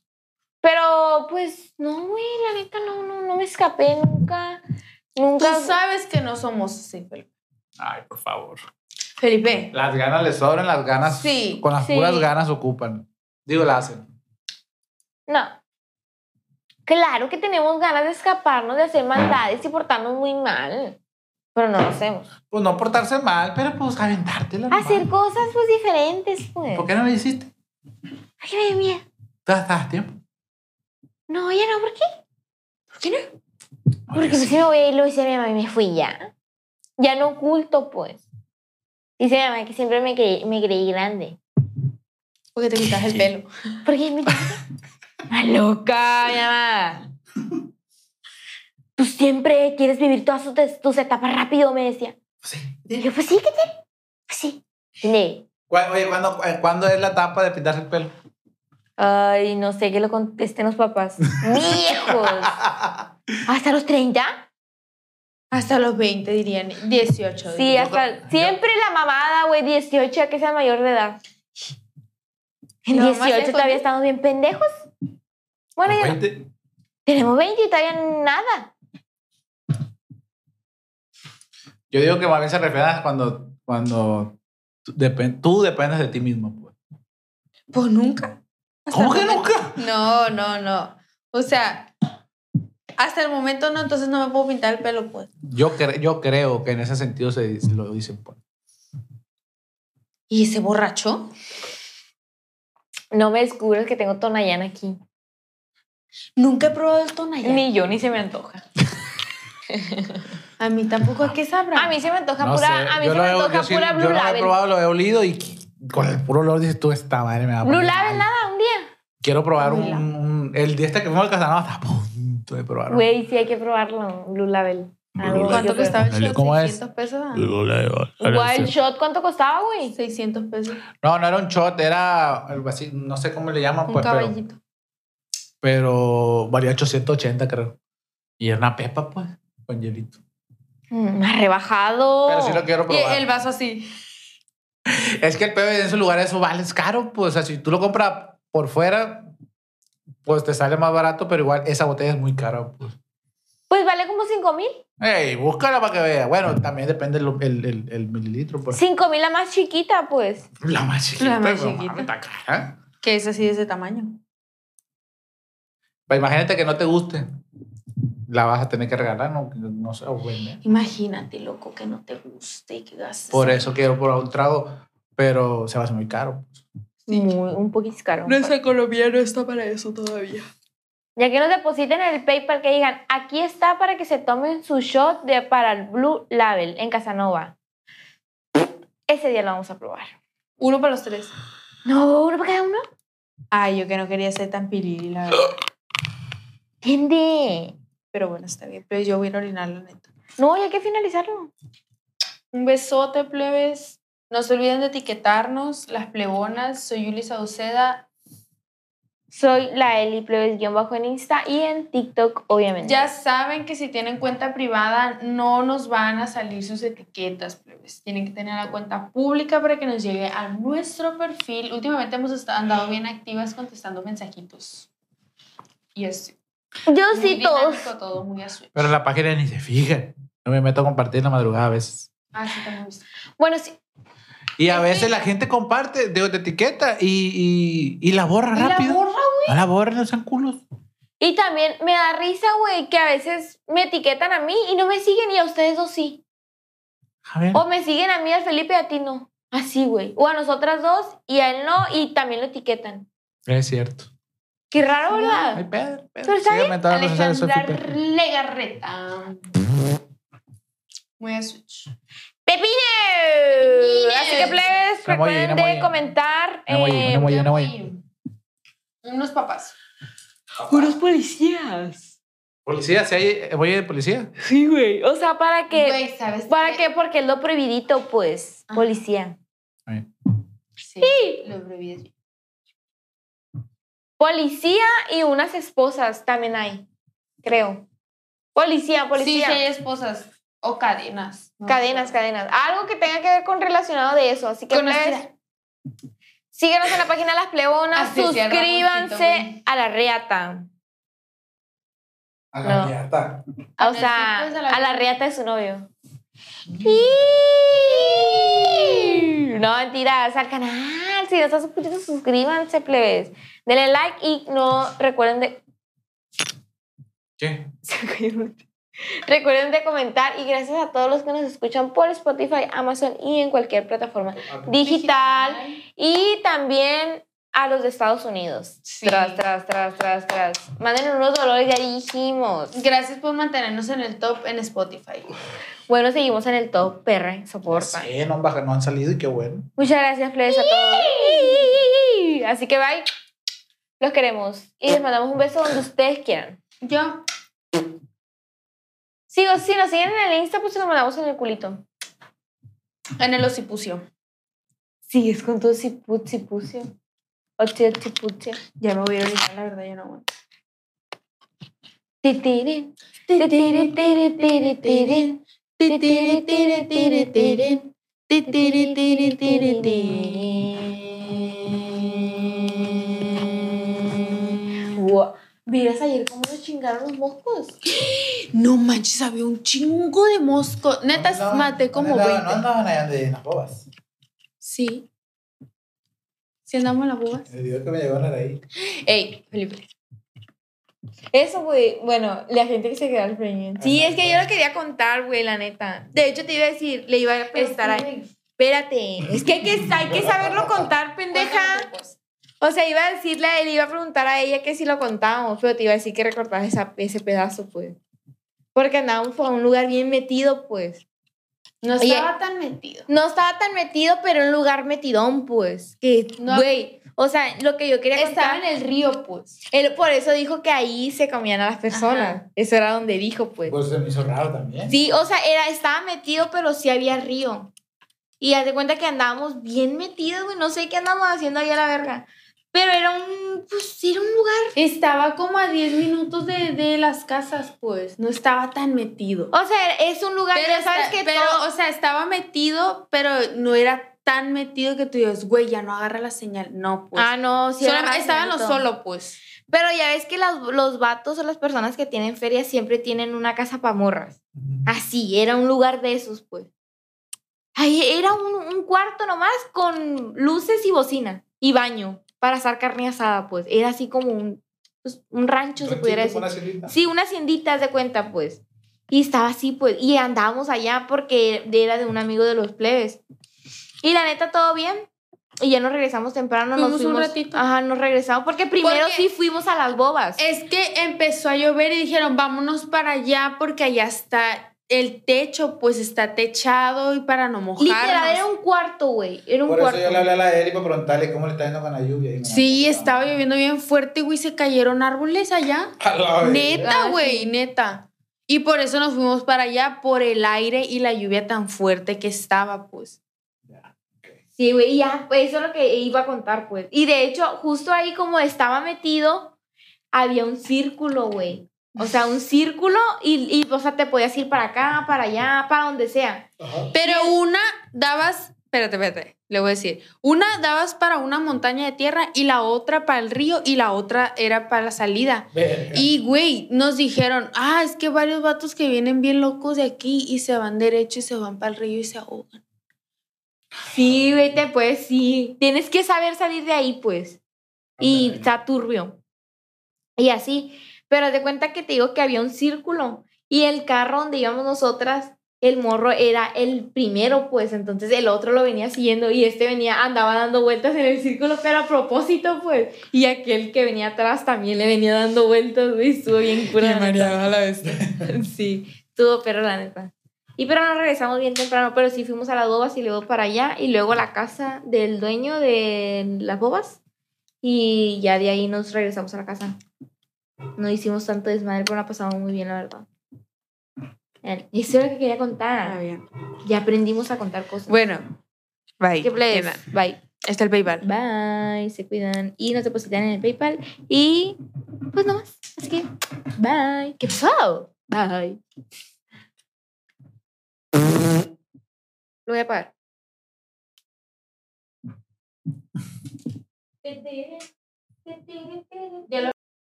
[SPEAKER 3] Pero, pues, no, güey, la neta, no, no, no me escapé nunca.
[SPEAKER 2] Tú
[SPEAKER 3] Nunca.
[SPEAKER 4] Pues, ah.
[SPEAKER 2] sabes que no somos así, Felipe.
[SPEAKER 4] Ay, por favor.
[SPEAKER 2] Felipe.
[SPEAKER 4] Las ganas les sobran, las ganas.
[SPEAKER 2] Sí,
[SPEAKER 4] Con las
[SPEAKER 3] sí.
[SPEAKER 4] puras ganas ocupan. Digo, la hacen.
[SPEAKER 3] No. Claro que tenemos ganas de escaparnos, de hacer maldades y portarnos muy mal. Pero no lo hacemos.
[SPEAKER 4] Pues no portarse mal, pero pues aventártela. nomás.
[SPEAKER 3] Hacer cosas pues diferentes, pues.
[SPEAKER 4] ¿Por qué no lo hiciste?
[SPEAKER 3] Ay, me dio miedo.
[SPEAKER 4] Te gastabas tiempo.
[SPEAKER 3] No, ya no, ¿por qué?
[SPEAKER 2] ¿Por qué no?
[SPEAKER 3] Porque pues si me voy a ir, lo hice a mi mamá y me fui ya. Ya no oculto, pues. Dice mi mamá que siempre me creí, me creí grande.
[SPEAKER 2] Porque te quitas el pelo.
[SPEAKER 3] Porque mi ¡Más Ah,
[SPEAKER 2] Ah,
[SPEAKER 3] loca, mi mamá! Tú siempre quieres vivir todas tus, tus etapas rápido, me decía.
[SPEAKER 4] Sí.
[SPEAKER 3] Y yo, pues sí, ¿qué te? Pues sí. Sí.
[SPEAKER 4] ¿Cuá- Oye, ¿cuándo, eh, ¿cuándo es la etapa de pintarse el pelo?
[SPEAKER 3] Ay, no sé que lo contesten los papás. ¡Viejos! ¿Hasta los 30?
[SPEAKER 2] Hasta los 20, dirían. 18.
[SPEAKER 3] Sí,
[SPEAKER 2] dirían.
[SPEAKER 3] hasta. Siempre la mamada, güey, 18, ya que sea mayor de edad. En
[SPEAKER 2] La mamá se
[SPEAKER 3] 18
[SPEAKER 2] fue-
[SPEAKER 3] todavía estamos bien pendejos. Bueno, ya no.
[SPEAKER 4] Ah, Veinte.
[SPEAKER 3] tenemos 20 y todavía nada.
[SPEAKER 4] Yo digo que más bien se refiere a cuando, cuando Tú, depen- tú dependes de ti mismo. Pues.
[SPEAKER 2] Pues nunca. Hasta
[SPEAKER 4] ¿Cómo
[SPEAKER 2] el
[SPEAKER 4] que
[SPEAKER 2] momento-
[SPEAKER 4] nunca?
[SPEAKER 2] No, no, no. O sea, hasta el momento no, entonces no me puedo pintar el pelo, pues.
[SPEAKER 4] Yo, cre- yo creo que en ese sentido se dice- lo dicen. Pues.
[SPEAKER 2] ¿Y ese borracho?
[SPEAKER 3] No me descubres que tengo Tonayán aquí.
[SPEAKER 2] Nunca he probado el tonalla.
[SPEAKER 3] Ni yo, ni se me antoja.
[SPEAKER 2] A mí tampoco, ¿a qué sabrá?
[SPEAKER 3] A mí se me antoja
[SPEAKER 4] No
[SPEAKER 3] pura,
[SPEAKER 4] sé,
[SPEAKER 3] a mí
[SPEAKER 4] yo
[SPEAKER 3] se
[SPEAKER 4] lo
[SPEAKER 3] me
[SPEAKER 4] he- yo
[SPEAKER 3] antoja
[SPEAKER 4] sí-
[SPEAKER 3] pura Blue
[SPEAKER 4] Yo lo he
[SPEAKER 3] Label.
[SPEAKER 4] probado, lo he olido y con el puro olor dices tú, esta madre me va a
[SPEAKER 3] Blue
[SPEAKER 4] poner
[SPEAKER 3] Label
[SPEAKER 4] mal".
[SPEAKER 3] nada, un día.
[SPEAKER 4] Quiero probar un,
[SPEAKER 2] Blue
[SPEAKER 4] un- El de este que fuimos al Casanova está a punto de probar.
[SPEAKER 3] Güey, sí hay que probarlo, Blue Label.
[SPEAKER 10] Blue
[SPEAKER 3] Algo,
[SPEAKER 10] Label.
[SPEAKER 3] yo
[SPEAKER 2] ¿Cuánto
[SPEAKER 3] creo.
[SPEAKER 2] costaba el
[SPEAKER 4] Dale,
[SPEAKER 2] shot?
[SPEAKER 4] ¿cómo es?
[SPEAKER 2] 600 pesos. ah?
[SPEAKER 3] Wild Shot, ¿cuánto costaba, güey?
[SPEAKER 2] 600 pesos.
[SPEAKER 4] No, no era un shot, era algo así, no sé cómo le llaman,
[SPEAKER 2] Un
[SPEAKER 4] pues, pero,
[SPEAKER 2] caballito.
[SPEAKER 4] pero valía 880, creo. Y era una pepa, pues, con hielito.
[SPEAKER 3] Mm, Más rebajado.
[SPEAKER 4] Pero sí lo quiero
[SPEAKER 2] Oh, Y
[SPEAKER 4] probar.
[SPEAKER 2] el vaso así.
[SPEAKER 4] Es que el pedo en esos lugares eso vale es caro, pues, o sea, si tú lo compras por fuera, pues te sale más barato, pero igual esa botella es muy cara, pues.
[SPEAKER 3] Pues vale como 5 mil.
[SPEAKER 4] Ey, búscala para que vea. Bueno, también depende el, el, el, el mililitro. Pues. <laughs>
[SPEAKER 3] 5 mil la más chiquita, pues.
[SPEAKER 4] La más chiquita.
[SPEAKER 2] La más
[SPEAKER 4] pues,
[SPEAKER 2] chiquita.
[SPEAKER 4] mames, está cara.
[SPEAKER 2] Que es así de ese tamaño.
[SPEAKER 4] Pues imagínate que no te guste. La vas a tener que regalar, no, no sé, o vender.
[SPEAKER 2] Imagínate, loco, que no te guste y que gastes.
[SPEAKER 4] Por eso quiero probar un trago, pero se va a hacer muy caro.
[SPEAKER 3] Muy, un poquito caro.
[SPEAKER 2] economía no está para eso todavía.
[SPEAKER 3] Ya que nos depositen el PayPal que digan, aquí está para que se tomen su shot de, para el Blue Label en Casanova. Ese día lo vamos a probar.
[SPEAKER 2] Uno para los tres.
[SPEAKER 3] No, uno para cada uno.
[SPEAKER 2] Ay, yo que no quería ser tan piriri, la verdad.
[SPEAKER 3] Gente.
[SPEAKER 2] Pero bueno, está bien. Pero yo voy a ir a orinar, la neta.
[SPEAKER 3] No, ya hay que finalizarlo.
[SPEAKER 2] Un besote, plebes. No se olviden de etiquetarnos, las plebonas. Soy Yuli Sauceda.
[SPEAKER 3] Soy la Eli Plebes guión bajo en Insta y en TikTok, obviamente.
[SPEAKER 2] Ya saben que si tienen cuenta privada, no nos van a salir sus etiquetas, plebes. Tienen que tener la cuenta pública para que nos llegue a nuestro perfil. Últimamente hemos est- andado bien activas contestando mensajitos. Y es
[SPEAKER 3] Yo
[SPEAKER 2] muy
[SPEAKER 3] sí, todos.
[SPEAKER 2] dinámico todo, muy azul.
[SPEAKER 4] Pero en la página ni se fijan. No me meto a compartir en la madrugada a veces.
[SPEAKER 2] Ah, sí, también he visto.
[SPEAKER 3] Bueno, sí.
[SPEAKER 4] Y a
[SPEAKER 2] Es
[SPEAKER 4] veces
[SPEAKER 2] que-
[SPEAKER 4] la gente comparte, de te etiqueta y, y, y la borra
[SPEAKER 2] Y la
[SPEAKER 4] rápido.
[SPEAKER 2] borra, güey.
[SPEAKER 4] No la borren, no sean culos.
[SPEAKER 3] Y también me da risa, güey, que a veces me etiquetan a mí y no me siguen y a ustedes dos sí.
[SPEAKER 4] A ver.
[SPEAKER 3] O me siguen a mí, al Felipe y a ti no. Así, güey. O a nosotras dos y a él no y también lo etiquetan.
[SPEAKER 4] Es cierto.
[SPEAKER 3] Qué raro,
[SPEAKER 4] Ay,
[SPEAKER 3] ¿verdad?
[SPEAKER 4] Pedro, Pedro.
[SPEAKER 3] Pero está
[SPEAKER 4] sígueme en todas las redes sociales, soy
[SPEAKER 2] Alexandra
[SPEAKER 4] Pepe.
[SPEAKER 2] Legarreta. Muy a switch.
[SPEAKER 3] ¡Pepino! Así que, plebes,
[SPEAKER 4] Una emoji,
[SPEAKER 3] recuerden
[SPEAKER 4] una emoji.
[SPEAKER 3] de comentar.
[SPEAKER 4] Una emoji,
[SPEAKER 3] eh,
[SPEAKER 4] una emoji. Oye, no voy.
[SPEAKER 2] Unos papás.
[SPEAKER 5] Papá.
[SPEAKER 3] policías.
[SPEAKER 4] Policía, si hay, voy de policía.
[SPEAKER 3] Sí, güey. O sea, para que.
[SPEAKER 2] Güey, ¿sabes
[SPEAKER 3] ¿Para qué? Porque es lo prohibidito, pues.
[SPEAKER 2] Ajá.
[SPEAKER 3] Policía.
[SPEAKER 2] Sí, lo prohibí yo.
[SPEAKER 3] Policía y unas esposas también hay, creo. Policía,
[SPEAKER 2] Sí, sí
[SPEAKER 3] policía.
[SPEAKER 2] hay esposas o cadenas. ¿no?
[SPEAKER 3] Cadenas, cadenas. Algo que tenga que ver con relacionado de eso. Así que
[SPEAKER 2] Con
[SPEAKER 3] plebes,
[SPEAKER 2] nuestra-
[SPEAKER 3] síguenos en la página Las Plebonas.
[SPEAKER 2] Así se arma un poquito,
[SPEAKER 3] suscríbanse
[SPEAKER 2] güey.
[SPEAKER 3] a la Reata.
[SPEAKER 6] A
[SPEAKER 3] la No.
[SPEAKER 6] mierda.
[SPEAKER 3] O
[SPEAKER 2] ver,
[SPEAKER 3] sea,
[SPEAKER 2] sí, pues, a la
[SPEAKER 3] a la
[SPEAKER 2] Reata.
[SPEAKER 3] Reata de su novio. Y- No, mentiras, al canal. Si no están suscritos, suscríbanse, plebes. Denle like y no recuerden de <laughs>
[SPEAKER 4] ¿Qué?
[SPEAKER 3] Se cayó el té. Recuerden de comentar y gracias a todos los que nos escuchan por Spotify, Amazon y en cualquier plataforma digital. Y también a los de Estados Unidos.
[SPEAKER 2] Sí.
[SPEAKER 3] Tras, tras, tras, tras, tras. Manden unos dolores, ya dijimos.
[SPEAKER 2] Gracias por mantenernos en el top en Spotify.
[SPEAKER 3] Bueno, seguimos en el top, perra, soporta.
[SPEAKER 4] Sí, no han, bajado, no han salido y qué bueno.
[SPEAKER 3] Muchas gracias, Flores, a todos. Así que bye. Los queremos. Y les mandamos un beso donde ustedes quieran.
[SPEAKER 2] Yo,
[SPEAKER 3] Sigo, si nos siguen en el Insta, pues se los mandamos en el culito.
[SPEAKER 2] en el osipucio.
[SPEAKER 3] Sigues con todo pucio Ochi, ochi, pucio.
[SPEAKER 2] Ya me voy a orinar, la verdad, yo no aguanto.
[SPEAKER 3] Titirin. Titirin, titirin, titirin. Titirin, titirin, titirin. Titirin, titirin, titirin. Guau. ¿Miras ayer cómo nos chingaron los moscos?
[SPEAKER 2] No manches, había un chingo de mosco.
[SPEAKER 6] ¿Dónde
[SPEAKER 2] Neta,
[SPEAKER 6] andaban?
[SPEAKER 2] maté como
[SPEAKER 6] ¿Dónde
[SPEAKER 2] 20.
[SPEAKER 6] andaban? No andaban allá de las bobas.
[SPEAKER 2] Sí. Si andamos en las bubas.
[SPEAKER 6] El video que me llevaron era ahí.
[SPEAKER 2] Ey, Felipe.
[SPEAKER 3] Eso, güey. Bueno, la gente que se queda al frente. Sí, es que yo lo quería contar, güey, la neta. De hecho, te iba a decir, le iba a preguntar a. Espérate. Es que hay que, hay que saberlo contar, pendeja. O sea, iba a decirle a él, iba a preguntar a ella que si lo contábamos, pero te iba a decir que recortabas esa, ese pedazo, pues. Porque andábamos a un lugar bien metido, pues.
[SPEAKER 2] No
[SPEAKER 3] Oye.
[SPEAKER 2] estaba tan metido.
[SPEAKER 3] No estaba tan metido, pero en un lugar metidón, pues. Que,
[SPEAKER 2] No.
[SPEAKER 3] güey, o sea, lo que yo quería contar...
[SPEAKER 2] Estaba en el río, pues.
[SPEAKER 3] Él por eso dijo que ahí se comían a las personas. Eso era donde dijo, pues.
[SPEAKER 6] Pues se me hizo raro también.
[SPEAKER 3] Sí, o sea, era, estaba metido, pero sí había río. Y haz de cuenta que andábamos bien metidos, güey. No sé qué andábamos haciendo ahí a la verga. Pero era un, pues, era un lugar.
[SPEAKER 2] Estaba como a 10 minutos de, de las casas, pues. No estaba tan metido.
[SPEAKER 3] O sea, es un lugar,
[SPEAKER 2] Pero,
[SPEAKER 3] ya sabes
[SPEAKER 2] está-
[SPEAKER 3] que
[SPEAKER 2] pero,
[SPEAKER 3] todo-
[SPEAKER 2] o sea, estaba metido, pero no era tan metido que tú digas, güey, ya no agarra la señal. No, pues.
[SPEAKER 3] ah, no, sí. era
[SPEAKER 2] Solo-
[SPEAKER 3] más
[SPEAKER 2] estaban los
[SPEAKER 3] bonito.
[SPEAKER 2] solo, pues.
[SPEAKER 3] Pero ya ves que las- los vatos o las personas que tienen feria siempre tienen una casa para morras. Así, Ah, era un lugar de esos, pues. Ahí era un, un cuarto nomás con luces y bocina y baño para asar carne asada, pues. Era así como un, pues, un rancho, se
[SPEAKER 6] Tranquilo,
[SPEAKER 3] pudiera
[SPEAKER 6] fue
[SPEAKER 3] decir.
[SPEAKER 6] una celita.
[SPEAKER 3] Sí, una haciendita, haz de cuenta, pues. Y estaba así, pues. Y andábamos allá porque era de un amigo de los plebes. Y la neta, todo bien. Y ya nos regresamos temprano. nos
[SPEAKER 2] Fuimos un
[SPEAKER 3] fuimos,
[SPEAKER 2] ratito.
[SPEAKER 3] Ajá, nos regresamos. Porque primero
[SPEAKER 2] Porque-
[SPEAKER 3] sí fuimos a las bobas.
[SPEAKER 2] Es que empezó a llover y dijeron, vámonos para allá porque allá está el techo, pues está techado y para no mojarnos.
[SPEAKER 3] Literal, era un cuarto, güey. Era un
[SPEAKER 6] Por
[SPEAKER 3] cuarto.
[SPEAKER 6] eso yo le hablé a la Eli para preguntarle cómo le está yendo con la lluvia. y me
[SPEAKER 2] Sí,
[SPEAKER 6] la-
[SPEAKER 2] estaba lloviendo bien fuerte, güey, se cayeron árboles allá.
[SPEAKER 6] <laughs> A la vez.
[SPEAKER 2] Neta,
[SPEAKER 3] Ah,
[SPEAKER 2] güey, neta. Y por eso nos fuimos para allá, por el aire y la lluvia tan fuerte que estaba, pues.
[SPEAKER 3] Sí, güey, y ya, pues, eso es lo que iba a contar, pues. Y de hecho, justo ahí como estaba metido, había un círculo, güey. O sea, un círculo y, y, o sea, te podías ir para acá, para allá, para donde sea.
[SPEAKER 6] Ajá.
[SPEAKER 2] Pero una dabas, espérate, espérate, le voy a decir. Una dabas para una montaña de tierra y la otra para el río y la otra era para la salida.
[SPEAKER 6] Verga.
[SPEAKER 2] Y, güey, nos dijeron, ah, es que varios vatos que vienen bien locos de aquí y se van derecho y se van para el río y se ahogan.
[SPEAKER 3] Sí, güey, te puedes, sí. Tienes que saber salir de ahí, pues. Y
[SPEAKER 6] Ok.
[SPEAKER 3] está turbio. Y así. Pero haz de cuenta que te digo que había un círculo. Y el carro donde íbamos nosotras, el morro era el primero, pues. Entonces el otro lo venía siguiendo. Y este venía, andaba dando vueltas en el círculo, pero a propósito, pues. Y aquel que venía atrás también le venía dando vueltas, güey. Estuvo bien curado.
[SPEAKER 2] a la vez.
[SPEAKER 3] <laughs> Sí, estuvo perro la neta. Y pero nos regresamos bien temprano, pero sí fuimos a las bobas y luego para allá y luego a la casa del dueño de las bobas y ya de ahí nos regresamos a la casa. No hicimos tanto desmadre, pero la pasamos muy bien, la verdad. Eh, Eso es lo que quería contar. Ya aprendimos a contar cosas.
[SPEAKER 2] Bueno, bye.
[SPEAKER 3] ¿Qué plebes? Bye.
[SPEAKER 2] Está el PayPal.
[SPEAKER 3] Bye, se cuidan y nos depositan en el PayPal y pues no más. Así que, bye. ¿Qué pasó? Bye. Lo voy a apagar.